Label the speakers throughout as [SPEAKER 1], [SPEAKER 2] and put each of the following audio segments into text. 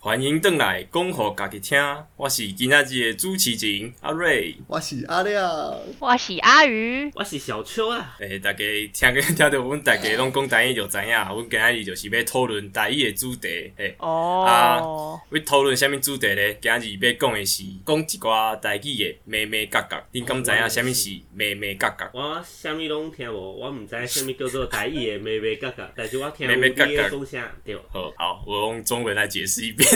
[SPEAKER 1] 欢迎回来，讲互家己听。我是今仔日的主持人阿瑞。
[SPEAKER 2] 我是阿廖，
[SPEAKER 3] 我是阿鱼，
[SPEAKER 4] 我是小秋啊。
[SPEAKER 1] 诶、大家听个听到阮大家拢讲台语就知影，阮今仔日就是要讨论台语的主题。诶、
[SPEAKER 3] 哦，
[SPEAKER 1] 要讨论啥物主题咧？今日要讲的是讲一寡台语的咩咩角角，恁敢知影啥物是咩咩角角？
[SPEAKER 4] 我啥物拢听无，我毋知啥物叫做台语的咩咩嘎嘎，但是我听有
[SPEAKER 1] 咩咩
[SPEAKER 4] 你
[SPEAKER 1] 嘎嘎
[SPEAKER 4] 的讲啥对。
[SPEAKER 1] 好，好，我用中文来解释一遍。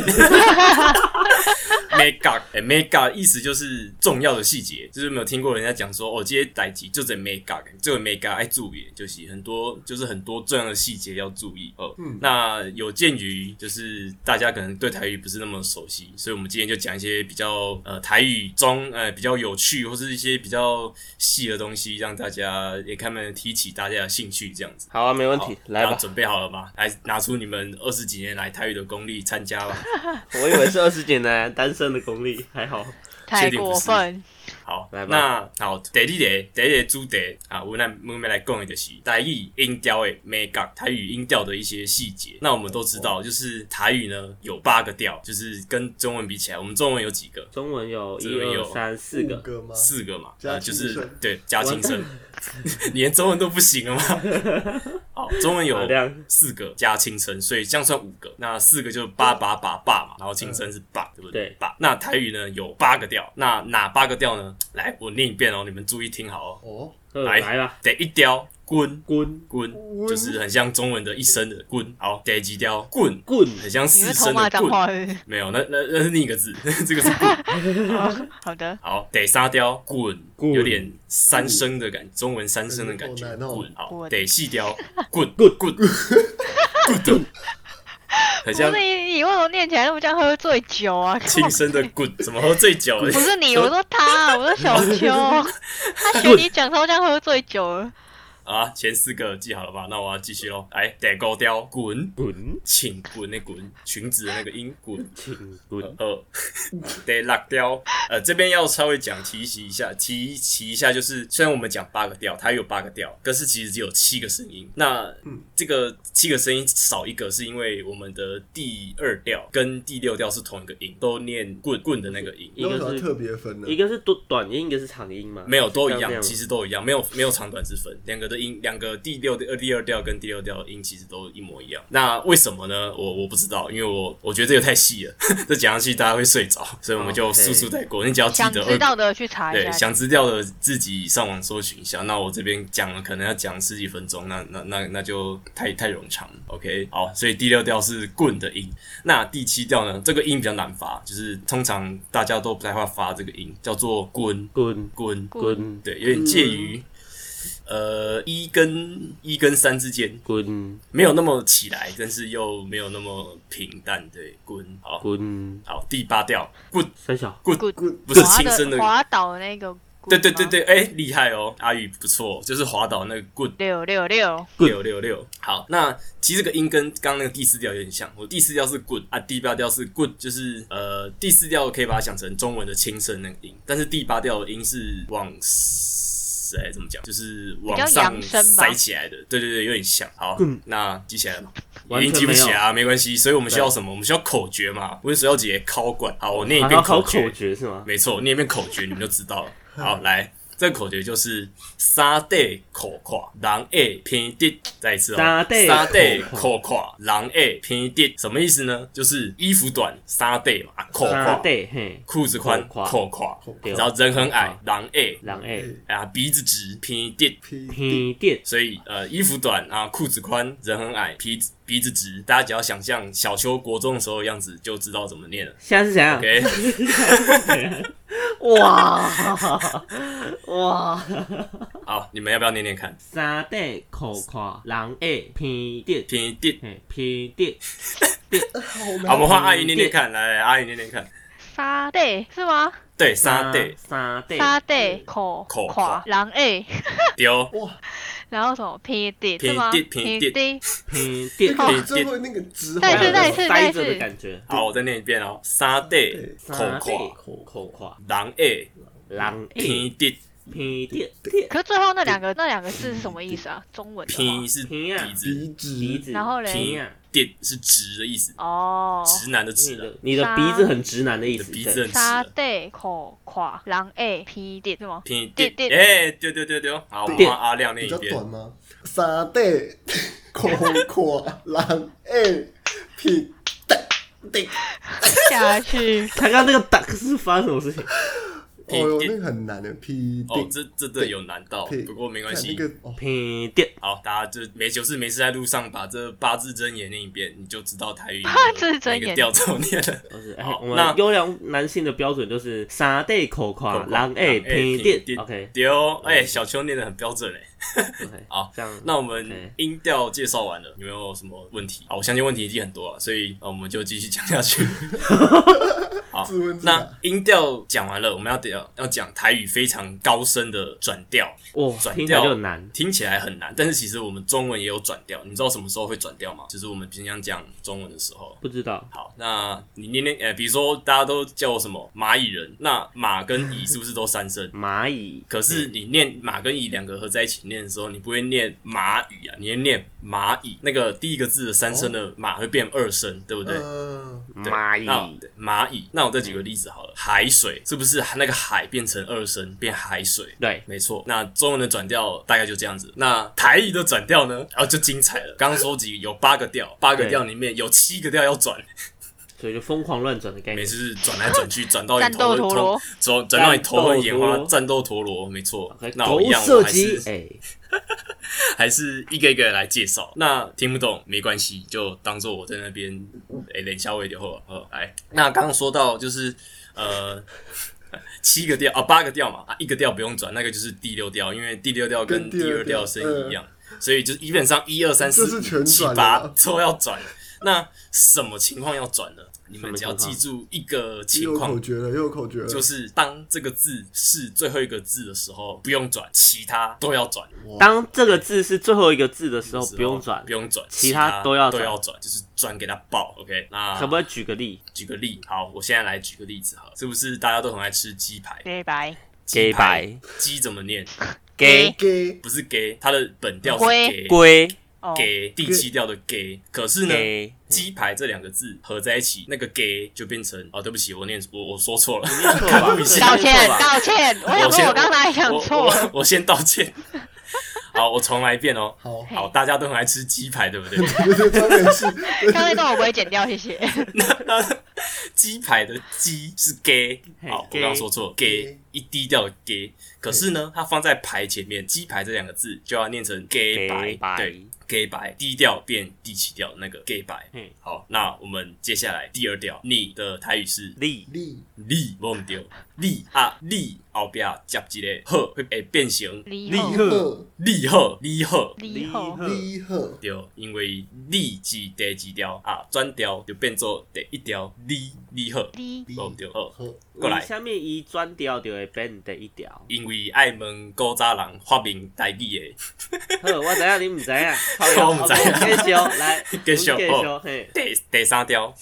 [SPEAKER 1] mega，哎、m e g a 意思就是重要的细节，就是没有听过人家讲说，哦，这些代际就是 mega，这个 mega 爱注意，就是很多，就是很多重要的细节要注意哦。
[SPEAKER 2] 嗯
[SPEAKER 1] 那有鉴于就是大家可能对台语不是那么熟悉，所以我们今天就讲一些比较呃台语中呃比较有趣或是一些比较细的东西，让大家也看能提起大家的兴趣这样子。
[SPEAKER 4] 好啊，没问
[SPEAKER 1] 好
[SPEAKER 4] 题，来
[SPEAKER 1] 那
[SPEAKER 4] 吧。
[SPEAKER 1] 准备好了吗？来拿出你们二十几年来台语的功力参加吧。
[SPEAKER 4] 我以为是二十几年单身的功力，还好。
[SPEAKER 3] 太过分。
[SPEAKER 1] 好，
[SPEAKER 4] 来吧
[SPEAKER 1] 那好，第二个第一个主题啊，我们来我们来讲的就是台语音调的美感，台语音调的一些细节。那我们都知
[SPEAKER 4] 哦
[SPEAKER 1] 道，就是台语呢有八个调，就是跟中文比起来，我们中文有几个？
[SPEAKER 4] 中文有
[SPEAKER 1] 这
[SPEAKER 4] 一
[SPEAKER 1] 个有
[SPEAKER 4] 二三四
[SPEAKER 2] 五
[SPEAKER 4] 个，
[SPEAKER 2] 个吗？
[SPEAKER 1] 四个嘛，
[SPEAKER 2] 加
[SPEAKER 1] 啊，就
[SPEAKER 2] 庆
[SPEAKER 1] 是
[SPEAKER 2] 生
[SPEAKER 1] 对加 庆生，你连中文都不行了吗？ 好，中文有
[SPEAKER 4] 好亮
[SPEAKER 1] 四个加轻声，所以这样算五个。那四个就是八八八八嘛，然后轻声是八，对不对？
[SPEAKER 4] 对
[SPEAKER 1] 八。那台语呢有八个调，那哪八个调呢？来，我念一遍哦，你们注意听好哦。
[SPEAKER 2] 哦，
[SPEAKER 4] 呃
[SPEAKER 1] 来
[SPEAKER 4] 来吧。
[SPEAKER 1] 第一调滚
[SPEAKER 4] 滚
[SPEAKER 1] 滚，
[SPEAKER 2] 滚
[SPEAKER 1] 就是很像中文的一声的滚。好，第几调滚滚，
[SPEAKER 4] 滚，
[SPEAKER 1] 很像
[SPEAKER 3] 你
[SPEAKER 1] 四
[SPEAKER 3] 是偷
[SPEAKER 1] 声
[SPEAKER 3] 骂
[SPEAKER 1] 的
[SPEAKER 3] 脏话
[SPEAKER 1] 滚。
[SPEAKER 3] 是不是
[SPEAKER 1] 没有，那那那是另一个字， 这个是滚。
[SPEAKER 3] 哦好的，
[SPEAKER 1] 好，得沙雕滚，
[SPEAKER 4] 滚
[SPEAKER 1] 有点三声的感觉，中文三声的感觉，
[SPEAKER 2] 嗯好难哦
[SPEAKER 1] 滚。好，
[SPEAKER 3] 滚
[SPEAKER 1] 得细雕 滚滚滚 滚，很
[SPEAKER 3] 不
[SPEAKER 1] 像
[SPEAKER 3] 是你，你为什么念起来那么像喝醉酒啊？
[SPEAKER 1] 轻声的滚，怎么喝醉酒哎 了
[SPEAKER 3] 不？是你，我说 他，啊我说小秋，他学你讲超像喝醉酒了。
[SPEAKER 1] 啊，前四个记好了吧？那我要继续喽。来，得高雕滚，
[SPEAKER 4] 滚
[SPEAKER 1] 请滚那滚，裙子的那个音滚。
[SPEAKER 4] 请滚，
[SPEAKER 1] 呃，得落调。呃，这边要稍微讲提醒一下，提提一下，就是虽然我们讲八个调，它有八个调，可是其实只有七个声音。那
[SPEAKER 2] 嗯
[SPEAKER 1] 这个七个声音少一个，是因为我们的第二调跟第六调是同一个音，都念棍棍的那个音。
[SPEAKER 4] 一
[SPEAKER 2] 那为什么
[SPEAKER 4] 个
[SPEAKER 2] 要
[SPEAKER 4] 是
[SPEAKER 2] 特别分呢？
[SPEAKER 4] 一个是短短音，一个是长音嘛。
[SPEAKER 1] 没有都一
[SPEAKER 4] 像这
[SPEAKER 1] 样，
[SPEAKER 4] 样
[SPEAKER 1] 其实都一样，没有没有长短之分。两个的音，两个第六呃第二调跟第六调的音其实都一模一样。那为什么呢？我我不知道，因为我我觉得这个太细了， 这讲下去大家会睡着，所以我们就
[SPEAKER 4] OK
[SPEAKER 1] 速速带过。你只要记
[SPEAKER 3] 想
[SPEAKER 1] 得
[SPEAKER 3] 知
[SPEAKER 1] 二
[SPEAKER 3] 道的去查一
[SPEAKER 1] 对，
[SPEAKER 3] 下。
[SPEAKER 1] 想知道的自己上网搜寻一下。那我这边讲了，可能要讲十几分钟，那那那那就太太冗长了。OK，好，所以第六调是棍的音，那第七调呢，这个音比较难发，就是通常大家都不太会发这个音，叫做滚
[SPEAKER 4] 滚
[SPEAKER 1] 滚
[SPEAKER 4] 滚
[SPEAKER 1] 对，有点介于、呃一跟一跟三之间，
[SPEAKER 4] 滚
[SPEAKER 1] 没有那么起来，但是又没有那么平淡。对，滚好
[SPEAKER 4] 滚，
[SPEAKER 1] 好第八调滚
[SPEAKER 4] 三小
[SPEAKER 1] 滚
[SPEAKER 3] 滚
[SPEAKER 2] 滚
[SPEAKER 1] 不是
[SPEAKER 3] 滑
[SPEAKER 1] 轻声
[SPEAKER 3] 的
[SPEAKER 1] 的，
[SPEAKER 3] 滑倒的那个。
[SPEAKER 1] 对对对。对，哎、厉害哦，阿宇不错，就是滑倒那个滚
[SPEAKER 3] 六六六，
[SPEAKER 4] Good
[SPEAKER 1] 六六六。好，那其实这个音跟刚刚那个第四调有点像，我第四调是 good 啊，第八调是 good，就是呃第四调可以把它想成中文的轻声那个音，但是第八调的音是往。哎，怎么讲？就是往
[SPEAKER 3] 比较
[SPEAKER 1] 上
[SPEAKER 3] 扬声吧
[SPEAKER 1] 塞起来的，对对对，有点像。好，那记起来了吗？
[SPEAKER 4] 嗯完
[SPEAKER 1] 已
[SPEAKER 4] 全
[SPEAKER 1] 经记不起
[SPEAKER 4] 没
[SPEAKER 1] 来
[SPEAKER 4] 有
[SPEAKER 1] 啊，没关系。所以我们需要什么？我们需要口诀嘛。温水要姐考管。好，我念一
[SPEAKER 4] 好
[SPEAKER 1] 遍
[SPEAKER 4] 好考
[SPEAKER 1] 诀
[SPEAKER 4] 口。诀是吗？
[SPEAKER 1] 没错，念一遍口诀你们就知道 了。好，来，这个口诀就是三地口跨，人会偏跌。再一次哦，
[SPEAKER 4] 三地
[SPEAKER 1] 三地
[SPEAKER 4] 口
[SPEAKER 1] 口跨，人会偏跌。什么意思呢？就是衣服短，三地嘛，啊口跨
[SPEAKER 4] 三；对嘿，
[SPEAKER 1] 裤子宽，
[SPEAKER 4] 口跨
[SPEAKER 1] 口跨
[SPEAKER 2] 口；
[SPEAKER 4] 跨
[SPEAKER 1] 然后人很矮，人会
[SPEAKER 4] 人诶，
[SPEAKER 1] 啊鼻子直，偏跌。
[SPEAKER 2] P
[SPEAKER 4] 偏电
[SPEAKER 1] 所以呃，衣服短啊，裤子宽，人很矮，鼻子鼻子直，大家只要想象小秋国中的时候的样子，就知道怎么念了。
[SPEAKER 4] 现在是怎样？
[SPEAKER 1] OK，
[SPEAKER 4] 哇 哇！
[SPEAKER 1] 好，你们要不要念念看？
[SPEAKER 4] 三块口看人会偏跌，
[SPEAKER 1] 偏跌。
[SPEAKER 4] 嘿偏跌，
[SPEAKER 1] 好，我们换阿姨念念看，来，来阿姨念念看。
[SPEAKER 3] 沙地是吗？
[SPEAKER 1] 对，三对
[SPEAKER 4] 三块
[SPEAKER 3] 沙地口
[SPEAKER 1] 口
[SPEAKER 3] 垮
[SPEAKER 1] 垮
[SPEAKER 3] 狼诶，哎
[SPEAKER 1] 丢，
[SPEAKER 2] 哇，
[SPEAKER 3] 然后什么平底
[SPEAKER 1] 平
[SPEAKER 3] 是吗？
[SPEAKER 1] 地平
[SPEAKER 3] 平
[SPEAKER 1] 地
[SPEAKER 3] 底，
[SPEAKER 4] 平
[SPEAKER 2] 那
[SPEAKER 4] 电
[SPEAKER 1] 好
[SPEAKER 2] 个最后那个直
[SPEAKER 3] 哦再
[SPEAKER 4] 还
[SPEAKER 3] 次
[SPEAKER 4] 有
[SPEAKER 2] 环，
[SPEAKER 3] 再
[SPEAKER 4] 那种塞
[SPEAKER 3] 次再次
[SPEAKER 4] 着的感觉。
[SPEAKER 1] 好，我再念一遍哦。沙地空
[SPEAKER 4] 口
[SPEAKER 1] 跨，
[SPEAKER 4] 口口跨，
[SPEAKER 1] 狼诶，
[SPEAKER 4] 狼
[SPEAKER 1] 平
[SPEAKER 4] 平
[SPEAKER 1] 地
[SPEAKER 4] 平电电
[SPEAKER 3] 可是最后那两个那两个字是什么意思啊？中文的话
[SPEAKER 1] 平是
[SPEAKER 4] 平啊
[SPEAKER 1] 鼻子，
[SPEAKER 2] 鼻
[SPEAKER 4] 鼻
[SPEAKER 2] 子
[SPEAKER 4] 子，
[SPEAKER 3] 然后嘞
[SPEAKER 4] 平啊，
[SPEAKER 1] 地是直的意思，
[SPEAKER 3] 哦，
[SPEAKER 1] 直男的
[SPEAKER 4] 你
[SPEAKER 1] 直啊
[SPEAKER 4] 的，你的鼻子很直男的意
[SPEAKER 1] 你的
[SPEAKER 4] 思，
[SPEAKER 1] 鼻子很直
[SPEAKER 3] 沙
[SPEAKER 1] 啊。
[SPEAKER 3] 地口垮狼 A P D 是吗？
[SPEAKER 1] 平地
[SPEAKER 3] 地地
[SPEAKER 1] 哎，对对对对，好，我
[SPEAKER 4] 地。
[SPEAKER 1] 帮阿亮念
[SPEAKER 2] 比
[SPEAKER 1] 一
[SPEAKER 2] 较
[SPEAKER 1] 遍。
[SPEAKER 2] 短吗？三对 空阔狼诶屁对，
[SPEAKER 3] 下去
[SPEAKER 4] 他刚刚那个 duck 是发生什么事情？
[SPEAKER 2] 哦哟，那个很难的屁
[SPEAKER 1] 哦，
[SPEAKER 2] 对
[SPEAKER 1] 这这真的有难到
[SPEAKER 2] 屁，，
[SPEAKER 1] 不过没关系
[SPEAKER 2] 看。那个哦，
[SPEAKER 4] 平电
[SPEAKER 1] 好，大家就没有事没事在路上把这八字真言念一遍，你就知道台语
[SPEAKER 3] 八字真言
[SPEAKER 1] 哪个调怎么念了。
[SPEAKER 4] 就是，哎，
[SPEAKER 1] 好
[SPEAKER 4] 我
[SPEAKER 1] 那
[SPEAKER 4] 们优良男性的标准就是沙地口夸狼哎平电，OK
[SPEAKER 1] 丢，哎，小秋念的很标准嘞。欸
[SPEAKER 4] OK，
[SPEAKER 1] 好
[SPEAKER 4] 这样
[SPEAKER 1] 那我
[SPEAKER 4] OK
[SPEAKER 1] 们音调介绍完了，有没有什么问题？好，我相信问题已经很多了，所以呃我们就继续讲 下去。好
[SPEAKER 2] 自问，自答
[SPEAKER 1] 那音调讲完了，我们要得要要讲台语非常高深的转调，
[SPEAKER 4] 哇
[SPEAKER 1] 转，
[SPEAKER 4] 听起来
[SPEAKER 1] 调
[SPEAKER 4] 就很难。
[SPEAKER 1] 听起来很难，但是其实我们中文也有转调。你知道什么时候会转调吗？就是我们平常讲中文的时候。
[SPEAKER 4] 不知道，
[SPEAKER 1] 好，那你念念，呃，比如说大家都叫我什么蚂蚁人，那马跟蚁是不是都三声？
[SPEAKER 4] 蚂蚁
[SPEAKER 1] 可是你念马跟蚁两个合在一起念的时候，你不会念蚂蚁啊，你会念蚂蚁。那个第一个字的三声的马会变二声，对不对？
[SPEAKER 2] 嗯，
[SPEAKER 1] 对
[SPEAKER 4] 蚂
[SPEAKER 1] 那
[SPEAKER 4] 蚁
[SPEAKER 1] 对蚂蚁，那我再举个例子好了，海水是不是那个海变成二声变海水？
[SPEAKER 4] 对，
[SPEAKER 1] 没错，那中文的转调大概就这样子。那台语的转调呢，然、后就精彩了。刚刚说几有八个调，八个调里面有七个调要转，
[SPEAKER 4] 所以就疯狂乱转的概
[SPEAKER 1] 每
[SPEAKER 4] 念。
[SPEAKER 1] 次转来转去，转到
[SPEAKER 3] 战
[SPEAKER 1] 你
[SPEAKER 3] 斗
[SPEAKER 1] 头
[SPEAKER 3] 陀
[SPEAKER 1] 昏
[SPEAKER 3] 螺，
[SPEAKER 1] 转转到你头昏眼
[SPEAKER 4] 战斗
[SPEAKER 1] 花
[SPEAKER 4] 陀，螺
[SPEAKER 1] 战斗陀螺，没错
[SPEAKER 4] OK，。
[SPEAKER 1] 那我一
[SPEAKER 4] 狗
[SPEAKER 1] 样，我
[SPEAKER 4] 射
[SPEAKER 1] 还
[SPEAKER 4] 击
[SPEAKER 1] 是，
[SPEAKER 4] 哎，
[SPEAKER 1] 还是一个一个来介绍。那听不懂没关系，就当做我在那边哎冷笑话就好了。呃，来，那刚刚说到就是呃。 七个调啊，八个调嘛，啊，一个调不用转，那个就是第六调，因为第六调跟
[SPEAKER 2] 跟
[SPEAKER 1] 第
[SPEAKER 2] 第
[SPEAKER 1] 二
[SPEAKER 2] 二
[SPEAKER 1] 调
[SPEAKER 2] 调
[SPEAKER 1] 声音一样，所以就是基本上一二三
[SPEAKER 2] 这
[SPEAKER 1] 四
[SPEAKER 2] 是
[SPEAKER 1] 五
[SPEAKER 2] 全
[SPEAKER 1] 七
[SPEAKER 2] 转的
[SPEAKER 1] 八
[SPEAKER 2] 啊
[SPEAKER 1] 都要转。那什么情况要转呢？你们只要
[SPEAKER 4] 什么情况
[SPEAKER 1] 记住一个
[SPEAKER 2] 又
[SPEAKER 1] 情
[SPEAKER 2] 有
[SPEAKER 1] 况
[SPEAKER 2] 口诀了，又有口诀了，
[SPEAKER 1] 就是当这个字是最后一个字的时候，不用转，其他都要转。
[SPEAKER 4] 当这个字是最后一个字的时候，
[SPEAKER 1] 时候
[SPEAKER 4] 不用转
[SPEAKER 1] 不。用转，
[SPEAKER 4] 其他
[SPEAKER 1] 他
[SPEAKER 4] 都要
[SPEAKER 1] 都
[SPEAKER 4] 转
[SPEAKER 1] 要转，就是转给他爆。OK，那
[SPEAKER 4] 可不可以举个例？
[SPEAKER 1] 举个例，好，我现在来举个例子好了，是不是大家都很爱吃鸡排？
[SPEAKER 3] 拜拜。
[SPEAKER 1] 鸡排
[SPEAKER 4] 鸡
[SPEAKER 1] 鸡怎么念？
[SPEAKER 4] 给
[SPEAKER 2] 给
[SPEAKER 1] 不是给，它的本调是
[SPEAKER 3] 龟
[SPEAKER 1] 给
[SPEAKER 4] 龟
[SPEAKER 3] 哦，
[SPEAKER 1] 给第七调的给，可是呢，
[SPEAKER 4] 给
[SPEAKER 1] 鸡排这两个字合在一起，那个给就变成哦，对不起，我念我我说错了，
[SPEAKER 4] 念错
[SPEAKER 1] 看
[SPEAKER 4] 吧
[SPEAKER 1] 不起
[SPEAKER 3] 道
[SPEAKER 4] 道
[SPEAKER 3] 歉
[SPEAKER 4] 歉
[SPEAKER 3] 道歉，我想
[SPEAKER 1] 先
[SPEAKER 3] 说我刚才讲
[SPEAKER 1] 我
[SPEAKER 3] 错了。
[SPEAKER 1] 我我先道歉。 好，我重来一遍哦。
[SPEAKER 2] 好，
[SPEAKER 3] 嘿
[SPEAKER 1] 好，大家都很爱吃鸡排，对不对？
[SPEAKER 2] 我觉得专门是
[SPEAKER 3] 刚才那段我不会剪掉，谢谢。
[SPEAKER 1] 鸡排的鸡是给，
[SPEAKER 4] 嘿
[SPEAKER 1] 好，我刚
[SPEAKER 4] 给
[SPEAKER 1] 刚说错，给一低调的给，可是呢，它放在排前面，鸡排这两个字就要念成给白
[SPEAKER 4] 给，白
[SPEAKER 1] 对，给白，低调变第七调那个给白
[SPEAKER 4] 嘿。
[SPEAKER 1] 好，那我们接下来第二调，你的台语是
[SPEAKER 4] 力
[SPEAKER 2] 力
[SPEAKER 1] 你，我们丢你啊你后边接一个好，会会变成
[SPEAKER 3] 李
[SPEAKER 4] 李
[SPEAKER 3] 后
[SPEAKER 2] 贺
[SPEAKER 1] 你好你好。
[SPEAKER 3] 李后
[SPEAKER 2] 力贺
[SPEAKER 1] 对，哦因为你是第几条啊？转调就变做第一条你你好，
[SPEAKER 3] 李
[SPEAKER 1] 我们丢好。
[SPEAKER 2] 贺
[SPEAKER 1] 过来。
[SPEAKER 4] 下面一转调就会变得一条
[SPEAKER 1] 因为爱问古早人发明台语
[SPEAKER 4] 好，我知影你唔知啊，
[SPEAKER 1] 我不知道
[SPEAKER 4] 好继续来，
[SPEAKER 1] 继续
[SPEAKER 4] 我们继续嘿
[SPEAKER 1] 的。第第三条，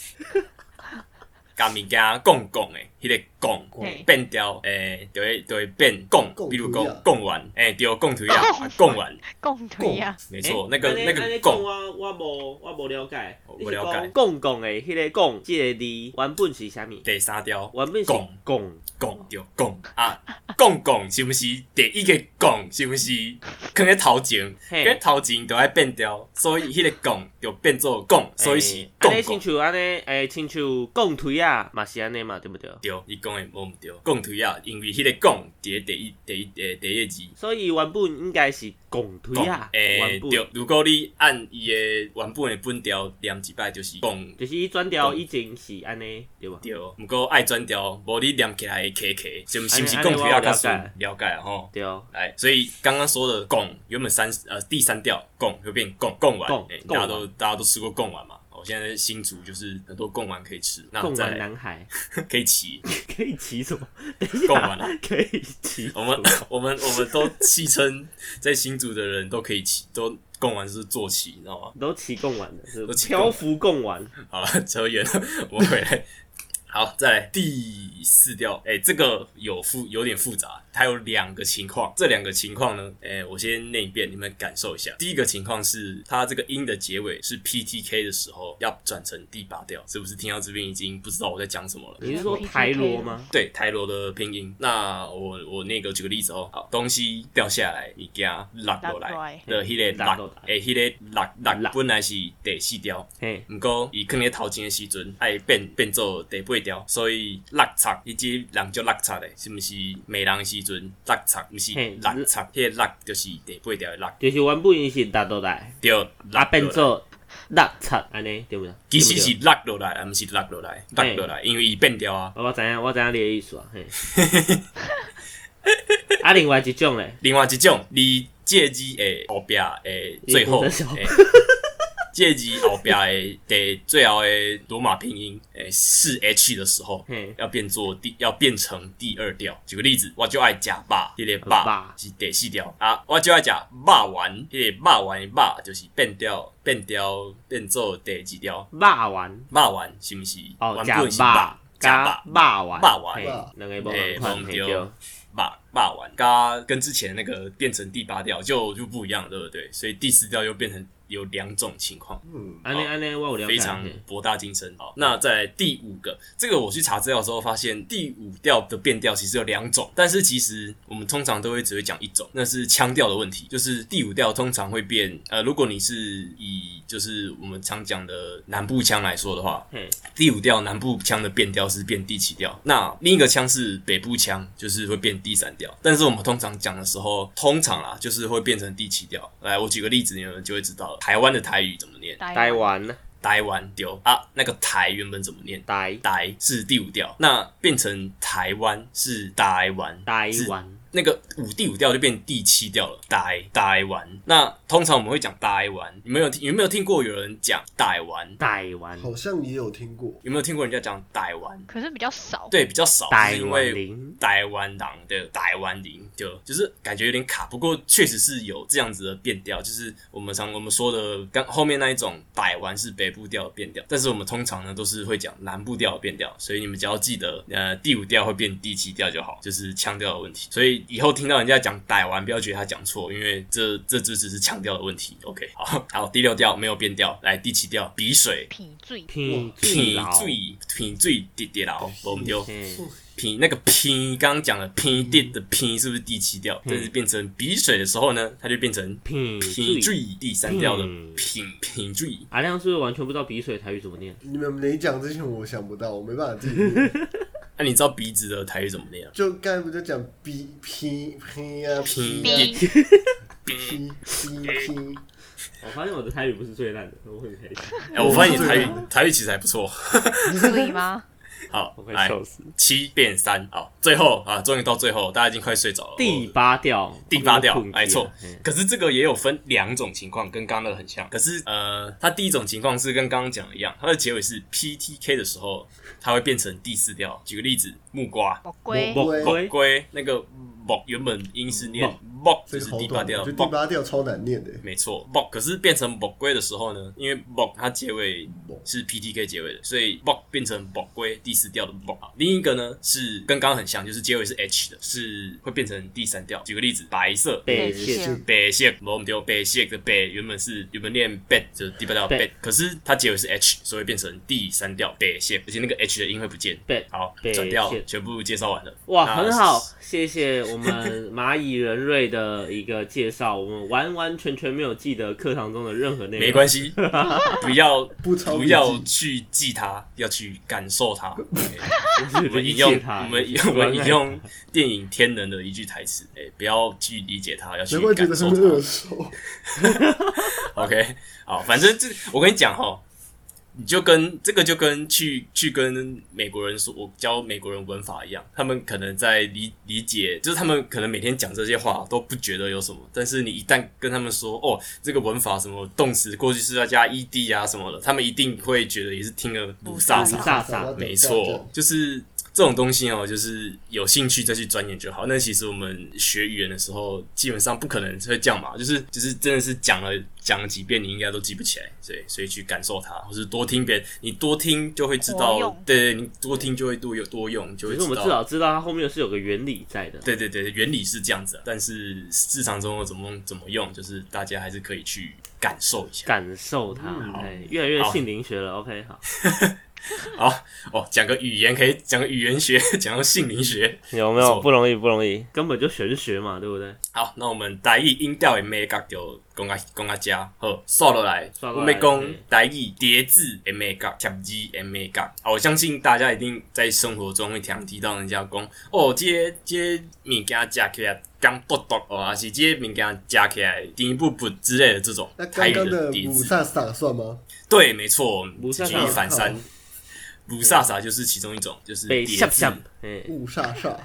[SPEAKER 1] 甲物件讲讲的，迄、个
[SPEAKER 3] 嘿
[SPEAKER 1] 讲变调，诶、就会就会变讲，
[SPEAKER 2] 讲
[SPEAKER 1] 比如
[SPEAKER 2] 腿
[SPEAKER 1] 讲
[SPEAKER 2] 啊
[SPEAKER 1] 讲完，诶、对，讲腿啊
[SPEAKER 4] 哦
[SPEAKER 3] 讲，
[SPEAKER 1] 啊 讲完，
[SPEAKER 3] 共推啊，
[SPEAKER 1] 没错、
[SPEAKER 4] 欸
[SPEAKER 1] 那个
[SPEAKER 4] 安尼
[SPEAKER 1] 那
[SPEAKER 4] 安
[SPEAKER 1] 个
[SPEAKER 4] 尼
[SPEAKER 1] 讲，
[SPEAKER 4] 我我无我无了解，
[SPEAKER 1] 我
[SPEAKER 4] 你
[SPEAKER 1] 无
[SPEAKER 4] 是
[SPEAKER 1] 了解
[SPEAKER 4] 讲讲讲的迄个讲，即个字原本是啥物？
[SPEAKER 1] 第三条
[SPEAKER 4] 原本是
[SPEAKER 1] 讲
[SPEAKER 4] 讲
[SPEAKER 1] 讲对讲啊，讲讲是毋是第一个讲是毋是？放咧头前，放
[SPEAKER 4] 嘿
[SPEAKER 1] 咧头前就爱变调，所以迄个讲就变做讲，所以是讲
[SPEAKER 4] 安尼
[SPEAKER 1] 讲
[SPEAKER 4] 亲。像安尼，诶，亲像讲腿啊，嘛是安尼嘛，对不对？
[SPEAKER 1] 对，伊讲的无毋对，讲腿啊，因为迄个讲伫第一第一诶第一字。
[SPEAKER 4] 所以原本应该是讲腿
[SPEAKER 1] 讲
[SPEAKER 4] 啊，
[SPEAKER 1] 诶，
[SPEAKER 4] 原
[SPEAKER 1] 对
[SPEAKER 4] 本，
[SPEAKER 1] 如果你按伊诶原本诶本调念一摆，就是讲
[SPEAKER 4] 就是伊转调以前是安尼，对吧？
[SPEAKER 1] 对。毋过爱转调，无你念起来会磕磕，是毋是毋是
[SPEAKER 4] 安尼
[SPEAKER 1] 讲腿啊
[SPEAKER 4] 安尼
[SPEAKER 1] 较
[SPEAKER 4] 我
[SPEAKER 1] 顺？了解啊吼。
[SPEAKER 4] 对哦，
[SPEAKER 1] 来，所以刚刚说的“贡”原本三呃第三调“贡”就变“贡”，贡丸
[SPEAKER 4] 贡，
[SPEAKER 1] 诶
[SPEAKER 4] 贡
[SPEAKER 1] 大家
[SPEAKER 4] 丸
[SPEAKER 1] 都大家都吃过贡丸嘛？哦，现在新竹就是很多贡丸可以吃，那
[SPEAKER 4] 贡丸
[SPEAKER 1] 在
[SPEAKER 4] 男孩
[SPEAKER 1] 可以骑
[SPEAKER 4] 可以骑什么？
[SPEAKER 1] 贡丸啊。
[SPEAKER 4] 可以骑
[SPEAKER 1] 我们 我们我们都戏称在新竹的人都可以骑，都贡丸是坐骑，你知道吗？
[SPEAKER 4] 都骑贡丸的，是
[SPEAKER 1] 都骑贡
[SPEAKER 4] 漂
[SPEAKER 1] 丸
[SPEAKER 4] 浮贡丸。
[SPEAKER 1] 好了， 扯远了，我们回来。好，再来第四调，哎、这个有复有点复杂，它有两个情况，这两个情况呢，哎、我先念一遍，你们感受一下。第一个情况是，它这个音的结尾是 PTK 的时候，要转成第八调，是不是听到这边已经不知道我在讲什么了？
[SPEAKER 4] 你是说台罗吗？
[SPEAKER 1] 对台罗的拼音。那我我那个举个例子哦，好，东西掉下来，你给它落落
[SPEAKER 3] 落
[SPEAKER 1] 来
[SPEAKER 3] 来，
[SPEAKER 1] 的迄个
[SPEAKER 4] 嗯落落
[SPEAKER 1] 落
[SPEAKER 4] 来，
[SPEAKER 1] 诶，迄个落
[SPEAKER 4] 落
[SPEAKER 1] 落本来是第四条，
[SPEAKER 4] 嘿，
[SPEAKER 1] 毋过伊囥咧头前的时阵，爱变变做第八条，所以落差，伊即人叫落差的，是毋是？骂人的时阵落差，毋是
[SPEAKER 4] 嘿
[SPEAKER 1] 落差，迄个落就是第八条的落，
[SPEAKER 4] 就是原本伊是达到来，
[SPEAKER 1] 对，落
[SPEAKER 4] 啊变做落擦安尼，对不对？
[SPEAKER 1] 其实
[SPEAKER 4] 对不对
[SPEAKER 1] 是落落来，毋是落落来，落
[SPEAKER 4] 嘿
[SPEAKER 1] 落来，因为伊变调啊。
[SPEAKER 4] 哦我知影，我知影你的意思啊。 嘿，啊，另外一种咧，
[SPEAKER 1] 另外一种，你借字诶后壁诶最后
[SPEAKER 4] 你讲这
[SPEAKER 1] 诶，借字后壁诶第最后诶罗马拼音诶四 H 的时候
[SPEAKER 4] 嘿，
[SPEAKER 1] 要变做第要变成第二调。举个例子，我就爱食肉，迄、个
[SPEAKER 4] 肉
[SPEAKER 1] 肉是第四调啊，我就爱食肉丸，迄、个肉丸的肉就是变调变调变做第几调？
[SPEAKER 4] 肉丸
[SPEAKER 1] 肉丸是毋是？
[SPEAKER 4] 哦，
[SPEAKER 1] 原
[SPEAKER 4] 食
[SPEAKER 1] 本是肉
[SPEAKER 4] 肉，
[SPEAKER 1] 食
[SPEAKER 4] 加
[SPEAKER 1] 肉
[SPEAKER 4] 肉丸，
[SPEAKER 1] 肉丸
[SPEAKER 4] 嘿两个无
[SPEAKER 1] 诶
[SPEAKER 4] 共款，嘿
[SPEAKER 1] 无毋
[SPEAKER 4] 对
[SPEAKER 1] 对。霸霸完，嘎跟之前那个变成第八调就就不一样，对不对？所以第四调又变成有两种情况，
[SPEAKER 2] 嗯，
[SPEAKER 4] 安尼安尼，我有了解。
[SPEAKER 1] 非常
[SPEAKER 4] 嘿
[SPEAKER 1] 博大精深。好，那在第五个，这个我去查资料的时候发现，第五调的变调其实有两种，但是其实我们通常都会只会讲一种，那是腔调的问题。就是第五调通常会变，呃，如果你是以就是我们常讲的南部腔来说的话，
[SPEAKER 4] 嘿，
[SPEAKER 1] 第五调南部腔的变调是变第七调，那另一个腔是北部腔，就是会变第三调。但是我们通常讲的时候，通常啦，就是会变成第七调。来，我举个例子，你们就会知道了。台湾的台语怎么念？
[SPEAKER 4] 台湾呢，
[SPEAKER 1] 台湾丢啊，那个台原本怎么念？
[SPEAKER 4] 台
[SPEAKER 1] 台是第五调，那变成台湾是台湾，
[SPEAKER 4] 台
[SPEAKER 1] 是
[SPEAKER 4] 湾，
[SPEAKER 1] 那个五第五调就变第七调了，台台湾。那通常我们会讲台湾，你们有听有没有听过有人讲台湾？
[SPEAKER 4] 台湾，
[SPEAKER 2] 好像也有听过，
[SPEAKER 1] 有没有听过人家讲台湾？
[SPEAKER 3] 可是比较少。
[SPEAKER 1] 对，比较少，是
[SPEAKER 4] 台
[SPEAKER 1] 因
[SPEAKER 4] 湾
[SPEAKER 1] 为
[SPEAKER 4] 零，
[SPEAKER 1] 台湾狼的台湾铃，就就是感觉有点卡。不过确实是有这样子的变调，就是我们常我们说的刚后面那一种台湾是北部调的变调，但是我们通常呢都是会讲南部调的变调，所以你们只要记得呃第五调会变第七调就好，就是腔呃调的问题。所以以后听到人家讲台湾，不要觉得他讲错，因为这这就只是腔调的问题。OK，好，好，第六调没有变调，来第七调鼻水。
[SPEAKER 3] 品最
[SPEAKER 4] 品
[SPEAKER 1] 鼻
[SPEAKER 4] 最老，
[SPEAKER 1] 水，鼻水滴滴啦，我们丢。
[SPEAKER 4] 嘿
[SPEAKER 1] 拼那个拼，刚刚讲的
[SPEAKER 4] 嗯
[SPEAKER 1] 拼地的拼是不是第七调？但是变成鼻水的时候呢，它就变成
[SPEAKER 4] 品
[SPEAKER 1] 品
[SPEAKER 4] 最。
[SPEAKER 1] 坠第三调的
[SPEAKER 4] 嗯
[SPEAKER 1] 品品坠。
[SPEAKER 4] 阿亮是不是完全不知道鼻水台语怎么念？
[SPEAKER 2] 你们没讲之前我想不到，我没办 法自己念，
[SPEAKER 1] 那、你知道鼻子的台语怎么念啊？
[SPEAKER 2] 就刚才不就讲 b p p 啊 p 啊
[SPEAKER 3] 逼
[SPEAKER 2] p p p，
[SPEAKER 4] 我发现我的台语不是最烂的，我很开心，
[SPEAKER 1] 哎、我发现你台语台语其实还不错。
[SPEAKER 3] 可以吗？
[SPEAKER 1] 好
[SPEAKER 4] 我，快
[SPEAKER 1] 来
[SPEAKER 4] 笑死。
[SPEAKER 1] 七变三，好，最后啊，终于到最后，大家已经快睡着了。
[SPEAKER 4] 第八调，
[SPEAKER 1] 第八调
[SPEAKER 4] 我都困，
[SPEAKER 1] 没
[SPEAKER 4] 死了
[SPEAKER 1] 错
[SPEAKER 4] 嘿。
[SPEAKER 1] 可是这个也有分两种情况，跟刚刚那个很像。可是呃，它第一种情况是跟刚刚讲的一样，它的结尾是 PTK 的时候，它会变成第四调。举个例子，木瓜。
[SPEAKER 3] 宝龟
[SPEAKER 4] 木
[SPEAKER 2] 龟
[SPEAKER 1] 木龟那个
[SPEAKER 4] 嗯
[SPEAKER 1] 木原本音是念木，
[SPEAKER 2] 这
[SPEAKER 1] 就
[SPEAKER 2] 个
[SPEAKER 1] 是
[SPEAKER 2] 好
[SPEAKER 1] 第
[SPEAKER 2] 短，
[SPEAKER 1] 八
[SPEAKER 2] 啊
[SPEAKER 1] 调
[SPEAKER 2] 就
[SPEAKER 1] 的
[SPEAKER 2] 第
[SPEAKER 1] 木，
[SPEAKER 2] 八调超难念的，
[SPEAKER 1] 没错木。可是变成木龟的时候呢，因为木它结尾
[SPEAKER 2] 木
[SPEAKER 1] 是 PTK 结尾的，所以木变成木龟第四调的木。好另一个呢是跟刚刚很像，就是结尾是 H 的，是会变成第三调。举个例子，白色。
[SPEAKER 4] 北线
[SPEAKER 3] 线
[SPEAKER 1] 白色，无我们丢白色的白，原本是原本念白，就是第八调
[SPEAKER 4] 白
[SPEAKER 1] 白，可是它结尾是 H，所以变成第三调白色，而且那个 H 的音会不见。
[SPEAKER 4] 北
[SPEAKER 1] 好
[SPEAKER 4] 白，
[SPEAKER 1] 转调
[SPEAKER 4] 色
[SPEAKER 1] 全部介绍完了。
[SPEAKER 4] 哇，
[SPEAKER 1] 那
[SPEAKER 4] 很好，谢谢我们蚂蚁人瑞的一个介绍，我们完完全全没有记得课堂中的任何内容，
[SPEAKER 1] 没关 系，不要
[SPEAKER 2] 不抄笔记
[SPEAKER 1] 要去记它，要去感受 它。
[SPEAKER 4] 系，
[SPEAKER 1] 我们
[SPEAKER 4] 理
[SPEAKER 1] 引用
[SPEAKER 4] 解它，
[SPEAKER 1] 我们
[SPEAKER 4] 理解
[SPEAKER 1] 我们
[SPEAKER 4] 它
[SPEAKER 1] 引用电影《天能》的一句台词，哎、不要去理解它，要去
[SPEAKER 2] 难怪觉
[SPEAKER 1] 感
[SPEAKER 2] 得
[SPEAKER 1] 受
[SPEAKER 2] 很耳
[SPEAKER 1] 它。
[SPEAKER 2] 熟。
[SPEAKER 1] OK，好，反正这我跟你讲哦，你就跟这个就跟去去跟美国人说，我教美国人文法一样，他们可能在理理解，就是他们可能每天讲这些话都不觉得有什么，但是你一旦跟他们说，哦，这个文法什么动词过去式要加 ed 啊什么的，他们一定会觉得也是听了不飒飒。
[SPEAKER 4] 飒飒
[SPEAKER 1] 没错，就是这种东西哦，就是有兴趣再去钻研就好。那其实我们学语言的时候，基本上不可能会这样嘛，就是就是真的是讲了讲了几遍，你应该都记不起来，所以所以去感受它，或是多听别人，你多听就会知
[SPEAKER 3] 活
[SPEAKER 1] 道
[SPEAKER 3] 用，
[SPEAKER 1] 对对，你多听就会多有多用，就
[SPEAKER 4] 可
[SPEAKER 1] 会
[SPEAKER 4] 是我
[SPEAKER 1] 知
[SPEAKER 4] 们至
[SPEAKER 1] 道。
[SPEAKER 4] 少知道它后面是有个原理在的。
[SPEAKER 1] 对对对，原理是这样子啊，但是日常中怎么怎么用，就是大家还是可以去感受一下。
[SPEAKER 4] 感受它，哎，越来越
[SPEAKER 1] 嗯好
[SPEAKER 4] 杏林学了。OK，好，
[SPEAKER 1] 好哦，讲个语言可以讲个语言学， 讲个姓名学。
[SPEAKER 4] 有没
[SPEAKER 1] 没
[SPEAKER 4] 有
[SPEAKER 1] 有
[SPEAKER 4] 不
[SPEAKER 1] 不
[SPEAKER 4] 容易？不容易，根本就玄学嘛，对不对？
[SPEAKER 1] 好，那我们台语音调的美角就讲啊讲啊遮好，扫落来，
[SPEAKER 4] 扫
[SPEAKER 1] 我
[SPEAKER 4] 落来
[SPEAKER 1] 们讲
[SPEAKER 4] 对
[SPEAKER 1] 台语叠字的美角，贴字的美角。好，我相信大家一定在生活中会常提到人家讲，哦，这个这个物件食起来刚不毒哦，还是这个物件食起来甜不不之类的这种
[SPEAKER 2] 那
[SPEAKER 1] 台
[SPEAKER 2] 刚刚
[SPEAKER 1] 语
[SPEAKER 2] 的
[SPEAKER 1] 叠
[SPEAKER 2] 五
[SPEAKER 1] 字。
[SPEAKER 2] 萨萨算吗？
[SPEAKER 1] 对，没错，
[SPEAKER 4] 五
[SPEAKER 1] 举
[SPEAKER 4] 煞煞
[SPEAKER 1] 一反三，五煞煞就是其中一种，就是
[SPEAKER 4] 嗯被
[SPEAKER 1] 叠
[SPEAKER 4] 吓
[SPEAKER 1] 字
[SPEAKER 4] 吓。，哎，
[SPEAKER 2] 五煞煞，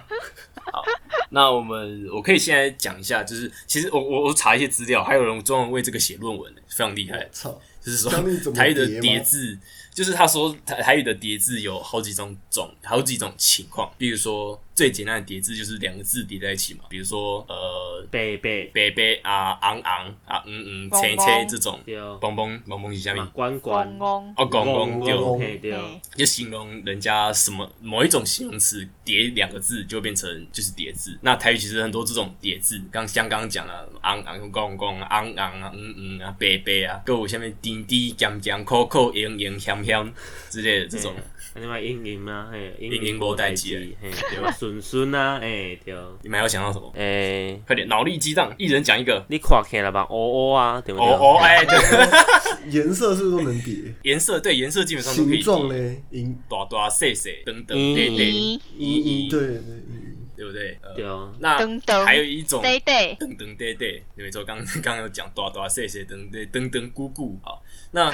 [SPEAKER 1] 那我们我可以现在讲一下，就是其实我我我查一些资料，还有人专门为这个写论文，非常厉害。
[SPEAKER 2] 操！
[SPEAKER 1] 就是说
[SPEAKER 2] 哦教你怎么
[SPEAKER 1] 台语的
[SPEAKER 2] 叠吗
[SPEAKER 1] 叠字，就是他说台台语的叠字有好几种种，好几种情况，比如说最简单的叠字就是两个字叠在一起嘛，比如说呃
[SPEAKER 4] 贝贝
[SPEAKER 1] 北北啊昂昂啊嗯嗯
[SPEAKER 3] 蹦
[SPEAKER 1] 切
[SPEAKER 3] 蹦
[SPEAKER 1] 切这种
[SPEAKER 4] 丢，
[SPEAKER 1] 蹦蹦蹦蹦一下面
[SPEAKER 4] 马。关关
[SPEAKER 3] 公，公，
[SPEAKER 1] 哦，拱
[SPEAKER 4] 公
[SPEAKER 1] 拱
[SPEAKER 4] 公
[SPEAKER 1] 丢，
[SPEAKER 4] 嘿丢
[SPEAKER 3] 嘿，
[SPEAKER 1] 就形容人家什么某一种形容词叠两个字就变成就是叠字。那台语其实很多这种叠字，刚像刚刚讲了，昂昂公公昂昂啊，嗯嗯啊，白白啊，各有下面滴滴讲讲扣扣盈盈香香之类的这种
[SPEAKER 4] 嘿。另外英英啊，嘿，
[SPEAKER 1] 英英无代志，
[SPEAKER 4] 嘿，对，顺顺啊，哎，对，
[SPEAKER 1] 你们还有想到什么？
[SPEAKER 4] 哎，
[SPEAKER 1] 快点，脑力激荡，一人讲一个。
[SPEAKER 4] 你看起来吧，哦哦啊，对不
[SPEAKER 1] 哦
[SPEAKER 4] 对？
[SPEAKER 1] 哦，哎，对，
[SPEAKER 2] 颜色是不是都能 叠？
[SPEAKER 1] 颜色对颜色基本上都可以
[SPEAKER 2] 形
[SPEAKER 1] 比。
[SPEAKER 2] 状嘞，银
[SPEAKER 1] 大大细细等等，
[SPEAKER 4] 嗯
[SPEAKER 1] 对对
[SPEAKER 3] 咦，
[SPEAKER 2] 银银对对银
[SPEAKER 1] 对不对？呃
[SPEAKER 4] 对，
[SPEAKER 1] 那
[SPEAKER 3] 等等
[SPEAKER 1] 还有一种
[SPEAKER 3] 对对，
[SPEAKER 1] 噔噔对对，你没错，刚刚刚有讲大大细细噔对噔噔咕咕。好，那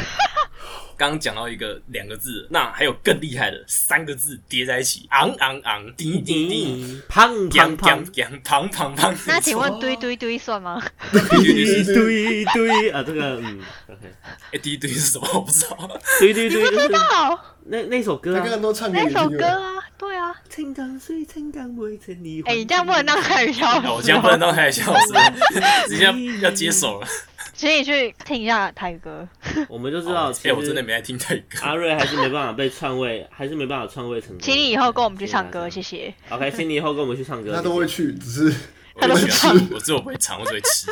[SPEAKER 1] 刚刚讲到一个两个字，那还有更厉害的三个字叠在一起，昂昂昂，滴滴滴，
[SPEAKER 4] 咦，胖
[SPEAKER 1] 羊
[SPEAKER 4] 胖
[SPEAKER 1] 羊
[SPEAKER 4] 胖，
[SPEAKER 1] 羊，胖胖胖。
[SPEAKER 3] 那请问堆堆堆算吗？
[SPEAKER 4] 一堆一堆啊，这个嗯，OK，
[SPEAKER 1] 哎，滴滴是什么？我不知道。
[SPEAKER 4] 堆堆堆就是
[SPEAKER 3] 哦，
[SPEAKER 4] 那 那首歌
[SPEAKER 2] 他
[SPEAKER 4] 啊
[SPEAKER 2] 刚，刚都唱给
[SPEAKER 3] 那
[SPEAKER 2] 你
[SPEAKER 3] 首
[SPEAKER 2] 听
[SPEAKER 3] 歌
[SPEAKER 2] 了。
[SPEAKER 3] 啊，对啊，
[SPEAKER 4] 青江水，青江袂成你。
[SPEAKER 3] 哎，你这样不能当开玩笑
[SPEAKER 1] 那我这样不能当开笑是吧？直接要接手了。
[SPEAKER 3] 请你去听一下台语歌，
[SPEAKER 4] 我们就知道，其
[SPEAKER 1] 哎，
[SPEAKER 4] 实
[SPEAKER 1] 我真的没爱听泰歌。
[SPEAKER 4] 阿瑞还是没办法被篡位，还是没办法篡位成功。
[SPEAKER 3] 请你以后跟我们去唱歌，谢
[SPEAKER 4] 谢
[SPEAKER 3] 谢。
[SPEAKER 4] 大家。OK，请你以后跟我们去唱歌。
[SPEAKER 2] 他都会
[SPEAKER 4] 谢谢。
[SPEAKER 2] 去，只是
[SPEAKER 1] 我
[SPEAKER 3] 都
[SPEAKER 1] 只
[SPEAKER 3] 是
[SPEAKER 1] 喜欢我只有不会唱，我只会吃。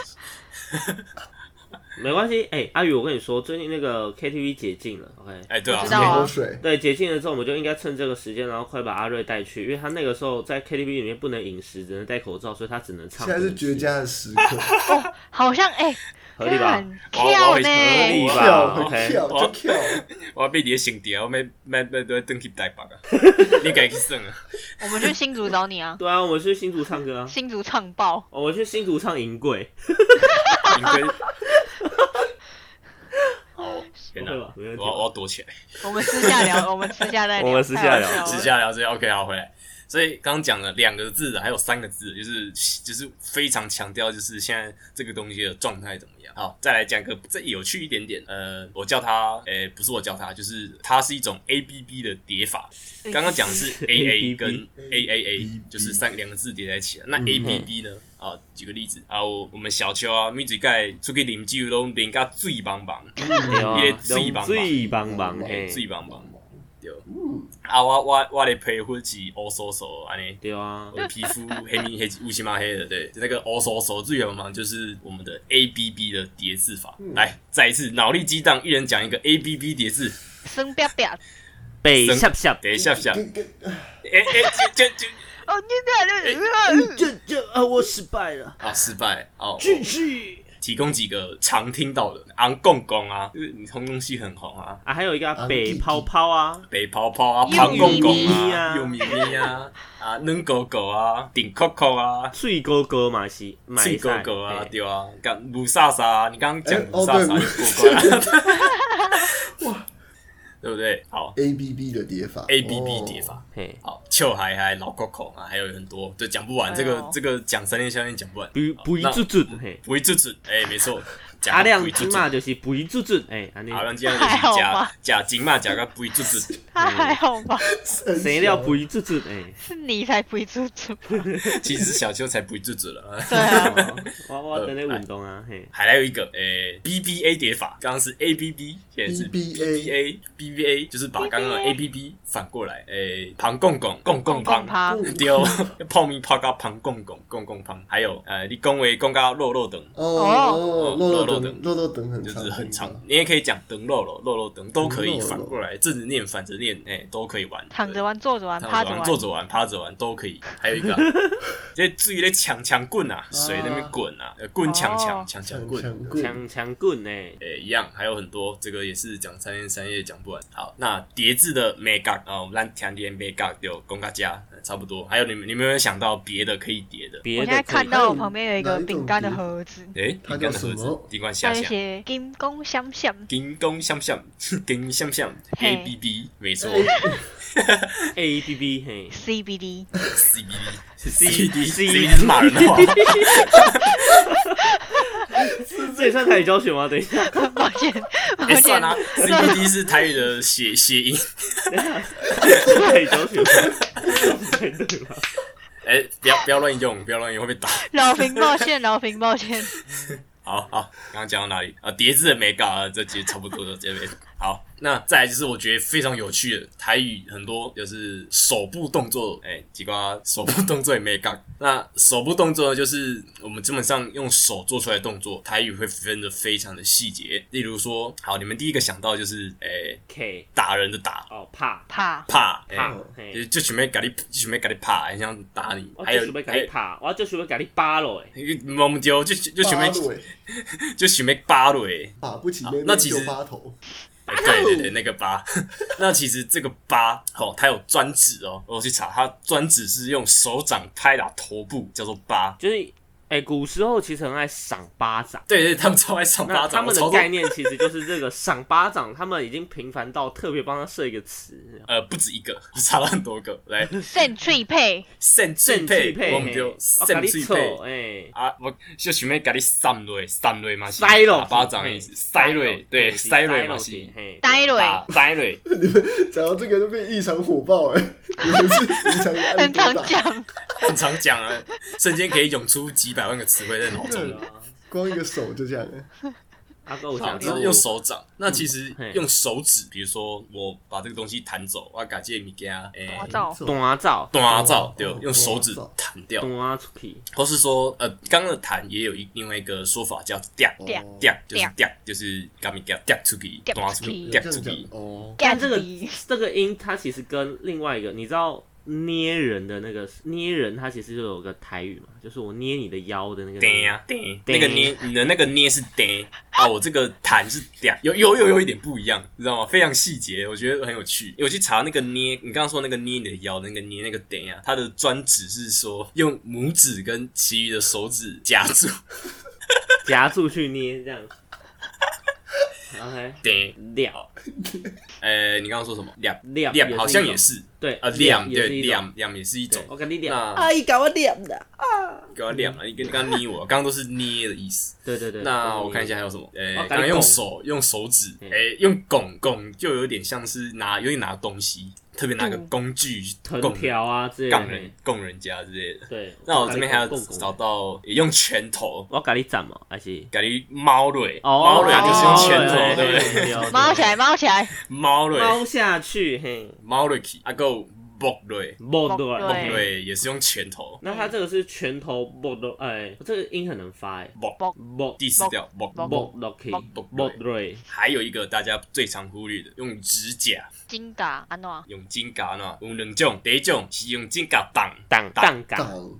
[SPEAKER 4] 没关系，哎、阿宇，我跟你说，最近那个 KTV 解禁了，OK。
[SPEAKER 1] 哎，对啊
[SPEAKER 3] 我知，道啊
[SPEAKER 2] 口水。
[SPEAKER 4] 对，解禁了之后，我们就应该趁这个时间，然后快把阿瑞带去，因为他那个时候在 KTV 里面不能饮食，只能戴口罩，所以他只能唱。
[SPEAKER 2] 现在是
[SPEAKER 4] 不能
[SPEAKER 2] 绝
[SPEAKER 4] 吃，
[SPEAKER 2] 佳的时 刻，
[SPEAKER 3] 好像哎，
[SPEAKER 4] 合理吧？
[SPEAKER 3] 很
[SPEAKER 1] 我要
[SPEAKER 3] 跳
[SPEAKER 1] 哦我要合
[SPEAKER 4] 合
[SPEAKER 1] 理
[SPEAKER 4] 理
[SPEAKER 2] 跳
[SPEAKER 1] 哇
[SPEAKER 2] 很
[SPEAKER 4] 吧
[SPEAKER 1] 啊
[SPEAKER 2] 跳
[SPEAKER 4] ？OK，
[SPEAKER 1] 哦
[SPEAKER 2] 就跳，
[SPEAKER 1] 我要被你的心掉，我没没没都登去台北 啊，你该去算啊。
[SPEAKER 3] 我们去新竹找 你啊，
[SPEAKER 4] 对啊，我们去新竹唱歌啊，
[SPEAKER 3] 新竹唱爆，
[SPEAKER 4] 我们去新竹唱银柜，
[SPEAKER 1] 应该。哦， 天哪！
[SPEAKER 4] OK 吧？没问题
[SPEAKER 1] 我要我要躲起来，
[SPEAKER 3] 我们私下聊，我们私下再聊，
[SPEAKER 4] 我们私下聊
[SPEAKER 3] 太好笑了
[SPEAKER 1] 私下聊这些 OK 好回来。所以刚刚讲了两个字的，啊还有三个字，就是就是非常强调，就是现在这个东西的状态怎么样。好，再来讲个再有趣一点点，呃，我叫它，诶、不是我叫它，就是它是一种 A B B 的叠法。刚刚讲是 A A 跟 A A A，就是三两个字叠在一起了。那 A B B 呢？啊，举个例子啊，我我们小秋啊，每次盖出去啉酒都啉到醉茫茫，
[SPEAKER 4] 对啊
[SPEAKER 1] 你的水棒棒
[SPEAKER 4] 水哎棒棒，
[SPEAKER 1] 嘿
[SPEAKER 4] 嘿，
[SPEAKER 1] 醉茫茫。对，啊，我我我的皮肤是乌索索安尼。
[SPEAKER 4] 对啊
[SPEAKER 1] 我，的皮肤黑咪黑乌漆嘛黑的，对，那个哦手手最远嘛，就是我们的 A B B 的叠字法。来，再一次脑力激荡，一人讲一个 A B B 叠字，
[SPEAKER 3] 生彪彪，
[SPEAKER 4] 被
[SPEAKER 1] 生
[SPEAKER 4] 吓吓，
[SPEAKER 1] 等一下下，哎
[SPEAKER 2] 跟跟
[SPEAKER 1] 哎，就就就
[SPEAKER 3] 哦，你这哎这
[SPEAKER 4] 这这啊，我失败了，
[SPEAKER 1] 啊，失败哦。
[SPEAKER 4] 继续。
[SPEAKER 1] 提供几个常听到的，昂公公啊，就是你通东西很红啊，
[SPEAKER 4] 啊，还有一个啊
[SPEAKER 2] 啊
[SPEAKER 4] 北
[SPEAKER 2] 弟弟
[SPEAKER 4] 泡泡啊，
[SPEAKER 1] 北泡泡啊，
[SPEAKER 3] 幼
[SPEAKER 1] 胖公公
[SPEAKER 4] 咪咪啊
[SPEAKER 1] 啊，幼咪咪啊，啊，嫩狗狗啊，顶扣扣啊。
[SPEAKER 4] 脆哥哥嘛是，买
[SPEAKER 1] 脆狗
[SPEAKER 4] 菜
[SPEAKER 1] 狗啊，
[SPEAKER 4] 嘿哦
[SPEAKER 1] 对啊，刚鲁萨萨啊，你刚刚讲
[SPEAKER 2] 哎
[SPEAKER 1] 鲁
[SPEAKER 2] 哦
[SPEAKER 1] 萨萨
[SPEAKER 2] 对
[SPEAKER 1] 就过关了，对不对？好
[SPEAKER 2] A B B 的叠法哦
[SPEAKER 1] ，A B B 叠法。
[SPEAKER 4] 嘿，
[SPEAKER 1] 好，臭海海老 Coco 啊，还有很多，对，讲不完，
[SPEAKER 3] 哎
[SPEAKER 1] 这
[SPEAKER 3] 呦
[SPEAKER 1] 个这个讲三天三夜讲不完，
[SPEAKER 4] 不不一
[SPEAKER 1] 那
[SPEAKER 4] 致准嘿。
[SPEAKER 1] 不一致准，哎、没错，讲
[SPEAKER 4] 阿亮
[SPEAKER 1] 不一致
[SPEAKER 4] 金
[SPEAKER 1] 准
[SPEAKER 4] 嘛，就是不一致准哎，安尼
[SPEAKER 1] 阿亮今天
[SPEAKER 3] 还好
[SPEAKER 1] 假
[SPEAKER 3] 吧
[SPEAKER 1] 假金嘛，假个不一致准，
[SPEAKER 3] 他还好吧？
[SPEAKER 2] 哦，
[SPEAKER 4] 谁料不一致准哎。
[SPEAKER 3] 是你才不会做主。
[SPEAKER 1] 其实是小秋才不一致准了。
[SPEAKER 3] 对啊，
[SPEAKER 4] 哦我我等你运动啊嘿。
[SPEAKER 1] 还有一个，诶、b B A 叠法，刚刚是 A B B，现在是 B B
[SPEAKER 2] BBA
[SPEAKER 1] A B B A，就是把刚刚的 A B B 反过来，诶、旁公公公公
[SPEAKER 3] 碰
[SPEAKER 1] 旁，
[SPEAKER 3] 他，
[SPEAKER 1] 丢 泡面泡到旁公公公公旁，还有呃，你恭维公到肉肉等，
[SPEAKER 2] 哦，肉肉
[SPEAKER 1] 肉肉
[SPEAKER 2] 等
[SPEAKER 1] 等
[SPEAKER 2] 肉肉等很
[SPEAKER 1] 就
[SPEAKER 2] 长，
[SPEAKER 1] 是很长，你也可以讲等肉肉肉肉等都可
[SPEAKER 2] 等
[SPEAKER 1] 以
[SPEAKER 2] 肉肉
[SPEAKER 1] 反过来，正着念反着念，哎、都可以玩，
[SPEAKER 3] 躺
[SPEAKER 1] 对
[SPEAKER 3] 着玩，坐着玩，
[SPEAKER 1] 躺
[SPEAKER 3] 趴着
[SPEAKER 1] 着玩、
[SPEAKER 3] 玩，
[SPEAKER 1] 坐着玩、趴着玩都可以。还有一 个、啊，这至于那抢抢棍啊，水那边滚啊，呃棍抢
[SPEAKER 3] 哦
[SPEAKER 1] 抢抢抢
[SPEAKER 2] 强
[SPEAKER 1] 棍，
[SPEAKER 2] 强棍，
[SPEAKER 4] 强强棍哎，
[SPEAKER 1] 诶、一样，还有很多，这个也是讲三天三夜讲不完。好，那叠字的 mega 啊，我们让强叠 mega 就公嘎加呃差不多。还有你们，你们有没有想到别的可以叠的？
[SPEAKER 4] 别
[SPEAKER 3] 我
[SPEAKER 4] 的
[SPEAKER 3] 现在看
[SPEAKER 4] 可以
[SPEAKER 3] 到我旁边有一个饼干的盒子，
[SPEAKER 1] 诶、欸，
[SPEAKER 2] 它
[SPEAKER 1] 饼干
[SPEAKER 2] 叫
[SPEAKER 1] 的盒
[SPEAKER 2] 什
[SPEAKER 1] 子
[SPEAKER 2] 么，
[SPEAKER 1] 地瓜
[SPEAKER 3] 上
[SPEAKER 1] 下
[SPEAKER 3] 面
[SPEAKER 1] 下，
[SPEAKER 3] 写“金工相向
[SPEAKER 1] 金工相向， 金相向
[SPEAKER 3] 嘿
[SPEAKER 1] ，A B B，没错
[SPEAKER 4] A B B 嘿
[SPEAKER 3] CBD”，
[SPEAKER 1] ，C B D
[SPEAKER 4] C-
[SPEAKER 1] C
[SPEAKER 4] C-
[SPEAKER 1] D C B D 是骂人 的话。
[SPEAKER 4] 这也算台语教学吗？等一下，
[SPEAKER 3] 抱歉，抱
[SPEAKER 1] 哎、
[SPEAKER 3] 歉，
[SPEAKER 1] 算啦、，CBD 是台语的谐 谐音。
[SPEAKER 4] 是台语教学吗？不太对 吧？
[SPEAKER 1] 哎、不要不要乱用，不要乱用会被打。
[SPEAKER 3] 老平抱歉，老平抱歉，
[SPEAKER 1] 好好，刚刚讲到哪里啊？叠字的美感啊，这节差不多了，这边。 好，那再来就是我觉得非常有趣的台语，很多就是手部动作，哎、几个手部动作也没感。 那手部动作呢，就是我们基本上用手做出来的动作，台语会分的非常的细节。例如说，好，你们第一个想到就是，哎、
[SPEAKER 4] K
[SPEAKER 1] 打人的打，
[SPEAKER 4] 哦怕
[SPEAKER 3] 怕
[SPEAKER 1] 怕，哎、
[SPEAKER 4] 怕
[SPEAKER 1] 就
[SPEAKER 4] 嘿，
[SPEAKER 1] 就准备给你，就准备给你怕，很想打你。
[SPEAKER 4] 我
[SPEAKER 1] 还
[SPEAKER 4] 哦就
[SPEAKER 1] 有
[SPEAKER 4] 准备
[SPEAKER 1] 还
[SPEAKER 4] 给
[SPEAKER 1] 有
[SPEAKER 4] 你怕，我就准备给你扒了哎。
[SPEAKER 1] 我们丢就就准备
[SPEAKER 2] 八尾
[SPEAKER 1] 就准备扒了诶。
[SPEAKER 2] 打不起妹妹
[SPEAKER 1] 啊那其
[SPEAKER 2] 就
[SPEAKER 1] 实
[SPEAKER 2] 八头，
[SPEAKER 4] 啊
[SPEAKER 1] 哎对
[SPEAKER 4] 哦
[SPEAKER 1] 对对，那个疤。 那其实这个疤，哦，它有专指哦。我去查，它专指是用手掌拍打头部，叫做疤。
[SPEAKER 4] 就是哎、古时候其实很爱赏巴掌。
[SPEAKER 1] 对对，他们超爱赏
[SPEAKER 4] 那
[SPEAKER 1] 巴
[SPEAKER 4] 他
[SPEAKER 1] 掌，我
[SPEAKER 4] 们的
[SPEAKER 1] 超多
[SPEAKER 4] 概念其实就是这个赏巴掌，他们已经频繁到特别帮他设一个 词，
[SPEAKER 1] 呃不止一个， 我查了很多个。 来，
[SPEAKER 3] ，Century 配
[SPEAKER 1] 肾
[SPEAKER 4] 正
[SPEAKER 1] 脆
[SPEAKER 4] 气
[SPEAKER 1] 配，
[SPEAKER 4] 配，
[SPEAKER 1] 我们就
[SPEAKER 4] 我跟
[SPEAKER 1] 肾
[SPEAKER 4] 你
[SPEAKER 1] 脆
[SPEAKER 4] 扯
[SPEAKER 1] 配。
[SPEAKER 4] 哎，
[SPEAKER 1] 啊，我就准备给你扇落，扇落嘛是
[SPEAKER 4] 塞了
[SPEAKER 1] 打巴掌的意思，塞落对，塞落嘛是
[SPEAKER 4] 嘿，
[SPEAKER 3] 呆
[SPEAKER 1] 打
[SPEAKER 3] 蕊，
[SPEAKER 1] 塞落。
[SPEAKER 2] 讲到这个就变异常火爆哎，你们是异常压力
[SPEAKER 3] 很
[SPEAKER 2] 多
[SPEAKER 3] 常
[SPEAKER 2] 大？
[SPEAKER 3] 讲，
[SPEAKER 1] 很常讲啊，瞬间可以涌出几百万个词汇在脑中
[SPEAKER 4] 对。啊
[SPEAKER 2] 光一个手就这样哎，
[SPEAKER 4] 阿哥，我
[SPEAKER 1] 好，
[SPEAKER 4] 想
[SPEAKER 1] 就是
[SPEAKER 4] 到
[SPEAKER 1] 用手掌。
[SPEAKER 2] 嗯
[SPEAKER 1] 那其实
[SPEAKER 4] 嘿
[SPEAKER 1] 用手指，比如说我把这个东西弹走，我把这个物件，诶
[SPEAKER 3] 我，照
[SPEAKER 4] 短啊照
[SPEAKER 1] 断照，对
[SPEAKER 2] 哦，嗯
[SPEAKER 1] 用手指
[SPEAKER 2] 断
[SPEAKER 1] 弹掉，
[SPEAKER 4] 短出去，
[SPEAKER 1] 或是说，呃，刚刚的弹也有一另外一个说法叫掉
[SPEAKER 3] 掉
[SPEAKER 2] 哦
[SPEAKER 1] 掉，就是
[SPEAKER 3] 掉
[SPEAKER 1] 掉，就是嘎咪掉掉出去，
[SPEAKER 3] 掉
[SPEAKER 1] 断
[SPEAKER 3] 出
[SPEAKER 1] 出
[SPEAKER 3] 去
[SPEAKER 1] 去，
[SPEAKER 2] 这
[SPEAKER 1] 掉
[SPEAKER 2] 样
[SPEAKER 1] 出
[SPEAKER 2] 讲
[SPEAKER 1] 去。
[SPEAKER 2] 哦，
[SPEAKER 4] 但这个
[SPEAKER 3] 干
[SPEAKER 4] 这个音它其实跟另外一个，你知道捏人的那个捏人，它其实就有个台语嘛，就是我捏你的腰的那个，
[SPEAKER 1] 叮啊叮，
[SPEAKER 4] 叮
[SPEAKER 1] 那个捏你的那个捏是叮啊，我这个弹是嗲，有有有有一点不一样，你知道吗？非常细节，我觉得很有趣。我去查那个捏，你刚刚说那个捏你的腰的那个捏那个叮啊，它的专指是说用拇指跟其余的手指夹住
[SPEAKER 4] 夹住去捏这样。OK，
[SPEAKER 1] 叮。
[SPEAKER 4] 亮
[SPEAKER 1] 呃，你刚刚说什么？亮
[SPEAKER 4] 亮
[SPEAKER 1] 亮好像也
[SPEAKER 4] 是
[SPEAKER 1] 是
[SPEAKER 4] 对
[SPEAKER 1] 啊，亮
[SPEAKER 4] 也
[SPEAKER 1] 对
[SPEAKER 4] 是一种
[SPEAKER 1] 亮亮也是一种
[SPEAKER 4] 对。我跟你亮，
[SPEAKER 1] 那
[SPEAKER 3] 姨哎搞我脸的，
[SPEAKER 1] 给我亮了，你跟刚刚捏我，刚刚都是捏的意思。
[SPEAKER 4] 对对对。
[SPEAKER 1] 那
[SPEAKER 4] 跟你
[SPEAKER 1] 我看一下还有什么？诶、
[SPEAKER 4] 哦
[SPEAKER 1] 哎刚刚
[SPEAKER 4] 拱
[SPEAKER 1] 用手用手指，
[SPEAKER 4] 嗯
[SPEAKER 1] 诶、用拱拱就有点像是拿，有点拿东西，特别拿个工具去
[SPEAKER 4] 藤
[SPEAKER 1] 拱
[SPEAKER 4] 条啊之类的。
[SPEAKER 1] 杠人拱人家之类的。
[SPEAKER 4] 对，
[SPEAKER 1] 那我这边还要
[SPEAKER 4] 共
[SPEAKER 1] 找，到也用拳头，
[SPEAKER 4] 我跟你斩嘛，还是
[SPEAKER 1] 感觉猫蕊，
[SPEAKER 4] 哦
[SPEAKER 1] 猫蕊就是用
[SPEAKER 4] 哦
[SPEAKER 1] 拳头，对不对？
[SPEAKER 4] 对？对
[SPEAKER 3] 猫起来，，猫起来，
[SPEAKER 1] 猫
[SPEAKER 4] 对
[SPEAKER 1] 蕊，
[SPEAKER 4] 猫下去，嘿，
[SPEAKER 1] 猫蕊起，啊够木蕊，
[SPEAKER 4] 摸对
[SPEAKER 3] 摸对
[SPEAKER 4] 了。
[SPEAKER 1] 蕊也是用拳头，
[SPEAKER 4] 那它这个是拳头摸对，哎，这个音很难发，哎，
[SPEAKER 1] 木
[SPEAKER 3] 木
[SPEAKER 4] 摸
[SPEAKER 1] 第四调木。
[SPEAKER 3] 木
[SPEAKER 4] 摸落去，
[SPEAKER 1] 木
[SPEAKER 4] 摸对，
[SPEAKER 1] 还有一个大家最常忽略的，用指甲，
[SPEAKER 3] 金达安诺，
[SPEAKER 1] 用指甲呢，有两种，第一种是用指甲挡。
[SPEAKER 4] 当当 当，
[SPEAKER 2] 挡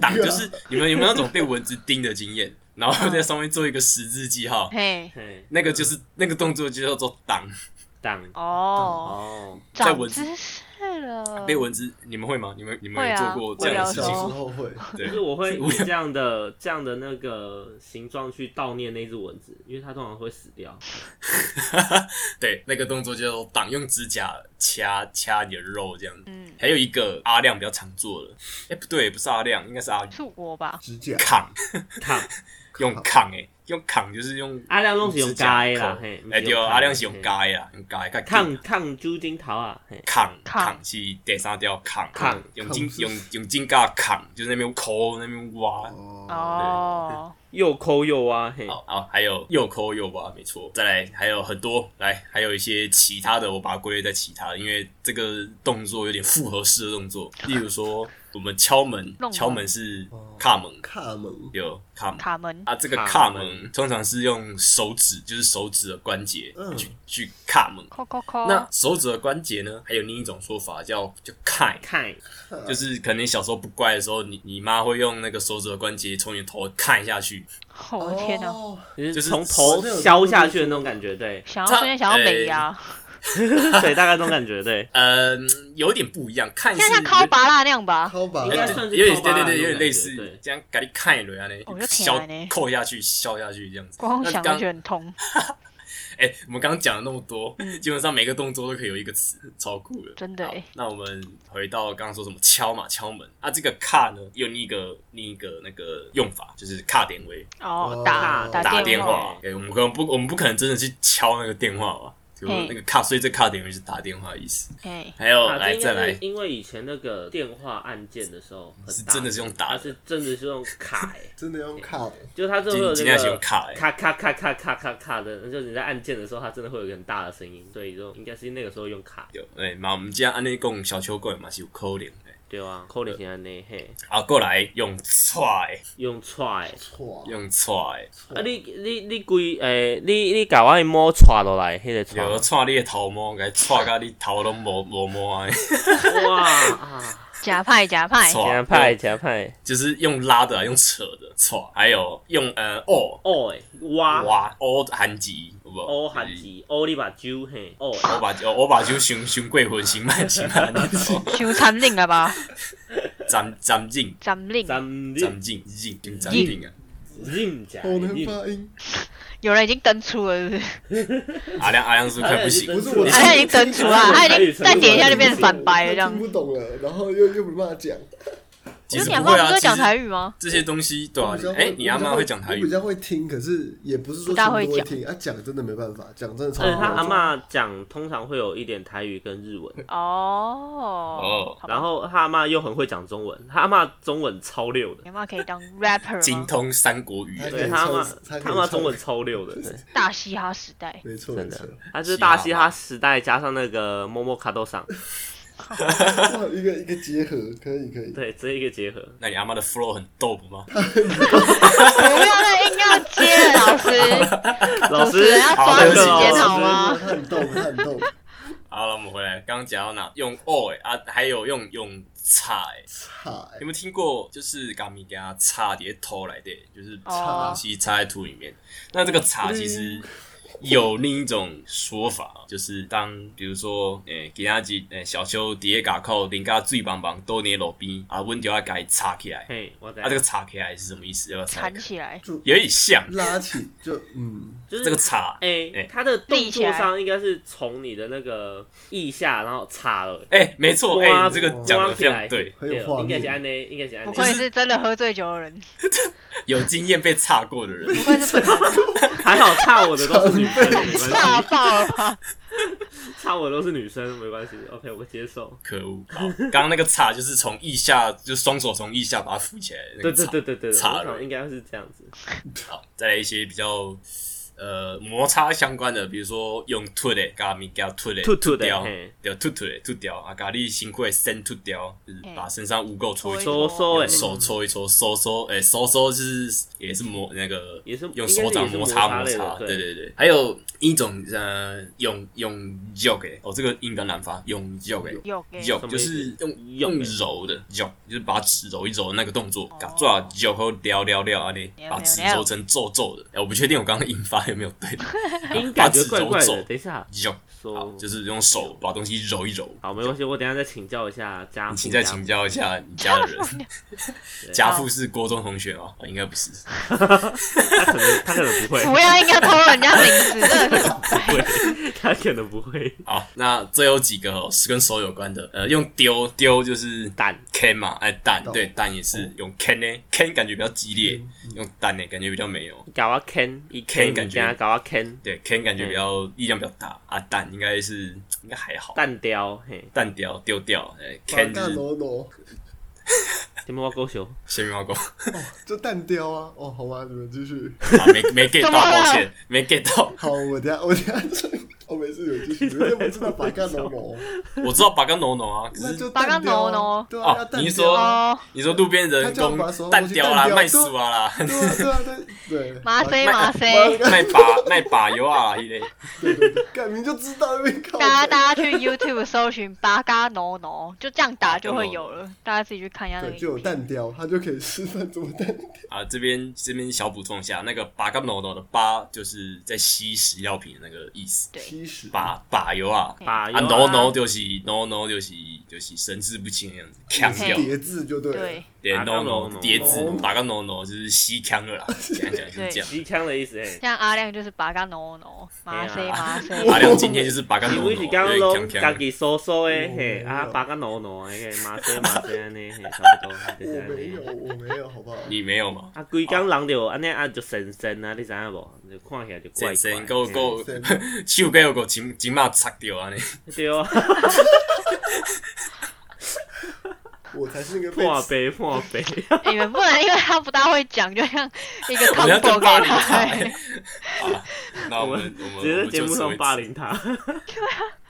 [SPEAKER 1] 挡，就是你们有没有那种被蚊子叮的经验？然后在上面做一个十字记号，
[SPEAKER 3] 嘿，
[SPEAKER 4] 嘿，
[SPEAKER 1] 那个就是那个动作就叫做挡。
[SPEAKER 4] 当
[SPEAKER 3] 哦，
[SPEAKER 4] 哦，
[SPEAKER 1] 在
[SPEAKER 3] 长
[SPEAKER 1] 蚊子
[SPEAKER 3] 知识，会了。
[SPEAKER 1] 背文字你们会吗？你们你
[SPEAKER 3] 嗯
[SPEAKER 1] 们
[SPEAKER 3] 会
[SPEAKER 1] 有
[SPEAKER 3] 啊
[SPEAKER 1] 做过这样哦的事
[SPEAKER 2] 小
[SPEAKER 1] 情
[SPEAKER 2] 时
[SPEAKER 3] 会啊
[SPEAKER 1] 吗？
[SPEAKER 2] 候会，
[SPEAKER 1] 对
[SPEAKER 4] 就是我会以这样的这样的那个形状去悼念那只蚊子，因为它通常会死掉。
[SPEAKER 1] 对， 那个动作叫做挡，用指甲掐掐你的肉这样子。
[SPEAKER 3] 嗯，
[SPEAKER 1] 还有一个阿亮比较常做的，哎、不对，不是阿亮，应该是阿
[SPEAKER 3] 出国吧，
[SPEAKER 2] 指甲
[SPEAKER 1] 扛，
[SPEAKER 4] 看
[SPEAKER 1] 用扛哎、用扛就是用
[SPEAKER 4] 阿亮拢是用加的啦，嘿
[SPEAKER 1] 哎，
[SPEAKER 4] 不是
[SPEAKER 1] 对，
[SPEAKER 4] 砍
[SPEAKER 1] 阿亮是用
[SPEAKER 4] 嘿
[SPEAKER 1] 加的啦，用加的，
[SPEAKER 4] 抗抗猪精桃啊，嘿，
[SPEAKER 1] 扛
[SPEAKER 3] 扛
[SPEAKER 1] 扛是第三条扛
[SPEAKER 4] 扛
[SPEAKER 1] 用
[SPEAKER 2] 扛
[SPEAKER 1] 金
[SPEAKER 2] 是
[SPEAKER 1] 用用金架扛，就是那边抠那边挖。
[SPEAKER 2] 哦，
[SPEAKER 3] 哦，
[SPEAKER 4] 又抠又挖，嘿，
[SPEAKER 1] 好好，还有又抠又挖，没错。再来还有很多，来还有一些其他的，我把它归类在其他的，因为这个动作有点复合式的动作。例如说，我们敲门
[SPEAKER 3] 弄，门
[SPEAKER 1] 敲门是卡门，
[SPEAKER 2] 卡门
[SPEAKER 1] 有卡门。
[SPEAKER 3] 卡门
[SPEAKER 1] 啊，这个
[SPEAKER 4] 卡
[SPEAKER 1] 卡
[SPEAKER 4] 门
[SPEAKER 1] 门通常是用手指，就是手指的关节
[SPEAKER 2] 嗯
[SPEAKER 1] 去去卡门。
[SPEAKER 3] 扣扣扣，
[SPEAKER 1] 那手指的关节呢，还有另一种说法叫叫铠，
[SPEAKER 4] 看
[SPEAKER 1] 就是可能你小时候不乖的时候，你你妈会用那个手指的关节从你头看下去，
[SPEAKER 3] 我的天哪，
[SPEAKER 2] 哦
[SPEAKER 4] 就是
[SPEAKER 1] 就是
[SPEAKER 4] 从头削下去的那种感觉，对
[SPEAKER 3] 想要
[SPEAKER 1] 他
[SPEAKER 3] 瞬间想要美啊牙，
[SPEAKER 4] 对，大概这种感觉， 对，
[SPEAKER 1] 嗯，有点不一样，看是呃
[SPEAKER 3] 像像敲拔蜡那样吧，
[SPEAKER 2] 好吧
[SPEAKER 4] 应，该算是
[SPEAKER 1] 有点
[SPEAKER 4] 靠巴
[SPEAKER 1] 对对
[SPEAKER 4] 的
[SPEAKER 1] 对，有
[SPEAKER 4] 那种
[SPEAKER 1] 点类
[SPEAKER 4] 感觉
[SPEAKER 1] 似
[SPEAKER 4] 对，
[SPEAKER 1] 这样给你看一轮啊，
[SPEAKER 3] 哦
[SPEAKER 1] 那
[SPEAKER 3] 就起
[SPEAKER 1] 削
[SPEAKER 3] 来呢
[SPEAKER 1] 扣下去，削下去这样子。
[SPEAKER 3] 光想
[SPEAKER 1] 那
[SPEAKER 3] 就
[SPEAKER 1] 刚
[SPEAKER 3] 觉得很痛。
[SPEAKER 1] 哎、我们刚刚讲了那么多，
[SPEAKER 4] 嗯
[SPEAKER 1] 基本上每个动作都可以有一个词，超酷的，
[SPEAKER 3] 真的
[SPEAKER 1] 好
[SPEAKER 3] 欸
[SPEAKER 1] 那我们回到刚刚说什么敲嘛，敲门啊，这个卡呢，有另一个另一个那个用法，就是卡点位，
[SPEAKER 3] 哦
[SPEAKER 2] 哦，
[SPEAKER 3] 打
[SPEAKER 1] 打
[SPEAKER 3] 电
[SPEAKER 1] 电话，哎、我们可能不，我们不可能真的去敲那个电话吧？就
[SPEAKER 3] 嗯
[SPEAKER 1] 那个卡，所以这卡点就是打电话的意思。
[SPEAKER 3] 哎，
[SPEAKER 1] 还有，
[SPEAKER 4] 啊，这
[SPEAKER 1] 哦来
[SPEAKER 4] 应
[SPEAKER 1] 再
[SPEAKER 4] 该是
[SPEAKER 1] 来，
[SPEAKER 4] 因为以前那个电话按键的时候很大，
[SPEAKER 1] 是真的是用打
[SPEAKER 4] 它
[SPEAKER 1] 的，
[SPEAKER 4] 是真的是用卡，欸
[SPEAKER 2] 真的用卡的，
[SPEAKER 4] 就是它真的会有
[SPEAKER 1] 今
[SPEAKER 4] 那
[SPEAKER 1] 天是用
[SPEAKER 4] 个。
[SPEAKER 1] 卡、欸。
[SPEAKER 4] 咔咔咔咔咔咔咔的，就是你在按键的时候，它真的会有一个很大的声音，所以就应该是那个时候用卡，
[SPEAKER 1] 有，哎、嘛，我们今天按那讲小球棍嘛是有扣脸的，
[SPEAKER 4] 对啊，扣零钱那嘿，
[SPEAKER 1] 啊，过来用踹，
[SPEAKER 4] 用踹，
[SPEAKER 2] 错
[SPEAKER 1] 用踹，
[SPEAKER 4] 啊你你你规诶、你你甲我的毛踹落来，迄、个踹，
[SPEAKER 1] 有踹你的头毛，给踹到你头都无无毛的，
[SPEAKER 4] 哇啊，
[SPEAKER 3] 假派假派，
[SPEAKER 4] 真歹真歹，
[SPEAKER 1] 就是用拉的啊，用扯的踹，还有用呃哦
[SPEAKER 4] 哦诶，哇
[SPEAKER 1] 哇哦韩籍，有无
[SPEAKER 4] 哦韩，字，哦你目睭嘿，哦
[SPEAKER 1] 就是我把我把就熊熊贵魂行慢行慢那种。
[SPEAKER 3] 修惨令了 吧？
[SPEAKER 1] 斩斩尽
[SPEAKER 3] 惨令，
[SPEAKER 4] 咱
[SPEAKER 1] 斩
[SPEAKER 4] 忍
[SPEAKER 1] 尽尽
[SPEAKER 3] 嗯
[SPEAKER 1] 尽斩尽啊！
[SPEAKER 4] 忍者，
[SPEAKER 2] 好难
[SPEAKER 4] 忍
[SPEAKER 2] 发音，
[SPEAKER 3] 有人已经登出了，是 不是？
[SPEAKER 1] 阿亮阿亮是不是快不行，
[SPEAKER 2] 不是我
[SPEAKER 4] 你
[SPEAKER 3] 啊
[SPEAKER 4] 是
[SPEAKER 3] 他已经登 出了，他已经
[SPEAKER 1] 啊
[SPEAKER 3] 再点一下就变反白了，这样
[SPEAKER 2] 听。不懂了，然后又又没办法讲。
[SPEAKER 1] 其
[SPEAKER 3] 就
[SPEAKER 1] 实
[SPEAKER 3] 你阿
[SPEAKER 1] 不
[SPEAKER 3] 妈
[SPEAKER 1] 会
[SPEAKER 3] 不
[SPEAKER 1] 啊，
[SPEAKER 3] 是会
[SPEAKER 1] 其
[SPEAKER 3] 讲台
[SPEAKER 1] 实
[SPEAKER 3] 语吗？
[SPEAKER 1] 这些东西对
[SPEAKER 2] 我
[SPEAKER 1] 啊
[SPEAKER 2] 比较，
[SPEAKER 1] 哎
[SPEAKER 2] 会，
[SPEAKER 1] 你阿妈会讲台
[SPEAKER 2] 我比
[SPEAKER 1] 语，
[SPEAKER 2] 较会听，可是也不是说
[SPEAKER 3] 不大
[SPEAKER 2] 全部
[SPEAKER 3] 会
[SPEAKER 2] 都会
[SPEAKER 3] 讲
[SPEAKER 2] 听啊，讲真的没办法，讲真的超
[SPEAKER 4] 而且他
[SPEAKER 2] 难
[SPEAKER 4] 阿嬷讲通常会有一点台语跟日文，
[SPEAKER 3] 哦，好吧
[SPEAKER 4] 然后他阿嬷又很会讲中文，他阿嬷中文超溜的
[SPEAKER 3] 你，阿妈可以当 rapper
[SPEAKER 1] 精
[SPEAKER 3] 吗？
[SPEAKER 1] 通三国语言，
[SPEAKER 2] 对
[SPEAKER 4] 对他阿
[SPEAKER 2] 超
[SPEAKER 4] 嬷
[SPEAKER 2] 超
[SPEAKER 4] 他阿嬷中文超溜的，对，
[SPEAKER 3] 大嘻哈时代，
[SPEAKER 2] 没错，
[SPEAKER 4] 真
[SPEAKER 2] 没
[SPEAKER 4] 的
[SPEAKER 2] 错，，
[SPEAKER 4] 他 就是大嘻哈时代加上那个摸摸卡豆上，
[SPEAKER 2] 哇一个一个结合，可以可以。
[SPEAKER 4] 对，这一个结 合，
[SPEAKER 1] 那你阿妈的 flow 很 dope 吗？
[SPEAKER 3] 不要再硬要接了，老师，
[SPEAKER 4] 老
[SPEAKER 3] 主持人
[SPEAKER 4] 师
[SPEAKER 3] 要
[SPEAKER 1] 好
[SPEAKER 3] 抓
[SPEAKER 1] 对
[SPEAKER 3] 时
[SPEAKER 1] 不起
[SPEAKER 3] 间
[SPEAKER 4] 老
[SPEAKER 3] 好啊
[SPEAKER 4] 师
[SPEAKER 2] 哇
[SPEAKER 3] 吗？
[SPEAKER 2] 他很逗，他很逗，
[SPEAKER 1] 好了，我们回来，刚刚讲到哪？用 o 哎啊，还有用用叉哎，
[SPEAKER 2] 差
[SPEAKER 1] 有没有听过？就是咖米给它插碟头来的，就是
[SPEAKER 3] 哦
[SPEAKER 1] 把东西插在土里面。那这个插其
[SPEAKER 4] 哦
[SPEAKER 1] 实
[SPEAKER 4] 嗯
[SPEAKER 1] 有另一种说法，就是当比如说，呃诶、给他几诶小修底下嘎扣，淋嘎醉邦邦都捏路边啊，温就要给它插起来。
[SPEAKER 4] 嘿，我在
[SPEAKER 1] 啊，这个插起来是什么意思？要不要猜
[SPEAKER 3] 缠？起 来，
[SPEAKER 1] 有点像
[SPEAKER 2] 拉起就嗯，
[SPEAKER 4] 就是
[SPEAKER 1] 这个插。
[SPEAKER 4] 哎、
[SPEAKER 1] 哎
[SPEAKER 4] 它的动
[SPEAKER 3] 立起
[SPEAKER 4] 作
[SPEAKER 3] 来
[SPEAKER 4] 上应该是从你的那个腋下，然后插了。
[SPEAKER 1] 哎、没错，哎、
[SPEAKER 4] 抓
[SPEAKER 1] 你这个讲的非
[SPEAKER 4] 抓起来
[SPEAKER 1] 常对，
[SPEAKER 2] 很有画
[SPEAKER 4] 应该是安
[SPEAKER 2] 面。
[SPEAKER 4] 内，应该是安
[SPEAKER 3] 不
[SPEAKER 4] 内。
[SPEAKER 3] 愧是真的喝醉酒的人，
[SPEAKER 1] 有经验被插过的人
[SPEAKER 3] 不愧是
[SPEAKER 4] 还好差我的都是女生，没关
[SPEAKER 3] 大
[SPEAKER 4] 系。
[SPEAKER 3] 爆了吧？
[SPEAKER 4] 差我的都是女生，没关系。OK，我接受。
[SPEAKER 1] 可恶！好刚刚那个插就是从腋下，就双手从腋下把它扶起来的那
[SPEAKER 4] 对
[SPEAKER 1] 个
[SPEAKER 4] 对
[SPEAKER 1] 插。
[SPEAKER 4] 对对对，我
[SPEAKER 1] 插了哎
[SPEAKER 4] 想应该是这样子。
[SPEAKER 1] 好，再来一些比较呃摩擦相关的，比如说用吐的，咖咪给它吐的，
[SPEAKER 4] 吐吐的
[SPEAKER 1] 掉
[SPEAKER 4] 嘿，
[SPEAKER 1] 对，吐吐的，吐掉啊，咖喱辛苦的身吐掉，就是
[SPEAKER 3] 嘿
[SPEAKER 1] 把身上污垢搓一搓，
[SPEAKER 4] 搓搓哎，
[SPEAKER 1] 手搓一搓，收收，哎，收收就是也是摩那个，
[SPEAKER 4] 也是
[SPEAKER 1] 用手掌摩擦
[SPEAKER 4] 应
[SPEAKER 1] 摩擦，
[SPEAKER 4] 该是也是摩擦类的对
[SPEAKER 1] 对对对。还有一种呃，用用 jog，哦，这个音比较难发，用 jog。
[SPEAKER 3] 有给
[SPEAKER 1] jog
[SPEAKER 4] 什么意
[SPEAKER 1] 就
[SPEAKER 4] 思
[SPEAKER 1] 是用
[SPEAKER 4] 用
[SPEAKER 1] 用揉的 jog，就是把纸揉一揉的那个动作，把抓 jog 后撩撩撩啊，你
[SPEAKER 3] 撩
[SPEAKER 1] 把
[SPEAKER 3] 哦撩
[SPEAKER 1] 纸
[SPEAKER 3] 撩
[SPEAKER 1] 揉成皱皱的。哎，我不确定我刚刚音发有没有 对，
[SPEAKER 4] 音
[SPEAKER 1] 把
[SPEAKER 4] 感觉
[SPEAKER 1] 指
[SPEAKER 4] 怪
[SPEAKER 1] 头
[SPEAKER 4] 怪
[SPEAKER 1] 走
[SPEAKER 4] 的。等哦一下，
[SPEAKER 1] 用，好
[SPEAKER 4] 说
[SPEAKER 1] 就是用手把东西揉一揉。
[SPEAKER 4] 好，没关系，我等一下再请教一下家父。
[SPEAKER 1] 啊请再请教一下你家 的人，
[SPEAKER 4] 对
[SPEAKER 1] 家父是国中同学吗？哦应该不 是。
[SPEAKER 4] 他可能他可能不会，
[SPEAKER 3] 不要应该偷人家名字，真的 是
[SPEAKER 4] 不会，他可能不会。
[SPEAKER 1] 好，那这有几个、哦、是跟手有关的，呃，用丢丢就是
[SPEAKER 4] 蛋
[SPEAKER 1] can 嘛，哎蛋
[SPEAKER 2] 懂
[SPEAKER 1] 对蛋也是用 can 呢，can 感觉比较激烈，
[SPEAKER 4] 嗯
[SPEAKER 1] 用蛋呢感觉比较没有，
[SPEAKER 4] 搞啊 can 一
[SPEAKER 1] Ken
[SPEAKER 4] can
[SPEAKER 1] 感觉
[SPEAKER 4] 加搞啊 can
[SPEAKER 1] 对 can 感觉比较力量比较大啊，蛋应该是应该还好，
[SPEAKER 4] 蛋雕，嘿，
[SPEAKER 1] 蛋掉丢掉，哎 can
[SPEAKER 2] 完
[SPEAKER 1] 就
[SPEAKER 2] 蛋
[SPEAKER 1] 是
[SPEAKER 2] 喽喽，
[SPEAKER 4] 天猫狗熊，
[SPEAKER 1] 仙女猫狗，
[SPEAKER 2] 这蛋雕啊！哦，好吧，你们继续。
[SPEAKER 1] 啊没没 get 到，
[SPEAKER 3] 怎么了
[SPEAKER 1] 抱歉没 get 到，
[SPEAKER 2] 好，我等下我等下 就，我没事，有继续。我不知道把干龙龙，
[SPEAKER 1] 我知道拔刚农农啊，可
[SPEAKER 2] 那
[SPEAKER 1] 是
[SPEAKER 2] 就蛋雕
[SPEAKER 3] 把干
[SPEAKER 2] 啊
[SPEAKER 3] 龙龙
[SPEAKER 2] 对啊，要
[SPEAKER 1] 哦
[SPEAKER 2] 蛋雕啊
[SPEAKER 1] 你是 说
[SPEAKER 3] 哦，
[SPEAKER 1] 你说路边人
[SPEAKER 2] 他叫我
[SPEAKER 1] 工
[SPEAKER 2] 把手我去
[SPEAKER 1] 蛋雕啦，
[SPEAKER 2] 蛋雕
[SPEAKER 1] 卖死啊啦，
[SPEAKER 2] 对啊对啊对对，
[SPEAKER 3] 麻塞麻
[SPEAKER 2] 妈
[SPEAKER 3] 塞，
[SPEAKER 2] 的
[SPEAKER 1] 卖把卖把油啊一类，
[SPEAKER 2] 对对对，干明就知道那边靠
[SPEAKER 3] 大家
[SPEAKER 2] 北。
[SPEAKER 3] 大家去 YouTube 搜寻八嘎哝哝，就这样打就会有了，大家自己去看一下那个
[SPEAKER 2] 对，就
[SPEAKER 3] 影
[SPEAKER 2] 有
[SPEAKER 3] 片。
[SPEAKER 2] 蛋雕，他就可以示范怎么蛋雕。
[SPEAKER 1] 啊，这边这边小补充一下，那个拔干农农的拔就是在吸食药品的那个意思，
[SPEAKER 3] 对
[SPEAKER 2] 七十
[SPEAKER 1] 把把油啊，
[SPEAKER 4] 把
[SPEAKER 1] 啊 no no 就是 no no 就是就是神志不清的样子，呛
[SPEAKER 2] 是
[SPEAKER 1] 掉，
[SPEAKER 2] 叠字就对了。
[SPEAKER 3] 对，
[SPEAKER 1] 对
[SPEAKER 4] 打到
[SPEAKER 1] no no
[SPEAKER 4] no-no 哦
[SPEAKER 1] 叠字，拔干 no no 就是吸呛了啦，讲讲就是这样。
[SPEAKER 4] 机枪的意思，嘿。
[SPEAKER 3] 像阿亮就是八嘎哝哝，麻塞
[SPEAKER 4] 对啊
[SPEAKER 1] 哎
[SPEAKER 3] 麻塞，
[SPEAKER 1] 阿亮今天就是拔干
[SPEAKER 4] 因
[SPEAKER 1] no
[SPEAKER 4] 为
[SPEAKER 1] no，
[SPEAKER 4] 是
[SPEAKER 1] 有
[SPEAKER 4] 刚
[SPEAKER 1] 点
[SPEAKER 4] 拢
[SPEAKER 1] 呛
[SPEAKER 4] 家
[SPEAKER 1] 呛的。
[SPEAKER 4] 己收收诶，嘿，啊，八个挠挠诶，嘿麻醉麻醉安尼，嘿， 差不多，就是
[SPEAKER 2] 我
[SPEAKER 4] 安
[SPEAKER 2] 哦
[SPEAKER 4] 尼。
[SPEAKER 2] 没有，我没有，好不好？
[SPEAKER 1] 你没有吗？
[SPEAKER 4] 啊，规工人就安尼啊，就神神啊，你知影无？就看起来就怪怪。
[SPEAKER 1] 神神够够
[SPEAKER 2] 对，
[SPEAKER 1] 手该有个金金马擦掉啊你，
[SPEAKER 4] 嘿对 啊，
[SPEAKER 2] 我才是那个被
[SPEAKER 4] 破杯破杯，
[SPEAKER 3] 你们哎不能因为他不大会讲，就像一个
[SPEAKER 1] 我要
[SPEAKER 3] combo
[SPEAKER 1] 跟
[SPEAKER 3] 给
[SPEAKER 1] 霸凌
[SPEAKER 3] 他。
[SPEAKER 1] 他
[SPEAKER 3] 哎。
[SPEAKER 1] 好了，那
[SPEAKER 4] 我
[SPEAKER 1] 我们
[SPEAKER 4] 们直
[SPEAKER 1] 我们
[SPEAKER 4] 接
[SPEAKER 1] 我
[SPEAKER 4] 在
[SPEAKER 1] 们
[SPEAKER 4] 节
[SPEAKER 1] 就
[SPEAKER 4] 目
[SPEAKER 1] 此为
[SPEAKER 4] 上
[SPEAKER 1] 止
[SPEAKER 4] 霸凌他。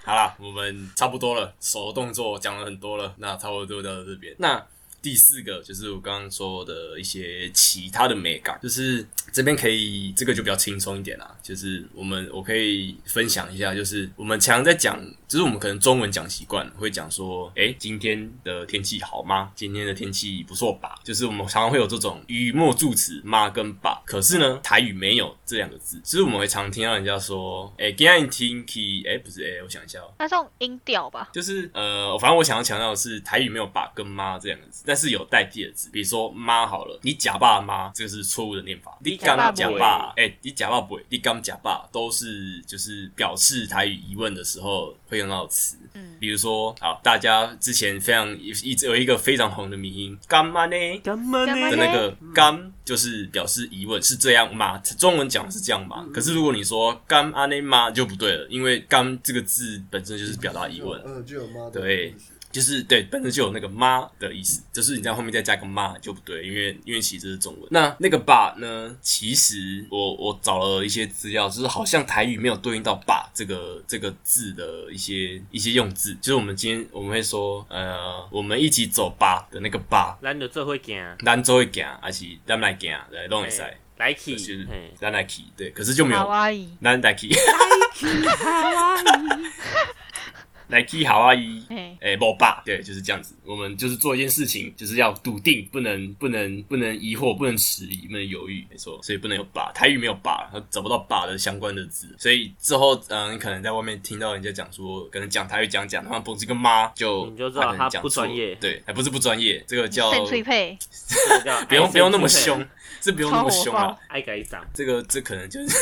[SPEAKER 1] 好啦，我们差不多了，手动作讲了很多了，那差不多就到这边。那第四个就是我刚刚说的一些其他的美感，就是这边可以这个就比较轻松一点啦。就是我们我可以分享一下，就是我们常常在讲，就是我们可能中文讲习惯了，会讲说，哎、今天的天气好吗？今天的天气不错吧？就是我们常常会有这种语末助词妈跟爸，可是呢，台语没有这两个字，就是我们会常听到人家说，哎、今天天气，哎、不是，哎、我想一下哦、
[SPEAKER 3] 那这种音调吧，
[SPEAKER 1] 就是呃，反正我想要强调的是，台语没有“爸”跟“妈”这两个字，但是有代替的字，比如说“妈”好了，你假爸妈这个是错误的念法，你
[SPEAKER 4] 假
[SPEAKER 1] 刚
[SPEAKER 3] 爸
[SPEAKER 1] 假
[SPEAKER 4] 不
[SPEAKER 1] 爸，哎、你假爸不会，你刚假爸都是就是表示台语疑问的时候会用到的词，
[SPEAKER 3] 嗯
[SPEAKER 1] 比如说好，大家之前非常一一直有一个非常红的迷音，干嘛呢？
[SPEAKER 4] 干嘛
[SPEAKER 3] 干
[SPEAKER 4] 呢
[SPEAKER 1] 的
[SPEAKER 3] 嘛？
[SPEAKER 1] 那个干就是表示疑问，是这样吗？中文讲是这样吗？可是如果你说干阿内妈就不对了，因为干这个字本身就是表达疑问。
[SPEAKER 2] 嗯，就有妈的
[SPEAKER 1] 对就是对，本身就有那个妈的意思，就是你在后面再加个妈就不对，因为因为其实这是中文。那那个爸呢，其实我我找了一些资料，就是好像台语没有对应到爸这个这个字的一些一些用字，就是我们今天我们会说，呃，我们一起走吧的那个吧，
[SPEAKER 4] 咱就做伙行，
[SPEAKER 1] 咱做会行，还是咱来行，来弄一塞
[SPEAKER 4] 嘿，来
[SPEAKER 1] 就
[SPEAKER 4] 去，
[SPEAKER 1] 是
[SPEAKER 4] 嘿，
[SPEAKER 1] 咱来去，对，可是就没
[SPEAKER 3] 卡
[SPEAKER 1] 有
[SPEAKER 3] 哇伊，
[SPEAKER 1] 咱啊来去， 啊来去好阿姨。
[SPEAKER 3] 哎，
[SPEAKER 1] 哎，某爸，对，就是这样子。我们就是做一件事情，就是要笃定，不能、不能、不能疑惑，不能迟疑，不能犹豫，没错。所以不能有爸，台语没有爸，它找不到爸的相关的字。所以之后，嗯，你可能在外面听到人家讲说，可能讲台语讲讲，他不是个妈，就
[SPEAKER 4] 你就知道
[SPEAKER 1] 可
[SPEAKER 4] 他
[SPEAKER 1] 能讲
[SPEAKER 4] 不
[SPEAKER 1] 错
[SPEAKER 4] 专业
[SPEAKER 1] 对，还不是不专业，这个叫
[SPEAKER 3] 圣翠佩，
[SPEAKER 4] 这个叫
[SPEAKER 1] 不用不用那么
[SPEAKER 4] 爱生气
[SPEAKER 1] 凶，是不用那么凶
[SPEAKER 3] 超火
[SPEAKER 1] 啊
[SPEAKER 3] 爆。
[SPEAKER 4] 爱改长。
[SPEAKER 1] 这个这可能就是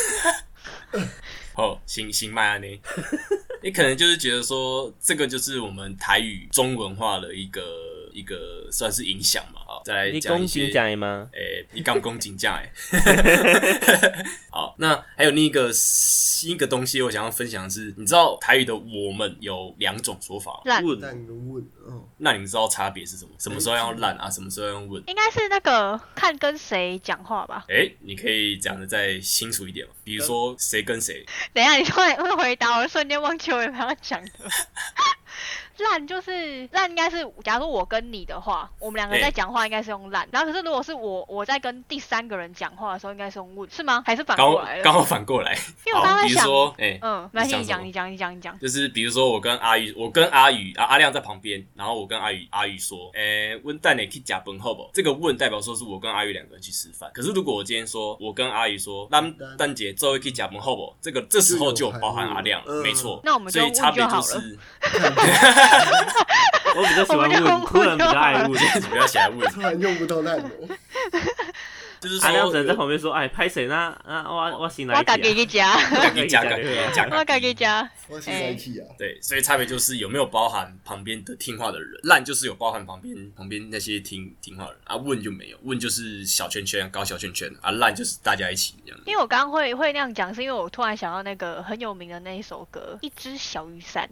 [SPEAKER 1] 哦，行行迈阿密，你可能就是觉得说，这个就是我们台语中文化的一个一个算是影响嘛啊，再来
[SPEAKER 4] 你
[SPEAKER 1] 讲一
[SPEAKER 4] 恭
[SPEAKER 1] 些
[SPEAKER 4] 喜。讲吗？
[SPEAKER 1] 诶、你刚恭敬价 哎，好，那还有另一个新一个东西，我想要分享的是，你知道台语的“我们”有两种说法吗，
[SPEAKER 3] 烂，
[SPEAKER 4] 问
[SPEAKER 2] 蛋跟问，嗯，
[SPEAKER 1] 那你们知道差别是什么？什么时候要烂啊？什么时候要问？
[SPEAKER 3] 应该是那个看跟谁讲话吧。
[SPEAKER 1] 诶、你可以讲的再清楚一点吗？比如
[SPEAKER 4] 呃
[SPEAKER 1] 说谁跟谁，
[SPEAKER 3] 等一下，你突然会回答，我瞬间忘记我有没有要讲的。 烂就是烂，应该是假如我跟你的话，我们两个
[SPEAKER 1] 哎
[SPEAKER 3] 在讲话应该是用烂，然后可是如果是我我在跟第三个人讲话的时候，应该是用问，是吗？还是反
[SPEAKER 1] 刚
[SPEAKER 3] 过
[SPEAKER 1] 好
[SPEAKER 3] 来
[SPEAKER 1] 刚
[SPEAKER 3] 了？
[SPEAKER 1] 好反过来，
[SPEAKER 3] 因为我刚
[SPEAKER 1] 好，
[SPEAKER 3] 刚
[SPEAKER 1] 比
[SPEAKER 3] 在
[SPEAKER 1] 如
[SPEAKER 3] 想，
[SPEAKER 1] 说，哎、
[SPEAKER 3] 嗯，没关系，
[SPEAKER 1] 你
[SPEAKER 3] 你
[SPEAKER 1] 想
[SPEAKER 3] 讲，你讲，你讲，你讲。
[SPEAKER 1] 就是比如说我跟阿宇，我跟阿宇啊阿亮在旁边，然后我跟阿宇阿宇说，诶、问蛋你去假本后不？这个问代表说是我跟阿宇两个人去吃饭。可是如果我今天说我跟阿宇说，那蛋姐周围去假本后不？这个这时候就有包含阿亮了，
[SPEAKER 2] 嗯
[SPEAKER 1] 没错。
[SPEAKER 3] 那我们就
[SPEAKER 1] 所以差别
[SPEAKER 3] 问就好
[SPEAKER 1] 就
[SPEAKER 3] 了
[SPEAKER 1] 是
[SPEAKER 4] 我比较喜欢
[SPEAKER 3] 我们就
[SPEAKER 4] 问，突然比较爱 问。
[SPEAKER 1] 你不要起来问，
[SPEAKER 2] 突然用不到哦烂油，
[SPEAKER 1] 就是
[SPEAKER 4] 阿亮只能在
[SPEAKER 1] 说。
[SPEAKER 4] 旁边说：“哎，拍谁呢？啊，我我醒来
[SPEAKER 3] 我
[SPEAKER 4] 一下
[SPEAKER 3] 敢给你
[SPEAKER 1] 啊
[SPEAKER 3] 讲，
[SPEAKER 1] 你 假改 假
[SPEAKER 4] 啊
[SPEAKER 3] 我敢给你讲。
[SPEAKER 2] 我是在气啊！
[SPEAKER 1] 对，所以差别就是有没有包含旁边的听话的人，烂就是有包含旁边旁边那些听听话的人啊，问就没有，问就是小圈圈搞小圈圈啊，烂就是大家一起这样。
[SPEAKER 3] 因为我刚刚会会那样讲，是因为我突然想到那个很有名的那一首歌《一只小雨伞》。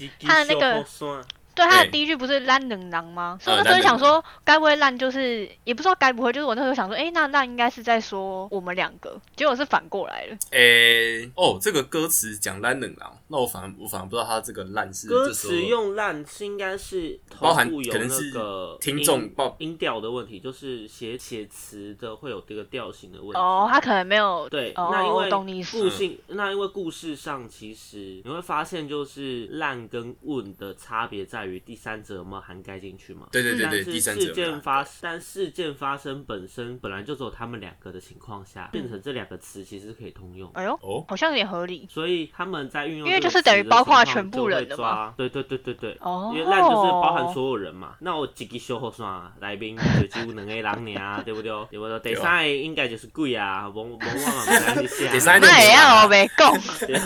[SPEAKER 4] 叽叽
[SPEAKER 3] 他的那个
[SPEAKER 4] 咻咻
[SPEAKER 3] 对，他
[SPEAKER 1] 对
[SPEAKER 3] 的第一句不是烂冷囊吗？所以
[SPEAKER 1] 呃
[SPEAKER 3] 我那时候就
[SPEAKER 1] 烂
[SPEAKER 3] 想
[SPEAKER 1] 冷
[SPEAKER 3] 说，该不会烂就是，也不知道该不会，就是我那时候想说，诶，那烂应该是在说我们两个，结果是反过来了。
[SPEAKER 1] 诶、哦，这个歌词讲烂冷狼，那我反而我反而不知道他这个烂是
[SPEAKER 4] 歌
[SPEAKER 1] 这时候
[SPEAKER 4] 词用烂是应该是
[SPEAKER 1] 包含
[SPEAKER 4] 同步有
[SPEAKER 1] 可能
[SPEAKER 4] 那
[SPEAKER 1] 是
[SPEAKER 4] 个
[SPEAKER 1] 听
[SPEAKER 4] 音
[SPEAKER 1] 众报
[SPEAKER 4] 音调的问题，就是写写词的会有这个调型的问题。
[SPEAKER 3] 哦，他可能没有
[SPEAKER 4] 对，
[SPEAKER 3] 哦，
[SPEAKER 4] 那因
[SPEAKER 3] 我
[SPEAKER 4] 为
[SPEAKER 3] 懂你意
[SPEAKER 4] 故
[SPEAKER 3] 思。
[SPEAKER 4] 性，那因为故事上其实你会发现，就是烂跟问的差别在于第三者有没有涵盖进去嘛？
[SPEAKER 1] 对对对对，
[SPEAKER 4] 但
[SPEAKER 1] 第
[SPEAKER 4] 是
[SPEAKER 1] 三
[SPEAKER 4] 事
[SPEAKER 1] 者有
[SPEAKER 4] 件
[SPEAKER 1] 啦
[SPEAKER 4] 发，但事件发生本身本来就只有他们两个的情况下，
[SPEAKER 3] 嗯
[SPEAKER 4] 变成这两个词其实是可以通用。
[SPEAKER 3] 哎呦，
[SPEAKER 1] 哦，
[SPEAKER 3] 好像有点合理。
[SPEAKER 4] 所以他们在运用
[SPEAKER 3] 因为
[SPEAKER 4] 这个
[SPEAKER 3] 就是等于
[SPEAKER 4] 词的
[SPEAKER 3] 包括
[SPEAKER 4] 情况
[SPEAKER 3] 全部
[SPEAKER 4] 就会
[SPEAKER 3] 人的嘛
[SPEAKER 4] 抓对对对对对，
[SPEAKER 3] 哦
[SPEAKER 4] 因为烂就是包含所有人嘛。那我几个小后算啊，来宾就只有两个人尔，对不对？对不对？
[SPEAKER 1] 啊
[SPEAKER 4] 第三个应该就是鬼啊，甭甭忘了来一下。
[SPEAKER 1] 第三个
[SPEAKER 3] 卖 啊，我没供，
[SPEAKER 4] 对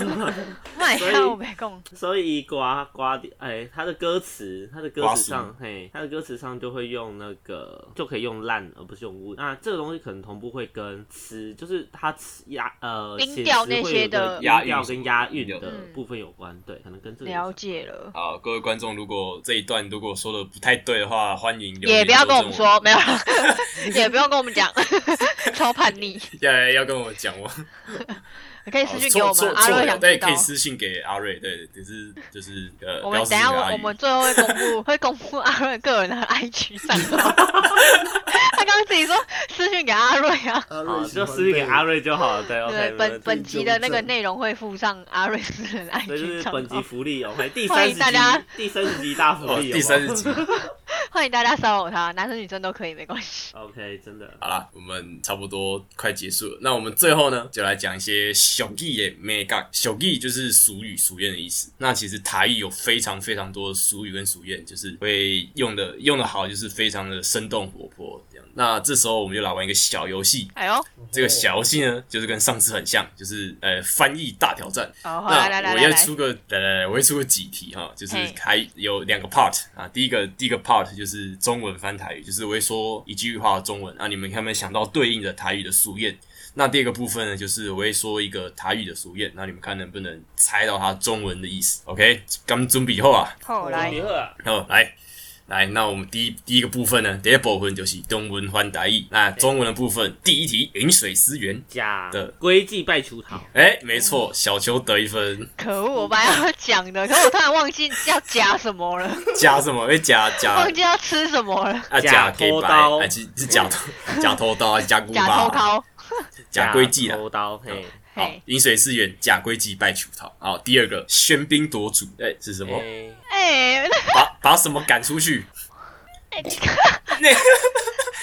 [SPEAKER 3] 卖
[SPEAKER 4] 所以
[SPEAKER 3] 啊，我没供。
[SPEAKER 4] 所以瓜瓜的，哎，他的歌词，他的歌词上，嘿，他的歌词上就会用那个，就可以用烂，而不是用污。那这个东西可能同步会跟词，就是它词押呃
[SPEAKER 3] 音
[SPEAKER 4] 写
[SPEAKER 3] 调
[SPEAKER 4] 词
[SPEAKER 3] 那
[SPEAKER 4] 会
[SPEAKER 3] 些
[SPEAKER 4] 有个
[SPEAKER 3] 的
[SPEAKER 1] 押
[SPEAKER 4] 音调
[SPEAKER 1] 韵
[SPEAKER 4] 跟押韵的
[SPEAKER 3] 嗯
[SPEAKER 4] 部分有关，对，可能跟这个有
[SPEAKER 3] 了
[SPEAKER 4] 关
[SPEAKER 3] 解了，
[SPEAKER 1] 好，各位观众，如果这一段如果说的不太对的话，欢迎留言
[SPEAKER 3] 也不要跟我们
[SPEAKER 1] 纠正
[SPEAKER 3] 说，没有，也不用跟我们讲，超叛逆。
[SPEAKER 1] 要要跟我讲我
[SPEAKER 3] 你可以私
[SPEAKER 1] 错
[SPEAKER 3] 信给我
[SPEAKER 1] 哦错
[SPEAKER 3] 们，阿
[SPEAKER 1] 错
[SPEAKER 3] 瑞
[SPEAKER 1] 了
[SPEAKER 3] 想
[SPEAKER 1] 对，
[SPEAKER 3] 知
[SPEAKER 1] 可
[SPEAKER 3] 道
[SPEAKER 1] 以。私信给阿瑞，对，只是就是呃，
[SPEAKER 3] 我
[SPEAKER 1] 不要
[SPEAKER 3] 们
[SPEAKER 1] 私
[SPEAKER 3] 等一
[SPEAKER 1] 信
[SPEAKER 3] 下
[SPEAKER 1] 给阿
[SPEAKER 3] 我
[SPEAKER 1] 宇
[SPEAKER 3] 我们最后会公布 会公布阿瑞个人的 IG 账 号。他刚刚自己说私讯给阿瑞啊，
[SPEAKER 2] 阿
[SPEAKER 4] 好，
[SPEAKER 2] 瑞喜
[SPEAKER 4] 就
[SPEAKER 2] 欢
[SPEAKER 4] 私信给
[SPEAKER 2] 被
[SPEAKER 4] 阿瑞就好了。对，OK，
[SPEAKER 3] 对，
[SPEAKER 4] 没问
[SPEAKER 3] 本
[SPEAKER 4] 题
[SPEAKER 3] 本集的那
[SPEAKER 2] 纠
[SPEAKER 3] 个
[SPEAKER 2] 正
[SPEAKER 3] 内容会附上阿瑞私人
[SPEAKER 4] 这就
[SPEAKER 3] IG
[SPEAKER 4] 是
[SPEAKER 3] 账
[SPEAKER 4] 本集
[SPEAKER 3] 号，
[SPEAKER 4] 福利，OK，第
[SPEAKER 3] 哦 欢
[SPEAKER 4] 三十
[SPEAKER 3] 迎
[SPEAKER 4] 集
[SPEAKER 3] 大家，
[SPEAKER 4] 第三十集大福
[SPEAKER 1] 哦，
[SPEAKER 4] 利，
[SPEAKER 1] 第三十集，
[SPEAKER 3] 欢迎大家骚扰他，男生女生都可以，没关系。
[SPEAKER 4] ，OK，真的，
[SPEAKER 1] 好啦，我们差不多快结束了。那我们最后呢，就来讲一些小语的 mega 小语就是俗语俗谚的意思。那其实台语有非常非常多的俗语跟俗谚，就是会用的用的好，就是非常的生动活泼这样。那这时候我们就来玩一个小游戏，
[SPEAKER 3] 哎呦，
[SPEAKER 1] 这个小游戏呢，就是跟上次很像，就是呃翻译大挑战。
[SPEAKER 3] 好，好来来
[SPEAKER 1] 那
[SPEAKER 3] 来
[SPEAKER 1] 我
[SPEAKER 3] 来
[SPEAKER 1] 要
[SPEAKER 3] 来，
[SPEAKER 1] 出个来来来，我会出个几题哈，就是
[SPEAKER 3] 嘿
[SPEAKER 1] 还有两个 part 啊。第一个第一个 part 就是中文翻台语，就是我会说一句话的中文啊，你们看没想到对应的台语的俗谚？那第二个部分呢，就是我会说一个台语的俗谚，那你们看能不能猜到它中文的意思？OK，刚准备以后啊，
[SPEAKER 3] 后
[SPEAKER 4] 来
[SPEAKER 3] 来，
[SPEAKER 1] 好，来来，那我们第一第一个部分呢，第一部分就是中文翻台语。那中文的部分，第一题饮水思源，
[SPEAKER 4] 假
[SPEAKER 1] 的
[SPEAKER 4] 归计拜出逃，
[SPEAKER 1] 哎，没
[SPEAKER 3] 嗯
[SPEAKER 1] 错，小球得一分。
[SPEAKER 3] 可恶，我本来要讲的，可 我突然忘记要夹什么了，
[SPEAKER 1] 加什么？哎，加加
[SPEAKER 4] 啊
[SPEAKER 3] 忘记要吃什么了，
[SPEAKER 4] 假
[SPEAKER 1] 啊，假
[SPEAKER 4] 偷
[SPEAKER 1] K
[SPEAKER 4] 刀
[SPEAKER 1] 白，哎，是是假偷假偷 刀，假古
[SPEAKER 3] 假偷
[SPEAKER 1] 巴，
[SPEAKER 3] 考，
[SPEAKER 1] 假规矩啊。
[SPEAKER 4] 偷刀，嘿，
[SPEAKER 1] 好
[SPEAKER 3] 嘿，，
[SPEAKER 1] 饮水思源，假规矩拜求桃。好，第二个喧宾夺主，哎，是什么？
[SPEAKER 4] 哎
[SPEAKER 3] 哎，
[SPEAKER 1] 把把什么赶出去？
[SPEAKER 3] 哎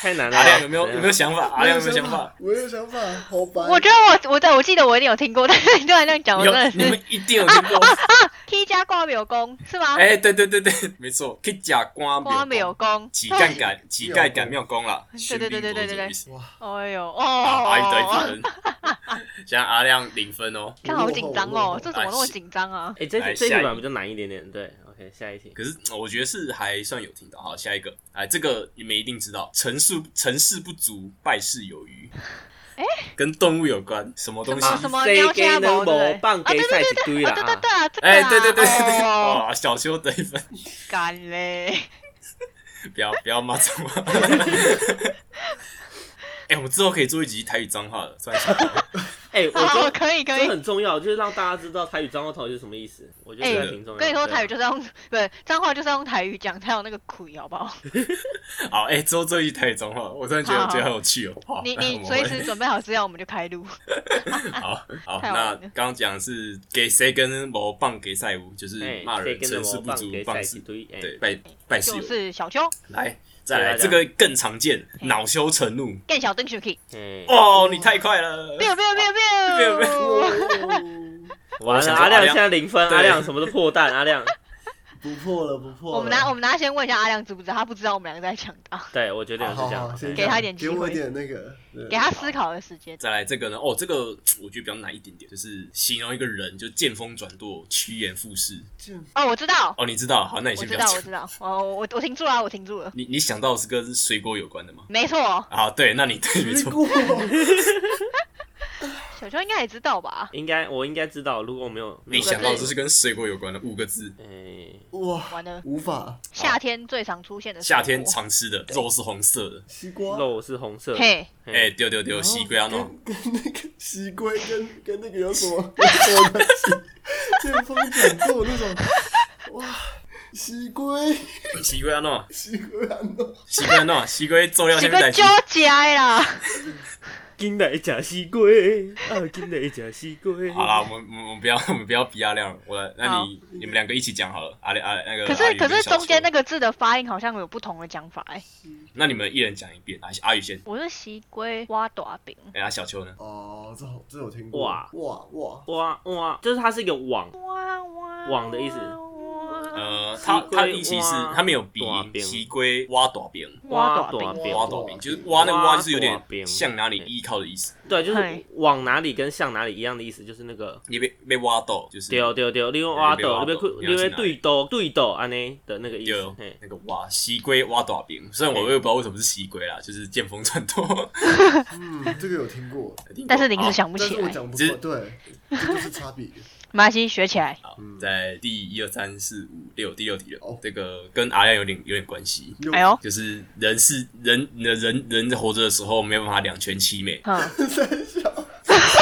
[SPEAKER 4] 太难了吧。
[SPEAKER 1] 阿亮有没有有没
[SPEAKER 4] 怎
[SPEAKER 1] 有
[SPEAKER 4] 样？
[SPEAKER 1] 想法？阿亮有没有想法？？
[SPEAKER 2] 我有想法，好哦白。
[SPEAKER 3] 我觉得我我在我记得我一定有听过，但是你突然这样 讲，我
[SPEAKER 1] 有
[SPEAKER 3] 真的，
[SPEAKER 1] 你
[SPEAKER 3] 是
[SPEAKER 1] 们一定有听 过。
[SPEAKER 3] T 加挂表功是吗？
[SPEAKER 1] 哎，对对对对，没错，可以假瓜
[SPEAKER 3] 瓜
[SPEAKER 1] 没
[SPEAKER 3] 表
[SPEAKER 1] 有
[SPEAKER 3] 功，
[SPEAKER 1] 乞丐赶乞丐赶庙公了，
[SPEAKER 3] 对对对对对对对
[SPEAKER 1] 喧宾夺主的意思
[SPEAKER 2] 哇，
[SPEAKER 3] 哎呦
[SPEAKER 1] 好，阿
[SPEAKER 3] 哦，
[SPEAKER 1] 亮得一分， 现在阿亮零分哦。
[SPEAKER 3] 看好紧张哦，这
[SPEAKER 1] 落后
[SPEAKER 3] 怎么那么紧张啊？
[SPEAKER 4] 哎，这
[SPEAKER 1] 来
[SPEAKER 4] 这一
[SPEAKER 1] 下
[SPEAKER 4] 题
[SPEAKER 1] 一
[SPEAKER 4] 版
[SPEAKER 1] 题
[SPEAKER 4] 比较难一点点，对，OK，下一题。
[SPEAKER 1] 可是嗯我觉得是还算有听到。好，下一个，哎，这个你们一定知道，成事成事不足，败事有余。跟动物有关，什么东西？
[SPEAKER 4] 啊
[SPEAKER 3] 什么喵虾毛对不对
[SPEAKER 4] 棒给赛一堆
[SPEAKER 3] 啊，
[SPEAKER 4] 啦
[SPEAKER 3] 对对
[SPEAKER 4] 啊
[SPEAKER 3] 对！啊，这个
[SPEAKER 1] 哎、
[SPEAKER 3] 啊
[SPEAKER 1] 对对对对对，
[SPEAKER 3] 哦，
[SPEAKER 1] 哇、小修得一分，
[SPEAKER 3] 干嘞，
[SPEAKER 1] 不要不要骂脏话。哎、我们之后可以做一集台语脏话了，突然想到
[SPEAKER 4] 哎，我觉
[SPEAKER 3] 好，
[SPEAKER 4] 得
[SPEAKER 3] 可以可
[SPEAKER 4] 这
[SPEAKER 3] 以。
[SPEAKER 4] 很重要，就是让大家知道台语脏话头是什么意思。我觉得
[SPEAKER 3] 哎
[SPEAKER 4] 这个挺重要的。
[SPEAKER 3] 跟你说
[SPEAKER 4] 对啊
[SPEAKER 3] 台语就是要用，不是脏话就是要用台语讲才有那个鬼，好不好？
[SPEAKER 1] 好，哎、之后这一台也中话，我真的觉得
[SPEAKER 3] 好
[SPEAKER 1] 觉得很有趣哦。好，
[SPEAKER 3] 你
[SPEAKER 1] 那 我
[SPEAKER 3] 你
[SPEAKER 1] 们
[SPEAKER 3] 随
[SPEAKER 1] 会
[SPEAKER 3] 时准备好资料，我们就开录。
[SPEAKER 1] 好好，
[SPEAKER 3] 太好
[SPEAKER 1] 那
[SPEAKER 3] 玩了
[SPEAKER 1] 刚刚讲的是给谁跟某棒给赛无，就是
[SPEAKER 4] 哎
[SPEAKER 1] 骂
[SPEAKER 4] 谁
[SPEAKER 1] 人
[SPEAKER 4] 跟着
[SPEAKER 1] 成事
[SPEAKER 4] 我
[SPEAKER 1] 不
[SPEAKER 4] 棒
[SPEAKER 1] 足
[SPEAKER 4] 给
[SPEAKER 1] 棒
[SPEAKER 4] 塞
[SPEAKER 1] 事
[SPEAKER 4] 一，堆，哎
[SPEAKER 1] 对，拜拜事
[SPEAKER 3] 就
[SPEAKER 1] 有。
[SPEAKER 3] 是小秋
[SPEAKER 1] 来，再
[SPEAKER 4] 对
[SPEAKER 1] 来，
[SPEAKER 4] 来
[SPEAKER 1] 啊这
[SPEAKER 4] 讲
[SPEAKER 1] 个更常见，
[SPEAKER 3] 嘿
[SPEAKER 1] 恼羞成怒。
[SPEAKER 3] 更小灯 Chucky，
[SPEAKER 4] 哎，
[SPEAKER 1] 哦，你太快了。
[SPEAKER 3] biu biu biu
[SPEAKER 1] 没有没
[SPEAKER 3] biu，
[SPEAKER 4] 完了，
[SPEAKER 1] 想
[SPEAKER 4] 阿
[SPEAKER 1] 说阿
[SPEAKER 4] 亮
[SPEAKER 1] 亮
[SPEAKER 4] 现在零分，
[SPEAKER 1] 对
[SPEAKER 4] 阿亮什么都破蛋，阿亮，
[SPEAKER 2] 不破了，不破了。
[SPEAKER 3] 我们拿我们拿先问一下阿亮知不知道，他不知道我们两个在抢答，
[SPEAKER 4] 对我觉得
[SPEAKER 2] 好
[SPEAKER 4] 是这
[SPEAKER 2] 好好，
[SPEAKER 4] 样，对
[SPEAKER 2] 先
[SPEAKER 3] 给他一点机会
[SPEAKER 2] 给我一点那个，对
[SPEAKER 3] 给他思考的时间。
[SPEAKER 1] 再来这个呢？哦，这个我觉得比较难一点点，就是形容一个人就见风转舵、趋炎附势。
[SPEAKER 3] 哦，我知道，
[SPEAKER 1] 哦，你知道，好，那你
[SPEAKER 3] 我
[SPEAKER 1] 先不
[SPEAKER 3] 知
[SPEAKER 1] 要
[SPEAKER 3] 道，我
[SPEAKER 1] 讲。
[SPEAKER 3] 知道，哦，我我停住了，我停住了，
[SPEAKER 1] 你你想到的是跟水果有关的吗？
[SPEAKER 3] 没错，哦
[SPEAKER 1] 啊，对，那你 对没
[SPEAKER 2] 水
[SPEAKER 1] 错。
[SPEAKER 2] 果，
[SPEAKER 3] 小秋应该也知道吧？
[SPEAKER 4] 应该我应该知道，如果我没有没
[SPEAKER 1] 你
[SPEAKER 4] 有
[SPEAKER 1] 想到的是跟水果有关的五个字，
[SPEAKER 4] 哎，
[SPEAKER 2] 哇，
[SPEAKER 3] 完了，
[SPEAKER 2] 无法，
[SPEAKER 3] 夏天最常出现的
[SPEAKER 1] 夏天
[SPEAKER 3] 水
[SPEAKER 1] 常吃的肉是红色的。
[SPEAKER 2] 西瓜，
[SPEAKER 4] 肉是红色的，
[SPEAKER 3] 果嘿，
[SPEAKER 1] 哎，丢丢
[SPEAKER 3] 哦
[SPEAKER 1] 丢，西瓜
[SPEAKER 2] 跟
[SPEAKER 1] 喏。
[SPEAKER 2] 跟那个西龟跟跟那个有什么有什么关系？见风转舵那种，哇，西龟，
[SPEAKER 1] 西瓜喏，
[SPEAKER 2] 西龟安诺，
[SPEAKER 1] 西瓜喏，西瓜做料
[SPEAKER 3] 几
[SPEAKER 1] 下面
[SPEAKER 3] 个
[SPEAKER 1] 再
[SPEAKER 3] 纠结啦，
[SPEAKER 4] 金来假西龟，啊，金来假西龟。
[SPEAKER 1] 好啦，我们我们我们不要我们不要逼阿亮了，我来，那
[SPEAKER 3] 好
[SPEAKER 1] 你你们两个一起讲好了，阿亮阿那个
[SPEAKER 3] 可
[SPEAKER 1] 阿
[SPEAKER 3] 是
[SPEAKER 1] 宇
[SPEAKER 3] 可
[SPEAKER 1] 跟
[SPEAKER 3] 是
[SPEAKER 1] 啊小秋
[SPEAKER 3] 中间那个字的发音好像有不同的讲法哎，
[SPEAKER 1] 那你们一人讲一遍，阿阿宇先，
[SPEAKER 3] 我是西龟挖大饼，
[SPEAKER 1] 哎、阿小秋呢？
[SPEAKER 2] 哦，这好，这有听过，
[SPEAKER 4] 哇
[SPEAKER 2] 哇哇，
[SPEAKER 4] 哇哇，就是它是一个网，
[SPEAKER 3] 哇哇
[SPEAKER 4] 网的意思
[SPEAKER 3] 哇
[SPEAKER 1] 呃，他
[SPEAKER 4] 西龟
[SPEAKER 1] 他的意思是
[SPEAKER 4] 挖
[SPEAKER 1] 他没有鼻
[SPEAKER 4] 大
[SPEAKER 1] 音，
[SPEAKER 4] 便
[SPEAKER 1] 西龟挖大饼，
[SPEAKER 4] 挖
[SPEAKER 3] 挖
[SPEAKER 4] 大
[SPEAKER 3] 大
[SPEAKER 4] 饼
[SPEAKER 3] 饼，
[SPEAKER 1] 挖大饼
[SPEAKER 2] 哇
[SPEAKER 1] 就是挖那个挖
[SPEAKER 4] 挖
[SPEAKER 1] 就是有
[SPEAKER 4] 大
[SPEAKER 1] 点
[SPEAKER 4] 饼
[SPEAKER 1] 向哪里依靠的意思，
[SPEAKER 4] 对，就是
[SPEAKER 3] 嘿
[SPEAKER 4] 往哪里跟向哪里一样的意思，就是那个
[SPEAKER 1] 你被被挖到就是
[SPEAKER 4] 对啊对对，你用挖斗，
[SPEAKER 1] 你
[SPEAKER 4] 你被
[SPEAKER 1] 被挖嗯倒
[SPEAKER 4] 你
[SPEAKER 1] 你要去
[SPEAKER 4] 被
[SPEAKER 1] 哪里
[SPEAKER 4] 对斗对斗安尼的那个意思
[SPEAKER 1] 有，
[SPEAKER 4] 嘿，
[SPEAKER 1] 哦那个挖西龟挖大饼，虽然我也不知道为什么是西龟啦，就是见风转舵，
[SPEAKER 2] 嗯，这个有听过，
[SPEAKER 3] 但是临
[SPEAKER 1] 好
[SPEAKER 3] 时
[SPEAKER 4] 哦
[SPEAKER 3] 想不
[SPEAKER 2] 但
[SPEAKER 3] 起
[SPEAKER 2] 是我
[SPEAKER 3] 来，
[SPEAKER 2] 讲不出
[SPEAKER 1] 其实
[SPEAKER 2] 来，对，这就是差别。
[SPEAKER 3] 没关系，学起来。
[SPEAKER 1] 好，在第一二三四五六第六题了
[SPEAKER 2] 哦，
[SPEAKER 1] 这个跟阿亮有点有点关系，
[SPEAKER 2] 又
[SPEAKER 3] 哎 呦，
[SPEAKER 1] 就是人是人，人人人活着的时候没有办法两全其美。
[SPEAKER 3] 嗯，
[SPEAKER 2] 三小，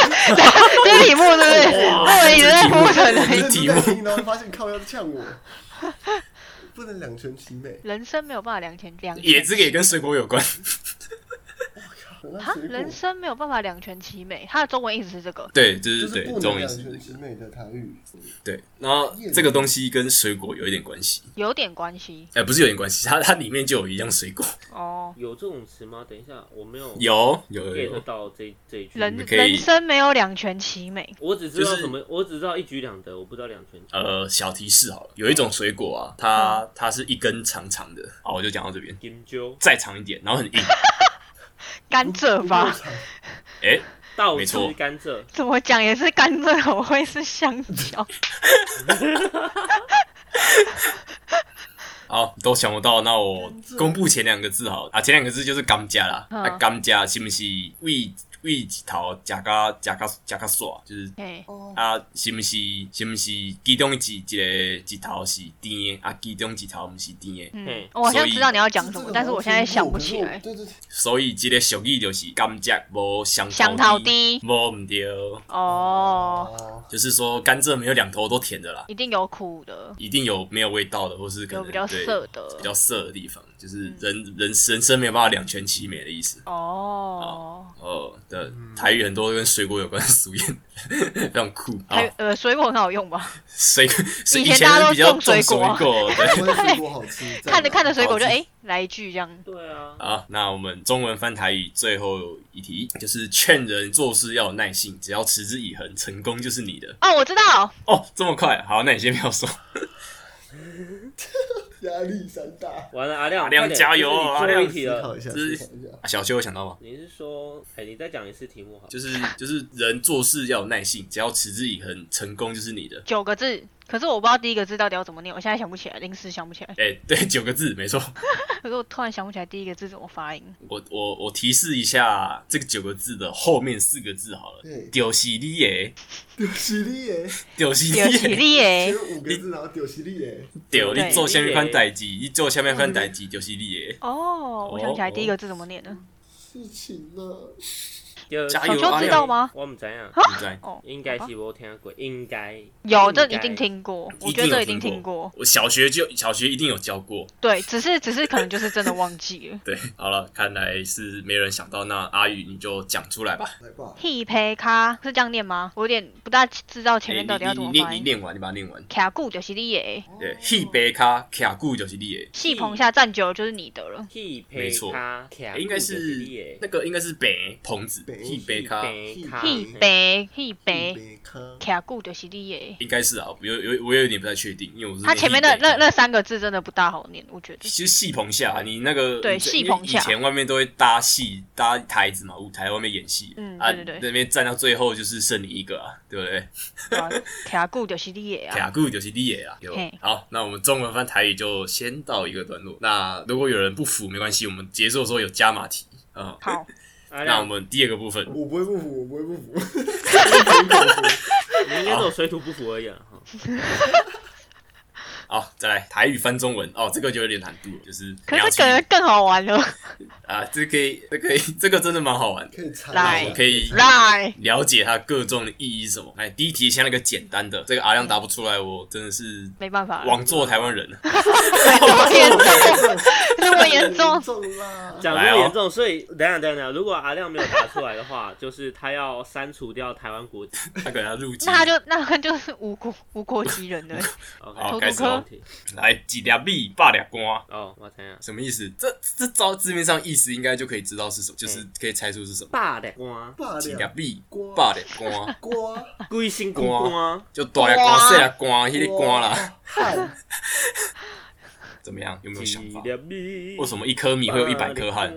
[SPEAKER 3] 这是题目是不是？我以为在铺陈
[SPEAKER 1] 这
[SPEAKER 3] 呢。
[SPEAKER 1] 是题目
[SPEAKER 2] 在听，然后发现靠要呛 我，不能两全其美，
[SPEAKER 3] 人生没有办法两全两
[SPEAKER 1] 也这个也跟水果有关，
[SPEAKER 2] 很爱
[SPEAKER 3] 哈，
[SPEAKER 2] 水果
[SPEAKER 3] 啊人生没有办法两全其美，它的中文意思是这个。
[SPEAKER 1] 对，就
[SPEAKER 2] 就是是
[SPEAKER 1] 对，
[SPEAKER 2] 不
[SPEAKER 1] 这
[SPEAKER 2] 能
[SPEAKER 1] 种意
[SPEAKER 2] 两
[SPEAKER 1] 思。
[SPEAKER 2] 全其美的台语，
[SPEAKER 1] 对，然后这个东西跟水果有一点关系，
[SPEAKER 3] 有点关系
[SPEAKER 1] 哎、不是有点关系，它它里面就有一样水果，
[SPEAKER 3] 哦。
[SPEAKER 4] 有这种词吗？等一下，我没有
[SPEAKER 1] 有有有
[SPEAKER 4] get
[SPEAKER 1] 有，
[SPEAKER 4] 到这这一句。
[SPEAKER 3] 人
[SPEAKER 1] 们可以
[SPEAKER 3] 人生没有两全其美，
[SPEAKER 4] 我只知道
[SPEAKER 1] 就是
[SPEAKER 4] 什么，我只知道一举两得，我不知道两全。
[SPEAKER 1] 呃，小提示好了，有一种水果啊，它它是一根长长的，好，我就讲到这边，
[SPEAKER 4] 金鸠
[SPEAKER 1] 再长一点，然后很硬，
[SPEAKER 3] 甘蔗吧？
[SPEAKER 1] 哎、
[SPEAKER 4] 倒
[SPEAKER 1] 没
[SPEAKER 4] 吃
[SPEAKER 1] 错
[SPEAKER 4] 甘蔗，
[SPEAKER 3] 怎么讲也是甘蔗，怎么会是香 蕉？
[SPEAKER 1] 好，都想不到，那我公布前两个字好了啊，前两个字就是甘蔗啦，
[SPEAKER 3] 嗯
[SPEAKER 1] 啊，甘蔗是不是为为几头加加加加加加耍，就是
[SPEAKER 3] 哎，
[SPEAKER 2] 哦，
[SPEAKER 1] 啊，是不是是不是其中一一个一头是甜的，啊，其中一头不是甜的，
[SPEAKER 3] 嗯
[SPEAKER 4] 嘿，
[SPEAKER 3] 我好像知道你要
[SPEAKER 2] 这
[SPEAKER 3] 讲
[SPEAKER 2] 个
[SPEAKER 3] 什
[SPEAKER 2] 好像
[SPEAKER 3] 么，但是我现在
[SPEAKER 2] 听
[SPEAKER 3] 想
[SPEAKER 2] 过
[SPEAKER 3] 不
[SPEAKER 2] 可是
[SPEAKER 3] 起
[SPEAKER 2] 我
[SPEAKER 3] 来。
[SPEAKER 2] 对对对，
[SPEAKER 1] 所以这个俗语就是甘蔗无香
[SPEAKER 3] 香桃
[SPEAKER 1] 桃甜
[SPEAKER 3] 甜，
[SPEAKER 1] 无唔对，
[SPEAKER 3] 哦，
[SPEAKER 2] 哦，
[SPEAKER 1] 就是说甘蔗没有两头都甜的啦，
[SPEAKER 3] 一定有苦的，
[SPEAKER 1] 一定有没有味道的，或是可
[SPEAKER 3] 有
[SPEAKER 1] 能
[SPEAKER 3] 比较
[SPEAKER 1] 对
[SPEAKER 3] 涩的嗯
[SPEAKER 1] 比。较涩的地方，就是人、人人生没有办法两全其美的意思。
[SPEAKER 3] 哦，
[SPEAKER 1] 哦，的台语很多跟水果有关的俗谚，非常酷。
[SPEAKER 3] 还有
[SPEAKER 1] 好，
[SPEAKER 3] 呃，水果很好用吧？
[SPEAKER 1] 水水
[SPEAKER 3] 以前大家
[SPEAKER 1] 是
[SPEAKER 3] 都
[SPEAKER 1] 比较
[SPEAKER 3] 种水
[SPEAKER 1] 水
[SPEAKER 3] 果啊
[SPEAKER 1] 果，对。
[SPEAKER 2] 我的水果好吃，这样
[SPEAKER 3] 看着看着水果就
[SPEAKER 1] 好吃
[SPEAKER 3] 哎，来一句这样。
[SPEAKER 4] 对啊，
[SPEAKER 1] 好，那我们中文翻台语最后一题，就是劝人做事要有耐性，只要持之以恒，成功就是你的。
[SPEAKER 3] 哦，我知道，
[SPEAKER 1] 哦，这么快？好，那你先不要说。啊
[SPEAKER 2] 啊压力山大，
[SPEAKER 4] 完了，阿亮，
[SPEAKER 1] 阿亮
[SPEAKER 4] 快点
[SPEAKER 1] 加油
[SPEAKER 4] 这是你最
[SPEAKER 1] 阿
[SPEAKER 4] 后
[SPEAKER 1] 亮
[SPEAKER 4] 一题
[SPEAKER 2] 思考
[SPEAKER 4] 了。
[SPEAKER 2] 一下，
[SPEAKER 1] 这是
[SPEAKER 2] 思考一下，
[SPEAKER 1] 啊小秋有想到吗？
[SPEAKER 4] 你是说，哎，你再讲一次题目好了？
[SPEAKER 1] 就是就是人做事要有耐性，只要持之以恒，成功就是你的。
[SPEAKER 3] 九个字，可是我不知道第一个字到底要怎么念，我现在想不起来，临时想不起来。
[SPEAKER 1] 哎、对， 九个字，没错。
[SPEAKER 3] 可是我突然想不起来第一个字怎么发音。
[SPEAKER 1] 我我我提示一下这个九个字的后面四个字好了
[SPEAKER 2] 对，
[SPEAKER 1] 丢西利耶，
[SPEAKER 2] 丢犀利耶，
[SPEAKER 1] 丢西
[SPEAKER 3] 有
[SPEAKER 1] 利
[SPEAKER 3] 体
[SPEAKER 1] 耶，
[SPEAKER 3] 力
[SPEAKER 2] 只
[SPEAKER 3] 耶，
[SPEAKER 2] 有五个字，然后丢犀利耶，
[SPEAKER 1] 丢你
[SPEAKER 3] 对
[SPEAKER 1] 做下面翻代机，你做下面翻代机，丢西利耶。
[SPEAKER 2] 啊
[SPEAKER 3] 哦，我想起来第一个字怎么念了。
[SPEAKER 2] 事情呢？
[SPEAKER 4] 就
[SPEAKER 1] 加
[SPEAKER 3] 小
[SPEAKER 1] 油
[SPEAKER 3] 秋
[SPEAKER 1] 啊！
[SPEAKER 3] 知道吗？
[SPEAKER 4] 我们怎样？
[SPEAKER 1] 你在
[SPEAKER 3] 哦，
[SPEAKER 4] 应该
[SPEAKER 3] 好吧
[SPEAKER 4] 是我听过，应该
[SPEAKER 3] 有，这
[SPEAKER 4] 应该
[SPEAKER 3] 一定听过，我
[SPEAKER 1] 一
[SPEAKER 3] 觉得这
[SPEAKER 1] 有
[SPEAKER 3] 一定听过。。
[SPEAKER 1] 我小学就小学一定有教过。
[SPEAKER 3] 对，只是只是可能就是真的忘记了。
[SPEAKER 1] 对，好了，看来是没人想到，那阿宇你就讲出来吧。
[SPEAKER 2] 来吧，
[SPEAKER 3] 屁胚咖是这样念吗？我有点不大知道前面到底要
[SPEAKER 1] 你
[SPEAKER 3] 怎
[SPEAKER 1] 你
[SPEAKER 3] 么
[SPEAKER 1] 你
[SPEAKER 3] 发
[SPEAKER 1] 念你
[SPEAKER 3] 音。哦
[SPEAKER 1] 念完，你把它念完。
[SPEAKER 3] 卡固就是你的，
[SPEAKER 1] 对，黑白卡卡固就是你的，
[SPEAKER 3] 戏棚下站久了就是你的了。
[SPEAKER 4] 屁陪
[SPEAKER 1] 没错
[SPEAKER 4] 他，卡
[SPEAKER 1] 应该
[SPEAKER 4] 布的地
[SPEAKER 1] 是
[SPEAKER 4] 耶
[SPEAKER 1] 那个应该是北棚子
[SPEAKER 2] 白
[SPEAKER 1] 黑白卡，
[SPEAKER 4] 屁陪他
[SPEAKER 3] 屁杯屁杯，
[SPEAKER 2] 北康，
[SPEAKER 3] 卡固就是你的。
[SPEAKER 1] 应该是啊，有有我有点不太确定，因为我是
[SPEAKER 3] 它前面的
[SPEAKER 1] 黑白
[SPEAKER 3] 那
[SPEAKER 1] 咖
[SPEAKER 3] 那三个字真的不大好念，我 觉得。
[SPEAKER 1] 其实戏棚下，你那个
[SPEAKER 3] 对
[SPEAKER 1] 你这
[SPEAKER 3] 戏
[SPEAKER 1] 因为
[SPEAKER 3] 棚下
[SPEAKER 1] 以前外面都会搭戏搭台子嘛，舞台外面演戏，
[SPEAKER 3] 嗯
[SPEAKER 1] 啊
[SPEAKER 3] 对对对
[SPEAKER 1] 那边站到最后就是剩你一个啊，对不对？
[SPEAKER 3] 对啊卡固就是你的啊。
[SPEAKER 1] 卡固就是你也啊，对吧
[SPEAKER 3] 嘿
[SPEAKER 1] 好，那我们中文翻台语就先到一个段落。那如果有人不服没关系，我们结束的时候有加码题啊。
[SPEAKER 3] 好，
[SPEAKER 4] 啊
[SPEAKER 1] 那我们第二个部分，
[SPEAKER 2] 我不会不服，我不会不服，我不会不服
[SPEAKER 4] 你应该只有水土不服而已啊。哈
[SPEAKER 1] 好，再来台语翻中文哦，这个就有点难度了，就是
[SPEAKER 3] 可
[SPEAKER 1] 你要
[SPEAKER 3] 是
[SPEAKER 1] 去
[SPEAKER 3] 这个更好玩了。
[SPEAKER 1] 啊，这可以，这可以，这个真的蛮好玩的，
[SPEAKER 2] 可以猜啊
[SPEAKER 3] 来
[SPEAKER 2] 一下
[SPEAKER 1] 可以
[SPEAKER 3] 来，
[SPEAKER 1] 了解它各种的意义是什么。哎，第一题先那个简单的，这个阿亮答不出来，我真的是
[SPEAKER 3] 没办法了，
[SPEAKER 1] 枉做台湾人啊
[SPEAKER 3] 这么
[SPEAKER 1] 了。
[SPEAKER 3] 严重， 这么
[SPEAKER 2] 太
[SPEAKER 3] 严重。
[SPEAKER 2] 重啦！
[SPEAKER 4] 讲
[SPEAKER 1] 哦
[SPEAKER 4] 这么严重，所以等一下等一下等一下，如果阿亮没有答出来的话，就是他要删除掉台湾国籍。
[SPEAKER 1] 他给他入籍，
[SPEAKER 3] 那他就那他就是无国无国籍人 了。
[SPEAKER 4] OK，
[SPEAKER 1] 好
[SPEAKER 3] 头
[SPEAKER 1] 开
[SPEAKER 3] 骨
[SPEAKER 1] 始哦
[SPEAKER 3] 科
[SPEAKER 4] 问，题
[SPEAKER 1] 来几粒米，八粒瓜。
[SPEAKER 4] 哦，我猜下，
[SPEAKER 1] 什么意思？这这招字面上意思应该就可以知道是什么，就是
[SPEAKER 4] 嗯
[SPEAKER 1] 可以猜出是什么。
[SPEAKER 4] 大的瓜，
[SPEAKER 2] 爸
[SPEAKER 1] 几粒
[SPEAKER 2] 俩
[SPEAKER 1] 米
[SPEAKER 2] 瓜，
[SPEAKER 1] 八粒瓜，
[SPEAKER 2] 瓜
[SPEAKER 4] 龟心公瓜，
[SPEAKER 1] 就大粒瓜、细粒瓜、迄个瓜啦。，
[SPEAKER 2] 汗？
[SPEAKER 1] 怎么样？有没有
[SPEAKER 4] 几
[SPEAKER 1] 想法？
[SPEAKER 4] 粒米，
[SPEAKER 1] 为什么一颗米
[SPEAKER 4] 你
[SPEAKER 1] 会有一百颗汗？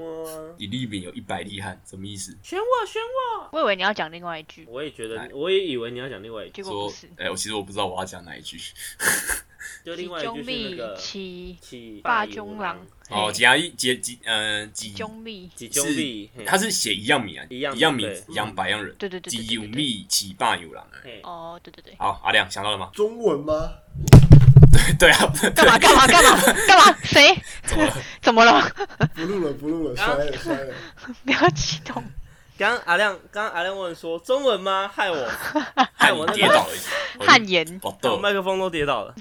[SPEAKER 1] 一粒米有一百粒汗，什么意思？
[SPEAKER 4] 选我，选我。
[SPEAKER 3] 我以为你要讲另外一句，
[SPEAKER 4] 我也觉得
[SPEAKER 1] 来，
[SPEAKER 4] 我也以为你要讲另外一句，
[SPEAKER 3] 结果
[SPEAKER 1] 说
[SPEAKER 3] 不是，。
[SPEAKER 1] 哎、我其实我不知道我要讲哪 一句。
[SPEAKER 4] 就另外一
[SPEAKER 3] 中
[SPEAKER 4] 句是那
[SPEAKER 3] 密
[SPEAKER 4] 个
[SPEAKER 3] 七
[SPEAKER 4] 起
[SPEAKER 3] 霸中郎，
[SPEAKER 1] 哦，
[SPEAKER 3] 嘿
[SPEAKER 1] 几啊一几几嗯几，
[SPEAKER 3] 哎中密，
[SPEAKER 4] 几中币，嘿
[SPEAKER 1] 它是写一样米啊，
[SPEAKER 4] 一样米
[SPEAKER 1] 一样米
[SPEAKER 4] 对，
[SPEAKER 1] 一样百样人，
[SPEAKER 3] 对嗯对对对
[SPEAKER 1] 几
[SPEAKER 3] 对
[SPEAKER 1] 有
[SPEAKER 3] 对对。
[SPEAKER 1] 米几霸有狼。哎
[SPEAKER 4] 嘿
[SPEAKER 3] 哦，对对对，
[SPEAKER 1] 好，阿亮想到了吗
[SPEAKER 2] 中文吗？
[SPEAKER 1] 对啊，
[SPEAKER 4] 哎
[SPEAKER 3] 干嘛干嘛干嘛 干嘛？谁
[SPEAKER 1] 怎么了？
[SPEAKER 3] 怎么了？
[SPEAKER 2] 不录了，不录
[SPEAKER 1] 啊
[SPEAKER 2] 了，摔了，摔了。
[SPEAKER 3] 不要激动。
[SPEAKER 4] 刚刚阿亮，刚刚阿亮问说中文吗？害 我，害
[SPEAKER 1] 汉
[SPEAKER 4] 我那
[SPEAKER 1] 跌倒
[SPEAKER 4] 个
[SPEAKER 1] 了一次，
[SPEAKER 3] 汗颜，
[SPEAKER 1] 哦，
[SPEAKER 4] 我
[SPEAKER 1] 豆
[SPEAKER 4] 麦克风都跌倒了。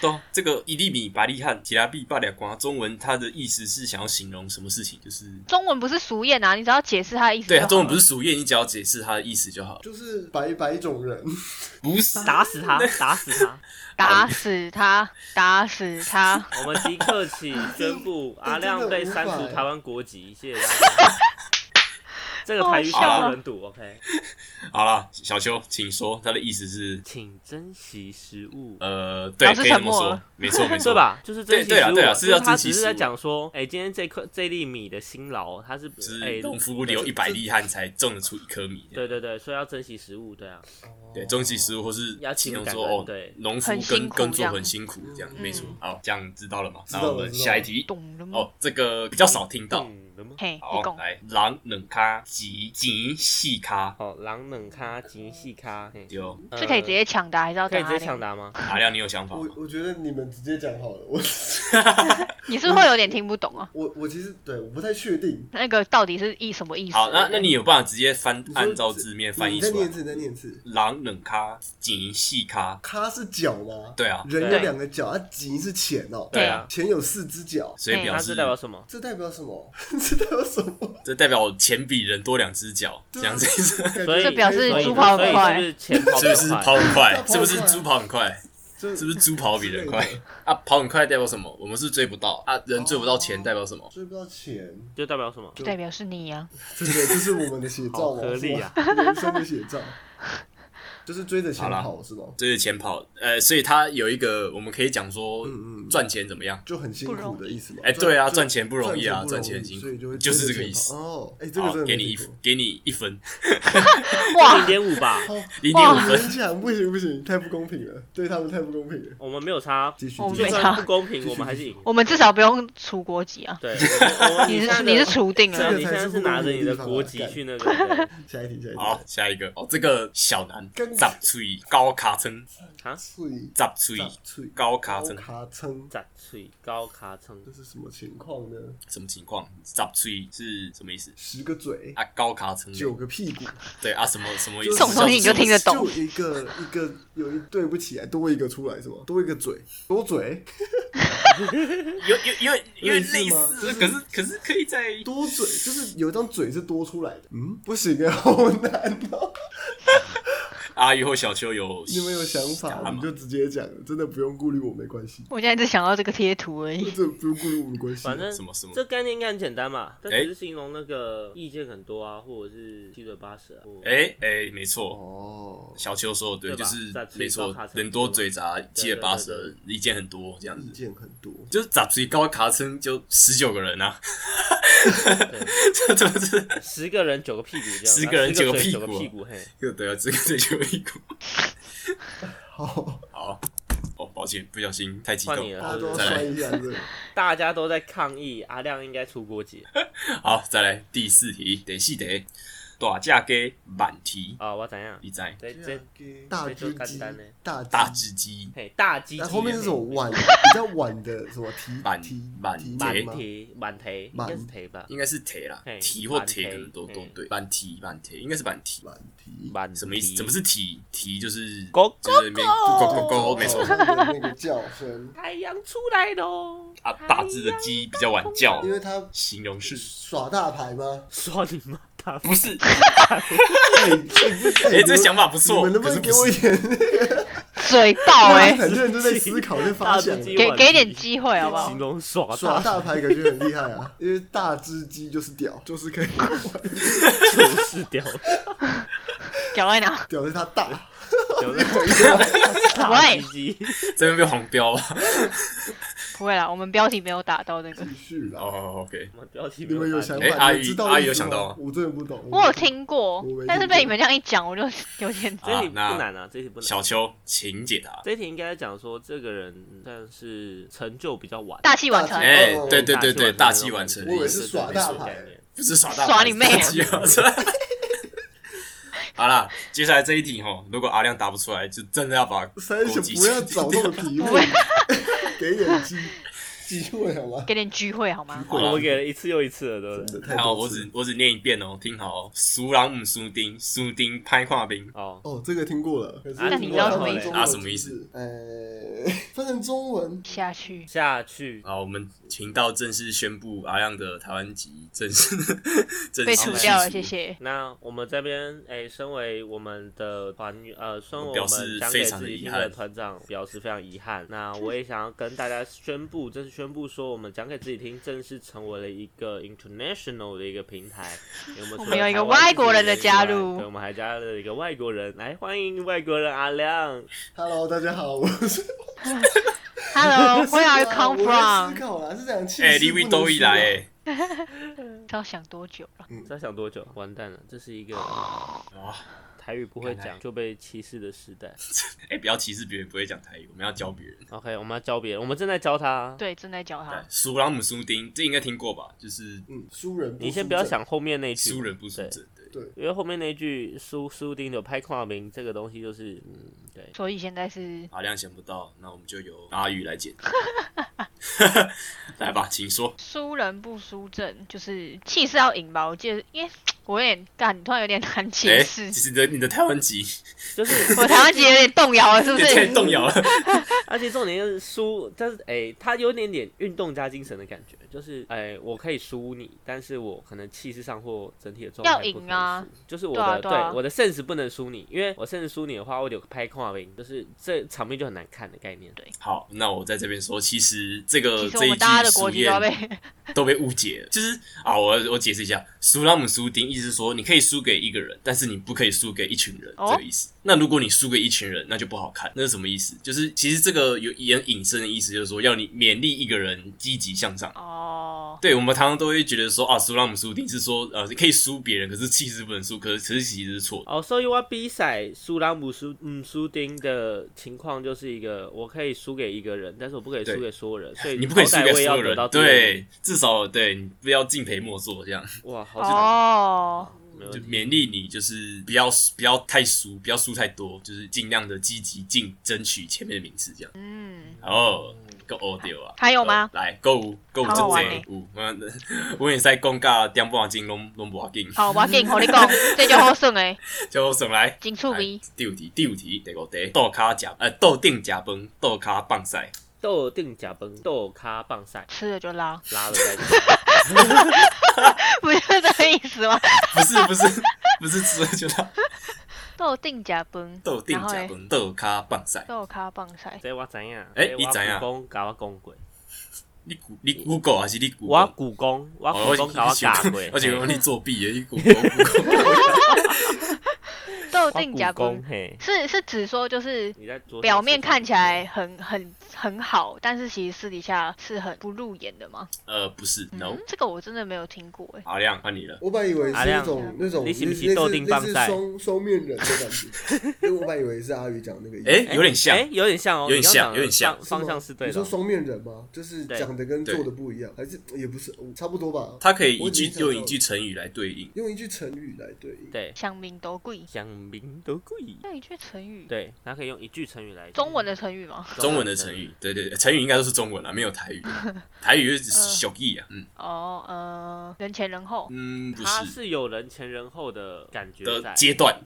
[SPEAKER 1] 豆，这个一粒米百粒汗，提拉币八两瓜，中文它的意思是想要形容什么事情？就是
[SPEAKER 3] 中文不是俗谚啊，你只要解释它的意思就
[SPEAKER 1] 对，
[SPEAKER 3] 好了。
[SPEAKER 1] 它中文不是俗谚，你只要解释它的意思就好了。
[SPEAKER 2] 就是百百种人，
[SPEAKER 1] 不是
[SPEAKER 4] 打死他，打死他！
[SPEAKER 1] 啊
[SPEAKER 3] 打死他，打死他。
[SPEAKER 4] 我们即刻起宣 布，阿亮被删
[SPEAKER 2] 真
[SPEAKER 4] 除
[SPEAKER 2] 的无法哎
[SPEAKER 4] 台湾国籍，谢谢大家。 这个台语小
[SPEAKER 3] 好好笑
[SPEAKER 4] 不
[SPEAKER 3] 啊
[SPEAKER 4] 能赌，OK？
[SPEAKER 1] 好了，小秋，请说，它的意思是
[SPEAKER 4] 请珍惜食物，
[SPEAKER 1] 呃，对，
[SPEAKER 3] 老师
[SPEAKER 1] 可以这
[SPEAKER 3] 沉
[SPEAKER 1] 么
[SPEAKER 3] 默
[SPEAKER 1] 说
[SPEAKER 3] 了，
[SPEAKER 1] 没错没 错
[SPEAKER 4] 对？吧？就是珍惜
[SPEAKER 1] 对对啊
[SPEAKER 4] 食物，
[SPEAKER 1] 对啊是要
[SPEAKER 4] 他
[SPEAKER 1] 珍惜
[SPEAKER 4] 只是在
[SPEAKER 1] 食物
[SPEAKER 4] 讲说，哎，今天这颗这粒米的辛劳，他是
[SPEAKER 1] 就是
[SPEAKER 4] 哎，
[SPEAKER 1] 农夫流一百粒汗才种得出一颗米。
[SPEAKER 4] 对对对，所以要珍惜食物，对啊。
[SPEAKER 1] 对，终极食物或是
[SPEAKER 4] 要勤
[SPEAKER 1] 形容
[SPEAKER 4] 感
[SPEAKER 1] 说
[SPEAKER 4] 恩
[SPEAKER 1] 哦
[SPEAKER 4] 对，
[SPEAKER 1] 农夫
[SPEAKER 3] 很
[SPEAKER 1] 跟
[SPEAKER 3] 辛苦
[SPEAKER 1] 耕
[SPEAKER 3] 这
[SPEAKER 1] 作
[SPEAKER 3] 样嗯
[SPEAKER 1] 很辛苦这样，没错。好，这样知道了吗？
[SPEAKER 2] 知道嗯
[SPEAKER 1] 那
[SPEAKER 2] 了
[SPEAKER 1] 我们下一题
[SPEAKER 3] 懂了吗？
[SPEAKER 1] 哦，这个比较少听到。
[SPEAKER 4] 懂了吗？
[SPEAKER 3] 嘿，
[SPEAKER 1] 好
[SPEAKER 3] 你，讲。
[SPEAKER 1] 来，狼冷咖，吉吉细咖，
[SPEAKER 4] 好，狼冷咖、金细咖，嘿呃
[SPEAKER 1] 就
[SPEAKER 3] 是可以直接抢啊答，还是要
[SPEAKER 4] 可
[SPEAKER 3] 等
[SPEAKER 4] 以直接
[SPEAKER 3] 他
[SPEAKER 4] 抢？答吗？
[SPEAKER 1] 阿亮，你有想法
[SPEAKER 2] 我
[SPEAKER 1] 吗？
[SPEAKER 2] 我觉得你们直接讲好了，我
[SPEAKER 3] 你是不是会有点听不懂啊？
[SPEAKER 2] 我我其实对我不太确定。
[SPEAKER 3] 那个到底是意什么意思？
[SPEAKER 1] 好，那那你有办法直接翻
[SPEAKER 2] 你说
[SPEAKER 1] 按照字面翻译
[SPEAKER 2] 你再
[SPEAKER 1] 出
[SPEAKER 2] 念
[SPEAKER 1] 来
[SPEAKER 2] 一
[SPEAKER 1] 吗？
[SPEAKER 2] 次，你再念一次。
[SPEAKER 1] 狼冷咖，吉细咖，
[SPEAKER 2] 咖是脚吗？
[SPEAKER 1] 对啊
[SPEAKER 2] 人有
[SPEAKER 4] 对
[SPEAKER 2] 两个脚，啊，吉是钱哦。
[SPEAKER 1] 对
[SPEAKER 4] 啊，
[SPEAKER 2] 钱有四只脚，
[SPEAKER 1] 所以表
[SPEAKER 4] 它
[SPEAKER 1] 示
[SPEAKER 4] 是代表什么？
[SPEAKER 2] 这代表什么？ 这代表什么？
[SPEAKER 1] 这代表我钱比人多两只脚，这样子是
[SPEAKER 2] 感觉
[SPEAKER 4] 所以
[SPEAKER 3] 这表示
[SPEAKER 4] 所以
[SPEAKER 3] 猪跑很快
[SPEAKER 4] 所以是不
[SPEAKER 2] 啊
[SPEAKER 4] 是
[SPEAKER 1] 不
[SPEAKER 4] 钱
[SPEAKER 1] 是
[SPEAKER 4] 跑
[SPEAKER 1] 跑
[SPEAKER 4] 得
[SPEAKER 1] 很快？
[SPEAKER 2] 跑很快
[SPEAKER 1] 是不是猪跑很快？
[SPEAKER 2] 这
[SPEAKER 1] 是不是猪跑比人快
[SPEAKER 2] 之类的
[SPEAKER 1] 啊？跑很快代表什么？我们是追不到啊，人追不到钱代表什么？
[SPEAKER 2] 追不到钱，
[SPEAKER 4] 就代表什么？
[SPEAKER 3] 就代表是你啊呀、
[SPEAKER 2] 这个就是我们的写照
[SPEAKER 4] 好
[SPEAKER 2] 嘛，
[SPEAKER 4] 合理啊
[SPEAKER 2] 是吧人生的写照，就是追着钱
[SPEAKER 1] 好啦
[SPEAKER 2] 跑是吗？
[SPEAKER 1] 追着钱跑，呃，所以他有一个我们可以讲说
[SPEAKER 2] 嗯嗯
[SPEAKER 1] 赚钱怎么样？
[SPEAKER 2] 就很辛苦的意思嘛。
[SPEAKER 1] 哎，对啊，赚
[SPEAKER 2] 赚
[SPEAKER 1] 钱不容易啊，
[SPEAKER 2] 赚
[SPEAKER 1] 赚钱很辛
[SPEAKER 2] 所以就
[SPEAKER 1] 苦，
[SPEAKER 2] 会
[SPEAKER 1] 就是这个
[SPEAKER 2] 追着
[SPEAKER 1] 意
[SPEAKER 2] 钱跑
[SPEAKER 1] 思。
[SPEAKER 2] 哦，哎，这个
[SPEAKER 1] 好
[SPEAKER 2] 真，的
[SPEAKER 1] 给你一
[SPEAKER 2] 分，
[SPEAKER 1] 给你一分，
[SPEAKER 4] 零
[SPEAKER 3] 哇，
[SPEAKER 4] 点五吧，
[SPEAKER 1] 零点
[SPEAKER 3] 哇
[SPEAKER 1] 五分。
[SPEAKER 2] 勉强不行不行，太不公平了，对他们太不公平了。
[SPEAKER 4] 我们没有差，
[SPEAKER 2] 继续，
[SPEAKER 3] 我们
[SPEAKER 2] 继
[SPEAKER 4] 就
[SPEAKER 2] 续
[SPEAKER 3] 没
[SPEAKER 4] 算
[SPEAKER 3] 差
[SPEAKER 4] 不公平，我们还是赢。
[SPEAKER 3] 我们至少不用出国籍啊！
[SPEAKER 4] 对，我们我们
[SPEAKER 3] 你
[SPEAKER 4] 现在
[SPEAKER 3] 是
[SPEAKER 4] 的
[SPEAKER 3] 你是除定
[SPEAKER 4] 对啊
[SPEAKER 3] 了，啊
[SPEAKER 4] 你现在是拿着你的国籍去那个，
[SPEAKER 2] 下一题，下一题。
[SPEAKER 1] 好，下一个哦，这个小南
[SPEAKER 2] 刚
[SPEAKER 1] 杂脆高卡称，
[SPEAKER 4] 啊，
[SPEAKER 2] 脆
[SPEAKER 1] 杂脆
[SPEAKER 2] 脆
[SPEAKER 1] 高卡称
[SPEAKER 2] 卡称，
[SPEAKER 4] 杂碎高卡称，
[SPEAKER 2] 这是什么情况呢？
[SPEAKER 1] 什么情况？杂脆是什么意思？
[SPEAKER 2] 十个嘴，
[SPEAKER 1] 啊，高卡称
[SPEAKER 2] 九个屁股，
[SPEAKER 1] 对啊，什么什么意
[SPEAKER 2] 就是
[SPEAKER 3] 这
[SPEAKER 1] 思？
[SPEAKER 3] 种东西你就听得懂
[SPEAKER 2] 就一个一个有一对不起，多一个出来是吗？多一个嘴，多嘴，
[SPEAKER 1] 有有有有点类
[SPEAKER 2] 类似吗
[SPEAKER 1] 似，可是可是可以在
[SPEAKER 2] 多嘴，就是有一张嘴是多出来的。嗯，不行啊，好难哦。
[SPEAKER 1] 阿姨或啊小秋有
[SPEAKER 2] 你们有想
[SPEAKER 1] 想
[SPEAKER 2] 法，
[SPEAKER 1] 法
[SPEAKER 2] 你就直接讲，真的不用顾虑我，没关系，
[SPEAKER 3] 我现在只想到这个贴图而已。
[SPEAKER 2] 真的不用顾虑我没关系。
[SPEAKER 4] 反正
[SPEAKER 1] 什么什么
[SPEAKER 4] 这概念应该很简单嘛，但
[SPEAKER 1] 哎
[SPEAKER 4] 只是形容那个意见很多啊，或者是七嘴八舌啊。或
[SPEAKER 1] 哎哎，没错，
[SPEAKER 2] 哦，
[SPEAKER 1] 小秋说的对，
[SPEAKER 4] 对吧
[SPEAKER 1] 就是
[SPEAKER 4] 杂碎
[SPEAKER 1] 没错
[SPEAKER 4] 高卡，称
[SPEAKER 1] 人多嘴杂，七嘴八
[SPEAKER 4] 对
[SPEAKER 1] 舌
[SPEAKER 4] 对，
[SPEAKER 1] 意见很多这样
[SPEAKER 2] 意
[SPEAKER 1] 子。
[SPEAKER 2] 见很多，
[SPEAKER 1] 就是杂碎高卡称就十九个人啊， 这这这
[SPEAKER 4] 十个人九个屁股这样，
[SPEAKER 1] 十个人
[SPEAKER 4] 九
[SPEAKER 1] 九个屁股
[SPEAKER 4] 九个屁股嘿。
[SPEAKER 1] 这对啊，这个这就一股
[SPEAKER 2] 好，
[SPEAKER 1] 好哦，抱歉，不小心太激
[SPEAKER 4] 换
[SPEAKER 1] 动
[SPEAKER 4] 你，了
[SPEAKER 2] 大家都，要
[SPEAKER 1] 再来
[SPEAKER 2] 摔一下，这
[SPEAKER 4] 大家都在抗议阿亮应该出国籍
[SPEAKER 1] 好，再来第四题，第四题，大架给满题，
[SPEAKER 4] 啊，我怎样？
[SPEAKER 1] 你在
[SPEAKER 4] 这这
[SPEAKER 2] 大
[SPEAKER 4] 这就
[SPEAKER 2] 只
[SPEAKER 4] 简
[SPEAKER 2] 鸡
[SPEAKER 4] 单嘞，
[SPEAKER 2] 大
[SPEAKER 1] 大
[SPEAKER 2] 只。
[SPEAKER 1] 只鸡
[SPEAKER 4] 嘿大鸡鸡
[SPEAKER 2] 那
[SPEAKER 4] 嘿，
[SPEAKER 2] 后面是什么碗？比较碗的什么提
[SPEAKER 1] 板
[SPEAKER 2] 提
[SPEAKER 1] 板
[SPEAKER 2] 提
[SPEAKER 1] 板
[SPEAKER 2] 面
[SPEAKER 4] 满
[SPEAKER 2] 吗？
[SPEAKER 4] 蹄满蹄应
[SPEAKER 2] 满
[SPEAKER 4] 该是蹄吧？
[SPEAKER 1] 应该是铁啦
[SPEAKER 4] 嘿，
[SPEAKER 1] 蹄或
[SPEAKER 4] 板
[SPEAKER 1] 铁可
[SPEAKER 4] 蹄
[SPEAKER 1] 能都都
[SPEAKER 4] 嘿
[SPEAKER 1] 对，板蹄板蹄应该是板蹄吧？
[SPEAKER 2] 板提
[SPEAKER 4] 满蹄
[SPEAKER 1] 什么意思？怎么是蹄？蹄就是
[SPEAKER 4] 嗯狗
[SPEAKER 1] 就是那边咕咕咕咕，没错
[SPEAKER 2] 它的哦那个叫声，
[SPEAKER 4] 太阳出来 喽！
[SPEAKER 1] 啊。大只的鸡比较晚叫
[SPEAKER 2] 因，为它
[SPEAKER 1] 形容是
[SPEAKER 2] 耍大牌吗？
[SPEAKER 4] 说你妈大
[SPEAKER 1] 不是？
[SPEAKER 2] 哎，哎
[SPEAKER 1] 哎，这想法不
[SPEAKER 2] 你
[SPEAKER 1] 错，
[SPEAKER 2] 们能不
[SPEAKER 1] 可是
[SPEAKER 2] 能给
[SPEAKER 1] 不
[SPEAKER 2] 我一
[SPEAKER 1] 是
[SPEAKER 2] 点？
[SPEAKER 3] 嘴爆哎、
[SPEAKER 2] 很认真在思考，在发
[SPEAKER 4] 大
[SPEAKER 2] 想
[SPEAKER 4] 只。鸡
[SPEAKER 3] 给
[SPEAKER 4] 碗
[SPEAKER 3] 给点
[SPEAKER 4] 鸡
[SPEAKER 3] 机会好不好
[SPEAKER 4] 形？容耍
[SPEAKER 2] 耍
[SPEAKER 4] 大
[SPEAKER 2] 大牌感觉很厉害啊，因为大只鸡就是屌，就是可以
[SPEAKER 4] 就是掉，
[SPEAKER 3] 讲在哪？
[SPEAKER 2] 屌是它大，
[SPEAKER 4] 就是大
[SPEAKER 3] 喂
[SPEAKER 4] 鸡鸡。
[SPEAKER 1] 这边被黄标了。
[SPEAKER 3] 不会啦，我们标题没有打到那个。
[SPEAKER 2] 继续啦。
[SPEAKER 1] 哦，OK，
[SPEAKER 4] 我们标题
[SPEAKER 2] 你
[SPEAKER 4] 没
[SPEAKER 2] 们有
[SPEAKER 4] 有
[SPEAKER 2] 想
[SPEAKER 4] 想
[SPEAKER 2] 法？
[SPEAKER 1] 哎阿姨
[SPEAKER 2] 你知道
[SPEAKER 1] 阿姨
[SPEAKER 2] 意思
[SPEAKER 1] 有想到
[SPEAKER 2] 吗
[SPEAKER 1] 哦吗？
[SPEAKER 2] 我真的不懂。
[SPEAKER 3] 我有听过
[SPEAKER 2] 我没，
[SPEAKER 3] 但是
[SPEAKER 2] 听过
[SPEAKER 3] 被你们这样一讲，我就有点
[SPEAKER 4] 这题
[SPEAKER 1] 啊
[SPEAKER 4] 不
[SPEAKER 1] 那
[SPEAKER 4] 难啊，这题不难。
[SPEAKER 1] 小秋，请解答。
[SPEAKER 4] 这一题应该讲说这个人算是成就比较晚，
[SPEAKER 3] 大器晚成。
[SPEAKER 1] 哎
[SPEAKER 2] 哦，
[SPEAKER 1] 对对对对，大
[SPEAKER 4] 大
[SPEAKER 1] 器
[SPEAKER 4] 器
[SPEAKER 1] 晚
[SPEAKER 4] 晚
[SPEAKER 1] 成
[SPEAKER 4] 成
[SPEAKER 1] 的
[SPEAKER 2] 我以
[SPEAKER 1] 意
[SPEAKER 2] 为
[SPEAKER 1] 思，
[SPEAKER 2] 是耍大牌
[SPEAKER 4] 没错概念
[SPEAKER 1] 不是耍大牌，
[SPEAKER 3] 耍你妹啊
[SPEAKER 1] 是大器晚成好啦，接下来这一题吼，如果阿亮答不出来，就真的要把
[SPEAKER 2] 三
[SPEAKER 1] 国
[SPEAKER 2] 小
[SPEAKER 1] 籍
[SPEAKER 2] 不要找那么 皮
[SPEAKER 3] 不
[SPEAKER 2] 肤
[SPEAKER 3] 会，
[SPEAKER 2] 给点机机会好吗？
[SPEAKER 3] 给点机会好吗？
[SPEAKER 4] 我们给了一次又一次了，对不对？
[SPEAKER 2] 真的太
[SPEAKER 1] 啊好，
[SPEAKER 2] 多
[SPEAKER 1] 我
[SPEAKER 2] 次
[SPEAKER 1] 只我只念一遍哦，听好哦。苏朗姆苏丁，苏丁拍跨冰，
[SPEAKER 4] 哦，
[SPEAKER 2] 哦，这个听过了。可是
[SPEAKER 4] 那
[SPEAKER 3] 你知道什么意思哎
[SPEAKER 1] 啊什么意思？
[SPEAKER 2] 呃，翻成中文
[SPEAKER 3] 下去，
[SPEAKER 4] 下去
[SPEAKER 1] 好，我们频道正式宣布阿亮的台湾籍正 式正式
[SPEAKER 3] 被除掉了，
[SPEAKER 1] 去
[SPEAKER 3] 谢
[SPEAKER 1] 除。
[SPEAKER 3] 谢。
[SPEAKER 4] 那我们这边，哎、身为我们的团员，呃，身为
[SPEAKER 1] 表
[SPEAKER 4] 我
[SPEAKER 1] 示
[SPEAKER 4] 们讲
[SPEAKER 1] 非
[SPEAKER 4] 给
[SPEAKER 1] 常
[SPEAKER 4] 自
[SPEAKER 1] 的
[SPEAKER 4] 己
[SPEAKER 1] 遗
[SPEAKER 4] 听
[SPEAKER 1] 憾
[SPEAKER 4] 的团长表示非常遗憾。那我也想要跟大家宣布，正式宣布说，我们讲给自己听正式成为了一个 international 的一个平台。 我们
[SPEAKER 3] 我
[SPEAKER 4] 除
[SPEAKER 3] 们
[SPEAKER 4] 了
[SPEAKER 3] 有一个
[SPEAKER 4] 台湾
[SPEAKER 3] 外国人的
[SPEAKER 4] 自己以外
[SPEAKER 3] 加入
[SPEAKER 4] 对，我们还加了一个外国人，来欢迎外国人阿亮。
[SPEAKER 2] ，Hello，大家好，我 是
[SPEAKER 3] Hello，Where are you
[SPEAKER 2] 我在思
[SPEAKER 3] come from？
[SPEAKER 2] 考啦，是这样气势
[SPEAKER 1] 哎，李伟都一来，哎，
[SPEAKER 3] 要想多久了？
[SPEAKER 4] 这要想多久？完蛋了，这是一个
[SPEAKER 1] 哇
[SPEAKER 4] 台语不会
[SPEAKER 1] 原来
[SPEAKER 4] 讲就被歧视的时代。
[SPEAKER 1] 哎，不要歧视别人，不会讲台语，我们要教别人。
[SPEAKER 4] OK，我们要教别人，我们正在教他啊。
[SPEAKER 3] 对，正在教他
[SPEAKER 1] 对，。苏朗姆苏丁，这应该听过吧？就是
[SPEAKER 2] 嗯，输人，
[SPEAKER 4] 你先不要，想后面那句，
[SPEAKER 1] 输人不输
[SPEAKER 4] 对
[SPEAKER 1] 阵，对。
[SPEAKER 4] 因为后面那一句苏苏丁有拍跨名这个东西，就是嗯，对，
[SPEAKER 3] 所以现在是
[SPEAKER 1] 阿亮想不到，那我们就由阿宇来解。 来吧，请说。
[SPEAKER 3] 输人不输阵，就是气势要赢吧。我记得，因为我有点干，突然有点难
[SPEAKER 1] 哎，
[SPEAKER 3] 解释
[SPEAKER 1] 其。实你的你的台湾籍
[SPEAKER 4] 就是，
[SPEAKER 3] 我台湾姐有点动摇了，是不
[SPEAKER 1] 有点
[SPEAKER 3] 是？
[SPEAKER 1] 动摇了。
[SPEAKER 4] 而且重点就是输，但是哎、他有点点运动加精神的感觉，就是哎、我可以输你，但是我可能气势上或整体的状态
[SPEAKER 3] 要
[SPEAKER 4] 不可
[SPEAKER 3] 赢
[SPEAKER 4] 能
[SPEAKER 3] 啊
[SPEAKER 4] 输，就是我
[SPEAKER 3] 对啊
[SPEAKER 4] 的
[SPEAKER 3] 对啊
[SPEAKER 4] 我的 sense 不能输你，因为我 sense 输你的话，我有拍跨名，就是这场面就很难看的概念。
[SPEAKER 1] 好，那我在这边说，其实这个
[SPEAKER 3] 其实
[SPEAKER 1] 这
[SPEAKER 3] 我
[SPEAKER 1] 一
[SPEAKER 3] 们大家
[SPEAKER 1] 句
[SPEAKER 3] 的国
[SPEAKER 1] 俗
[SPEAKER 3] 籍都要被
[SPEAKER 1] 谚 都被误解了，就是啊，我我解释一下，苏拉姆苏丁意思是说，你可以输给一个人，但是你不可以输给一群人，
[SPEAKER 3] 哦
[SPEAKER 1] 这个意思。那如果你输给一群人，那就不好看，那是什么意思？就是其实这个有引引申的意思，就是说要你勉励一个人积极向上。啊
[SPEAKER 3] 哦，
[SPEAKER 1] 对，我们常常都会觉得说啊，苏拉姆苏丁是说呃可以输别人，可是气势不能输，可是其实其实是错的。
[SPEAKER 4] 哦，所以我比赛输朗姆输嗯输丁的情况就是一个，我可以输给一个人，但是我不可以输
[SPEAKER 1] 对
[SPEAKER 4] 给所有人，所以
[SPEAKER 1] 你不可以
[SPEAKER 4] 好
[SPEAKER 1] 输
[SPEAKER 4] 歹
[SPEAKER 1] 给
[SPEAKER 4] 我
[SPEAKER 1] 所
[SPEAKER 4] 也要
[SPEAKER 1] 有
[SPEAKER 4] 得
[SPEAKER 1] 人
[SPEAKER 4] 到，第二名，
[SPEAKER 1] 对，至少对你不要敬陪末座这样。
[SPEAKER 4] 哇，好像
[SPEAKER 3] 哦，
[SPEAKER 4] 没
[SPEAKER 1] 就
[SPEAKER 4] 问题。
[SPEAKER 1] 勉励你，就是不要不要太输，不要输太多，就是尽量的积极竞争取前面的名次这样。
[SPEAKER 3] 嗯，
[SPEAKER 1] 哦，够欧丢啊！
[SPEAKER 3] 还有吗
[SPEAKER 1] 呃来，够五，够五，
[SPEAKER 3] 好好
[SPEAKER 1] 真
[SPEAKER 3] 玩
[SPEAKER 1] 正
[SPEAKER 3] 欸
[SPEAKER 1] 五。我我也在讲噶，点半斤拢拢无要紧。
[SPEAKER 3] 好，我要给你跟你讲，这就好算诶，
[SPEAKER 1] 叫我上来。
[SPEAKER 3] 真趣
[SPEAKER 1] 来
[SPEAKER 3] 味。
[SPEAKER 1] 第五题，第五题，第五题，豆卡夹，呃，豆定夹崩，豆卡棒赛。
[SPEAKER 4] 豆定假崩，豆咖棒赛，
[SPEAKER 3] 吃了就捞，
[SPEAKER 4] 拉了再吃。
[SPEAKER 3] 不就是这个意思吗？
[SPEAKER 1] 不是不是不是吃了就拉，
[SPEAKER 3] 豆定假崩，
[SPEAKER 1] 豆定
[SPEAKER 3] 然后
[SPEAKER 1] 夹
[SPEAKER 3] 嘞
[SPEAKER 1] 崩，豆卡棒赛。
[SPEAKER 3] 豆咖棒赛，
[SPEAKER 4] 这我知影，
[SPEAKER 1] 哎
[SPEAKER 4] 这
[SPEAKER 1] 你
[SPEAKER 4] 我
[SPEAKER 1] 知影
[SPEAKER 4] 公甲我讲过，
[SPEAKER 1] 你古你 Google 还是你 Google？
[SPEAKER 4] 我故宫，我故
[SPEAKER 1] 哦
[SPEAKER 4] 宫甲我教过，
[SPEAKER 1] 我就
[SPEAKER 4] 嘿
[SPEAKER 1] 讲你作弊耶，你 Google。
[SPEAKER 3] 豆
[SPEAKER 4] 我
[SPEAKER 3] 定假
[SPEAKER 4] 故宫
[SPEAKER 3] 崩
[SPEAKER 4] 嘿，
[SPEAKER 3] 是是指说就是
[SPEAKER 4] 你在桌上
[SPEAKER 3] 表面
[SPEAKER 4] 吃
[SPEAKER 3] 看起来很很很好，但是其实私底下是很不入眼的吗？
[SPEAKER 1] 呃，不是，no
[SPEAKER 3] 嗯。，这个我真的没有听过哎。
[SPEAKER 1] 阿亮，换你了。
[SPEAKER 2] 我本来以为是
[SPEAKER 4] 阿
[SPEAKER 2] 那
[SPEAKER 4] 亮
[SPEAKER 2] 种那种
[SPEAKER 4] 你
[SPEAKER 2] 类
[SPEAKER 4] 是
[SPEAKER 2] 似
[SPEAKER 4] 不
[SPEAKER 2] 类
[SPEAKER 4] 是
[SPEAKER 2] 似
[SPEAKER 4] 豆丁棒赛
[SPEAKER 2] 双双面人的感觉，因为我本来以为是阿宇讲那个意思。
[SPEAKER 1] 哎，有点像
[SPEAKER 4] 哎，，有点像哦，
[SPEAKER 1] 有点
[SPEAKER 4] 你刚
[SPEAKER 1] 像
[SPEAKER 4] 讲的
[SPEAKER 1] 有点像
[SPEAKER 4] 方方向是对
[SPEAKER 2] 你
[SPEAKER 4] 的
[SPEAKER 2] 说
[SPEAKER 4] 哦。
[SPEAKER 2] 双面人吗？就是
[SPEAKER 4] 对
[SPEAKER 2] 讲的跟
[SPEAKER 1] 对
[SPEAKER 2] 做的不一样，还是也不是，嗯差不多吧。
[SPEAKER 1] 它可以一
[SPEAKER 2] 我
[SPEAKER 1] 句
[SPEAKER 2] 已经想到
[SPEAKER 1] 用
[SPEAKER 2] 了
[SPEAKER 1] 一句成语来对应。
[SPEAKER 2] 用一句成语来对应。
[SPEAKER 4] 对，
[SPEAKER 3] 乡民都贵，
[SPEAKER 4] 乡民得贵。
[SPEAKER 3] 那一句成语，
[SPEAKER 4] 对，它可以用一句成语来
[SPEAKER 3] 中文的成语吗？
[SPEAKER 1] 中文的成语，对对对，成语应该都是中文啦，没 有台语。台语是小义啊，嗯
[SPEAKER 3] 哦，呃，人前人后，
[SPEAKER 1] 嗯，不
[SPEAKER 4] 它
[SPEAKER 1] 是
[SPEAKER 4] 是有人前人后的感觉
[SPEAKER 1] 的
[SPEAKER 4] 在。
[SPEAKER 1] 阶段，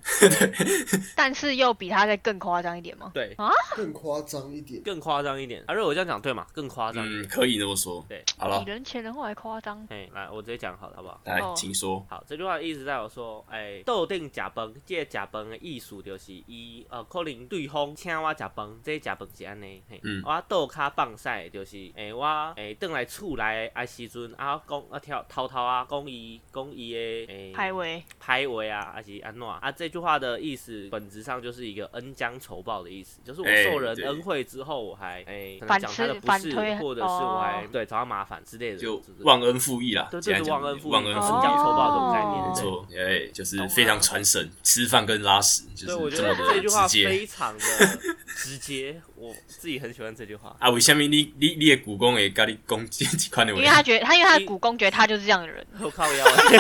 [SPEAKER 3] 但是又比他再更夸张一点吗？
[SPEAKER 4] 对，
[SPEAKER 2] 更夸张一点，
[SPEAKER 4] 更夸张一点。啊，如果我这样讲对嘛？更夸张一
[SPEAKER 1] 嗯，
[SPEAKER 4] 点。
[SPEAKER 1] 可以这么说。
[SPEAKER 4] 对，
[SPEAKER 1] 好了
[SPEAKER 3] 比，人前人后还夸张，
[SPEAKER 1] 嗯
[SPEAKER 4] 哎，来，我直接讲好了，好不好？
[SPEAKER 1] 来
[SPEAKER 3] 哦，
[SPEAKER 1] 请说。
[SPEAKER 4] 好，这句话的意思在我说，哎，斗定假崩，这假崩的意思就是伊呃，可能对方请我假崩，这假崩是安尼，嘿，
[SPEAKER 1] 嗯
[SPEAKER 4] 我斗卡放屎就是，哎、我哎，转、来厝内啊时阵啊，讲啊跳偷偷啊，讲伊讲伊的哎，
[SPEAKER 3] 派位
[SPEAKER 4] 拍位啊，还是安诺啊？这句话的意思本质上就是一个恩将仇报的意思，就是我
[SPEAKER 1] 哎
[SPEAKER 4] 受人
[SPEAKER 1] 对
[SPEAKER 4] 恩惠之后，我还哎、可能
[SPEAKER 3] 反
[SPEAKER 4] 讲他的
[SPEAKER 3] 吃
[SPEAKER 4] 不
[SPEAKER 3] 反
[SPEAKER 4] 是，
[SPEAKER 3] 推
[SPEAKER 4] 或者是我还、
[SPEAKER 3] 哦
[SPEAKER 4] 对找他麻烦之类的，
[SPEAKER 1] 就是
[SPEAKER 4] 不是
[SPEAKER 1] 忘恩负义啦，
[SPEAKER 4] 对
[SPEAKER 1] 简
[SPEAKER 4] 对
[SPEAKER 1] 单
[SPEAKER 4] 对，
[SPEAKER 1] 讲
[SPEAKER 4] 忘恩负义，
[SPEAKER 1] 忘
[SPEAKER 4] 恩
[SPEAKER 1] 恩
[SPEAKER 3] 负义
[SPEAKER 4] 将仇报这种概念，
[SPEAKER 3] 哦
[SPEAKER 1] 没
[SPEAKER 4] 对
[SPEAKER 1] 错，哎，就是非常传神，吃饭跟拉屎就
[SPEAKER 4] 对，我
[SPEAKER 1] 是
[SPEAKER 4] 觉
[SPEAKER 1] 这
[SPEAKER 4] 得
[SPEAKER 1] 么
[SPEAKER 4] 这
[SPEAKER 1] 的
[SPEAKER 4] 句话
[SPEAKER 1] 直接。
[SPEAKER 4] 非常的 直接，我自己很喜欢这句话。
[SPEAKER 1] 啊，为什么你你你的股公会跟你讲这几款的话
[SPEAKER 3] 因为他觉得他因为他的股东觉得他就是这样的人，
[SPEAKER 4] 我 靠腰欸，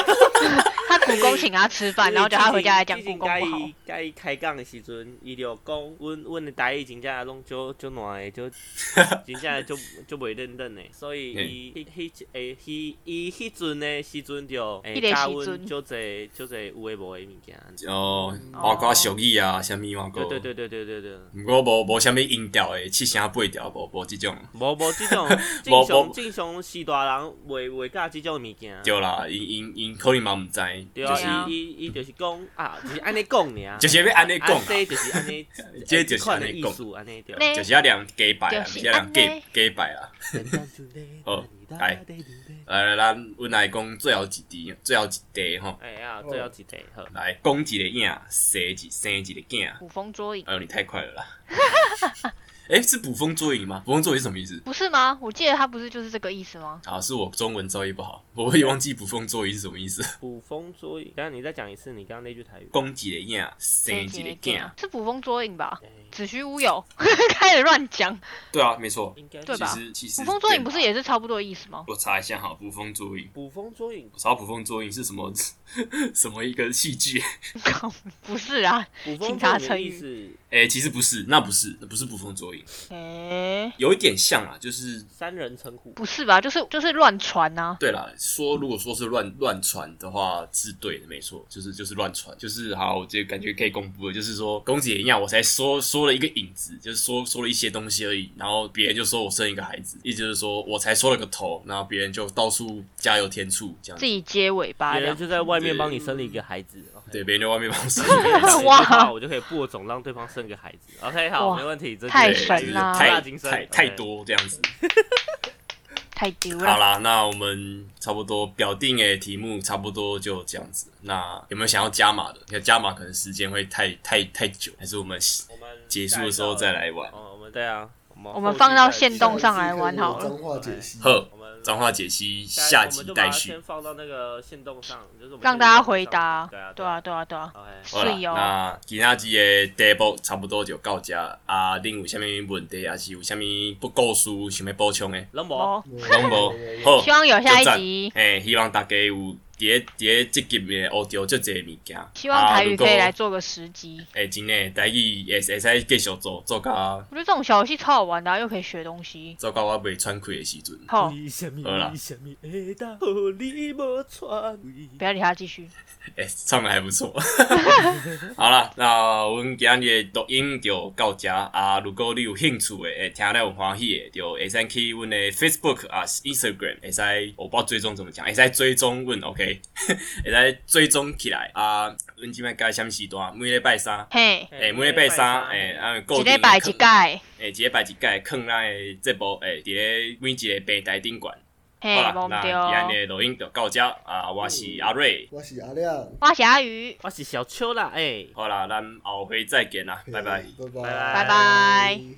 [SPEAKER 3] 他股东请他吃饭，然后叫他回家来讲股东不
[SPEAKER 4] 该
[SPEAKER 3] 好，
[SPEAKER 4] 该开讲的时阵，伊就讲，阮阮的台语真正拢就就烂的，就 真正就就袂认真的，所以伊迄迄诶，伊伊迄阵的时阵就诶
[SPEAKER 3] 那
[SPEAKER 4] 教
[SPEAKER 3] 个时阵
[SPEAKER 4] 阮就侪就侪有诶无诶物件。
[SPEAKER 1] 哦，包括俗语啊，什么话
[SPEAKER 4] 对
[SPEAKER 1] 个？
[SPEAKER 4] 对对对对对对，
[SPEAKER 1] 不过无无什么音调的，七声八调，无无这种。
[SPEAKER 4] 无无即 种正
[SPEAKER 1] 无
[SPEAKER 4] 常正常是大人袂袂教即种物件。
[SPEAKER 1] 对啦，因因因可能嘛毋知，
[SPEAKER 4] 对
[SPEAKER 1] 就
[SPEAKER 4] 啊，
[SPEAKER 1] 是
[SPEAKER 4] 伊伊伊就是讲啊，就是安尼讲尔，
[SPEAKER 1] 就是要安尼讲，
[SPEAKER 4] 啊，这就是安尼
[SPEAKER 1] 这就是
[SPEAKER 4] 款
[SPEAKER 1] 安
[SPEAKER 4] 的
[SPEAKER 1] 尼
[SPEAKER 4] 意
[SPEAKER 1] 讲
[SPEAKER 4] 思，安尼对。
[SPEAKER 3] 那
[SPEAKER 1] 呃就是要两鸡排啊，
[SPEAKER 3] 就是
[SPEAKER 1] 是要两
[SPEAKER 3] 安
[SPEAKER 1] 鸡
[SPEAKER 3] 尼
[SPEAKER 1] 鸡排啊。好来来来，咱阮来讲最后一题，最后一题吼，
[SPEAKER 4] 哎呀，最后一题好，
[SPEAKER 1] 来讲一个影，生一生一个囝。
[SPEAKER 3] 捕风捉影，
[SPEAKER 1] 哎呦，你太快了啦！ 哎，是捕风捉影吗？捕风捉影是什么意思？
[SPEAKER 3] 不是吗？我记得他不是就是这个意思吗？
[SPEAKER 1] 啊，是我中文造诣不好，我也忘记捕风捉影是什么意思。
[SPEAKER 4] 捕风捉影。等一下你再讲一次你刚刚那句台语。
[SPEAKER 1] 讲一个影，生一
[SPEAKER 3] 这
[SPEAKER 1] 个
[SPEAKER 3] 一集
[SPEAKER 1] 囝。
[SPEAKER 3] 是捕风捉影吧？
[SPEAKER 4] 哎
[SPEAKER 3] 子虚乌有， 开始乱讲。
[SPEAKER 1] 对啊，没错。
[SPEAKER 4] 应该
[SPEAKER 3] 对
[SPEAKER 4] 是
[SPEAKER 1] 其
[SPEAKER 3] 吧
[SPEAKER 1] 实其实
[SPEAKER 3] 捕风捉影不是
[SPEAKER 1] 对吧
[SPEAKER 3] 也是差不多的意思吗？
[SPEAKER 1] 我查一下哈，捕风捉影。
[SPEAKER 4] 捕风捉影
[SPEAKER 1] 我，查捕风捉影是什么 什么一个戏剧？
[SPEAKER 3] 不是啊，
[SPEAKER 4] 捕风
[SPEAKER 3] 警察
[SPEAKER 4] 捉影的意
[SPEAKER 3] 成
[SPEAKER 4] 思，
[SPEAKER 1] 哎、其实不是，那不是，那不是捕风捉影，
[SPEAKER 3] 诶，
[SPEAKER 1] 有一点像啊，就是
[SPEAKER 4] 三人成虎。
[SPEAKER 3] 不是吧？就是就是乱传啊呐、
[SPEAKER 1] 对啦，说如果说是乱乱传的话是对的，没错，就是就是乱传，就是好，我就感觉可以公布了，就是说公子也一样，我才说说了一个影子，就是说说了一些东西而已，然后别人就说我生一个孩子，意思就是说我才说了个头，然后别人就到处加油添醋这样
[SPEAKER 3] 自
[SPEAKER 1] 子，
[SPEAKER 3] 己接尾巴
[SPEAKER 4] 别
[SPEAKER 3] 这
[SPEAKER 4] 人
[SPEAKER 3] 样。
[SPEAKER 4] 就在外面帮你生了一个孩子，OK
[SPEAKER 1] 对，别人在外面帮我生，
[SPEAKER 4] 讲一句
[SPEAKER 3] 哇
[SPEAKER 4] 话我就可以播种，让对方生个孩子。OK，好，
[SPEAKER 3] 哇
[SPEAKER 4] 没问题，这
[SPEAKER 1] 对
[SPEAKER 3] 太
[SPEAKER 4] 就是
[SPEAKER 3] 神啦
[SPEAKER 4] 博
[SPEAKER 1] 太
[SPEAKER 4] 大精深
[SPEAKER 1] 太
[SPEAKER 4] OK
[SPEAKER 1] 太多这样子。
[SPEAKER 3] 太丢
[SPEAKER 1] 好
[SPEAKER 3] 了。
[SPEAKER 1] 啦，那我们差不多表定诶题目差不多就这样子。那有没有想要加码的？要加码可能时间会太太太久，还是我们
[SPEAKER 4] 我们
[SPEAKER 1] 结束的时候再来玩？
[SPEAKER 4] 哦，我们对啊，我们
[SPEAKER 3] 我们放到
[SPEAKER 4] 后续再
[SPEAKER 3] 限动上来玩好了
[SPEAKER 2] 脏话解析，
[SPEAKER 1] 呵
[SPEAKER 4] 我，们
[SPEAKER 1] 脏话解析
[SPEAKER 4] 下
[SPEAKER 1] 下
[SPEAKER 4] 一我们
[SPEAKER 1] 集
[SPEAKER 4] 就把
[SPEAKER 1] 待
[SPEAKER 4] 它
[SPEAKER 1] 续
[SPEAKER 4] 先。放到那个线动上，就是我们
[SPEAKER 3] 让
[SPEAKER 4] 先
[SPEAKER 3] 大家
[SPEAKER 4] 放
[SPEAKER 3] 回
[SPEAKER 4] 上
[SPEAKER 3] 答，
[SPEAKER 4] 对啊，
[SPEAKER 3] 对啊，。对啊，对啊，
[SPEAKER 4] OK，
[SPEAKER 1] 好啦，
[SPEAKER 3] 是哦
[SPEAKER 1] 那今仔日诶题目差不多就到这啊。另有啥物问题，还是有啥物不故事想要补充诶？
[SPEAKER 4] 冷漠
[SPEAKER 3] 哦，
[SPEAKER 1] 拢无好，
[SPEAKER 3] 希望有下一
[SPEAKER 1] 就赞
[SPEAKER 3] 集
[SPEAKER 1] 嘿，希望大家有伫咧伫咧积极面学着足侪物件。
[SPEAKER 3] 希望台
[SPEAKER 1] 啊如
[SPEAKER 3] 语
[SPEAKER 1] 果
[SPEAKER 3] 可以来做个十集。
[SPEAKER 1] 诶、真诶，台语会会使继续做做到
[SPEAKER 3] 我觉得这种小游戏超好玩的啊、又可以学东西。
[SPEAKER 1] 做到我袂喘气诶时阵。
[SPEAKER 3] 好，
[SPEAKER 4] 为什么
[SPEAKER 1] 好啦
[SPEAKER 4] 为什么会当互你无喘气
[SPEAKER 3] 不要理他，继续。
[SPEAKER 1] 诶、唱的还不错。 好啦，那阮今日的录音就到遮啊。如果你有兴趣的，会听了有欢喜的，就会使去阮的 Facebook 啊、Instagram，会使我不知道追踪怎么讲，会使追踪阮 OK，会 使追踪起来啊。阮即摆改啥物时段？每礼拜三。
[SPEAKER 3] 嘿，
[SPEAKER 1] 诶、哎每礼拜三，诶、啊，固
[SPEAKER 3] 一
[SPEAKER 1] 定
[SPEAKER 3] 礼拜一届，
[SPEAKER 1] 诶，一礼拜一届，放咱的节目，诶、伫咧每一个平台顶管。
[SPEAKER 3] 嘿，
[SPEAKER 1] 好啦，
[SPEAKER 3] 无毋
[SPEAKER 1] 那
[SPEAKER 3] 对
[SPEAKER 1] 今
[SPEAKER 3] 哦。
[SPEAKER 1] 日的录音就到遮啊，我是阿瑞。
[SPEAKER 2] 我是阿亮，
[SPEAKER 3] 我是阿鱼，
[SPEAKER 4] 我
[SPEAKER 1] 嗯
[SPEAKER 4] 是小秋啦，哎、
[SPEAKER 1] 好啦，咱后回再见啦，拜拜。
[SPEAKER 2] 拜
[SPEAKER 4] 拜
[SPEAKER 2] 拜。
[SPEAKER 3] 拜拜。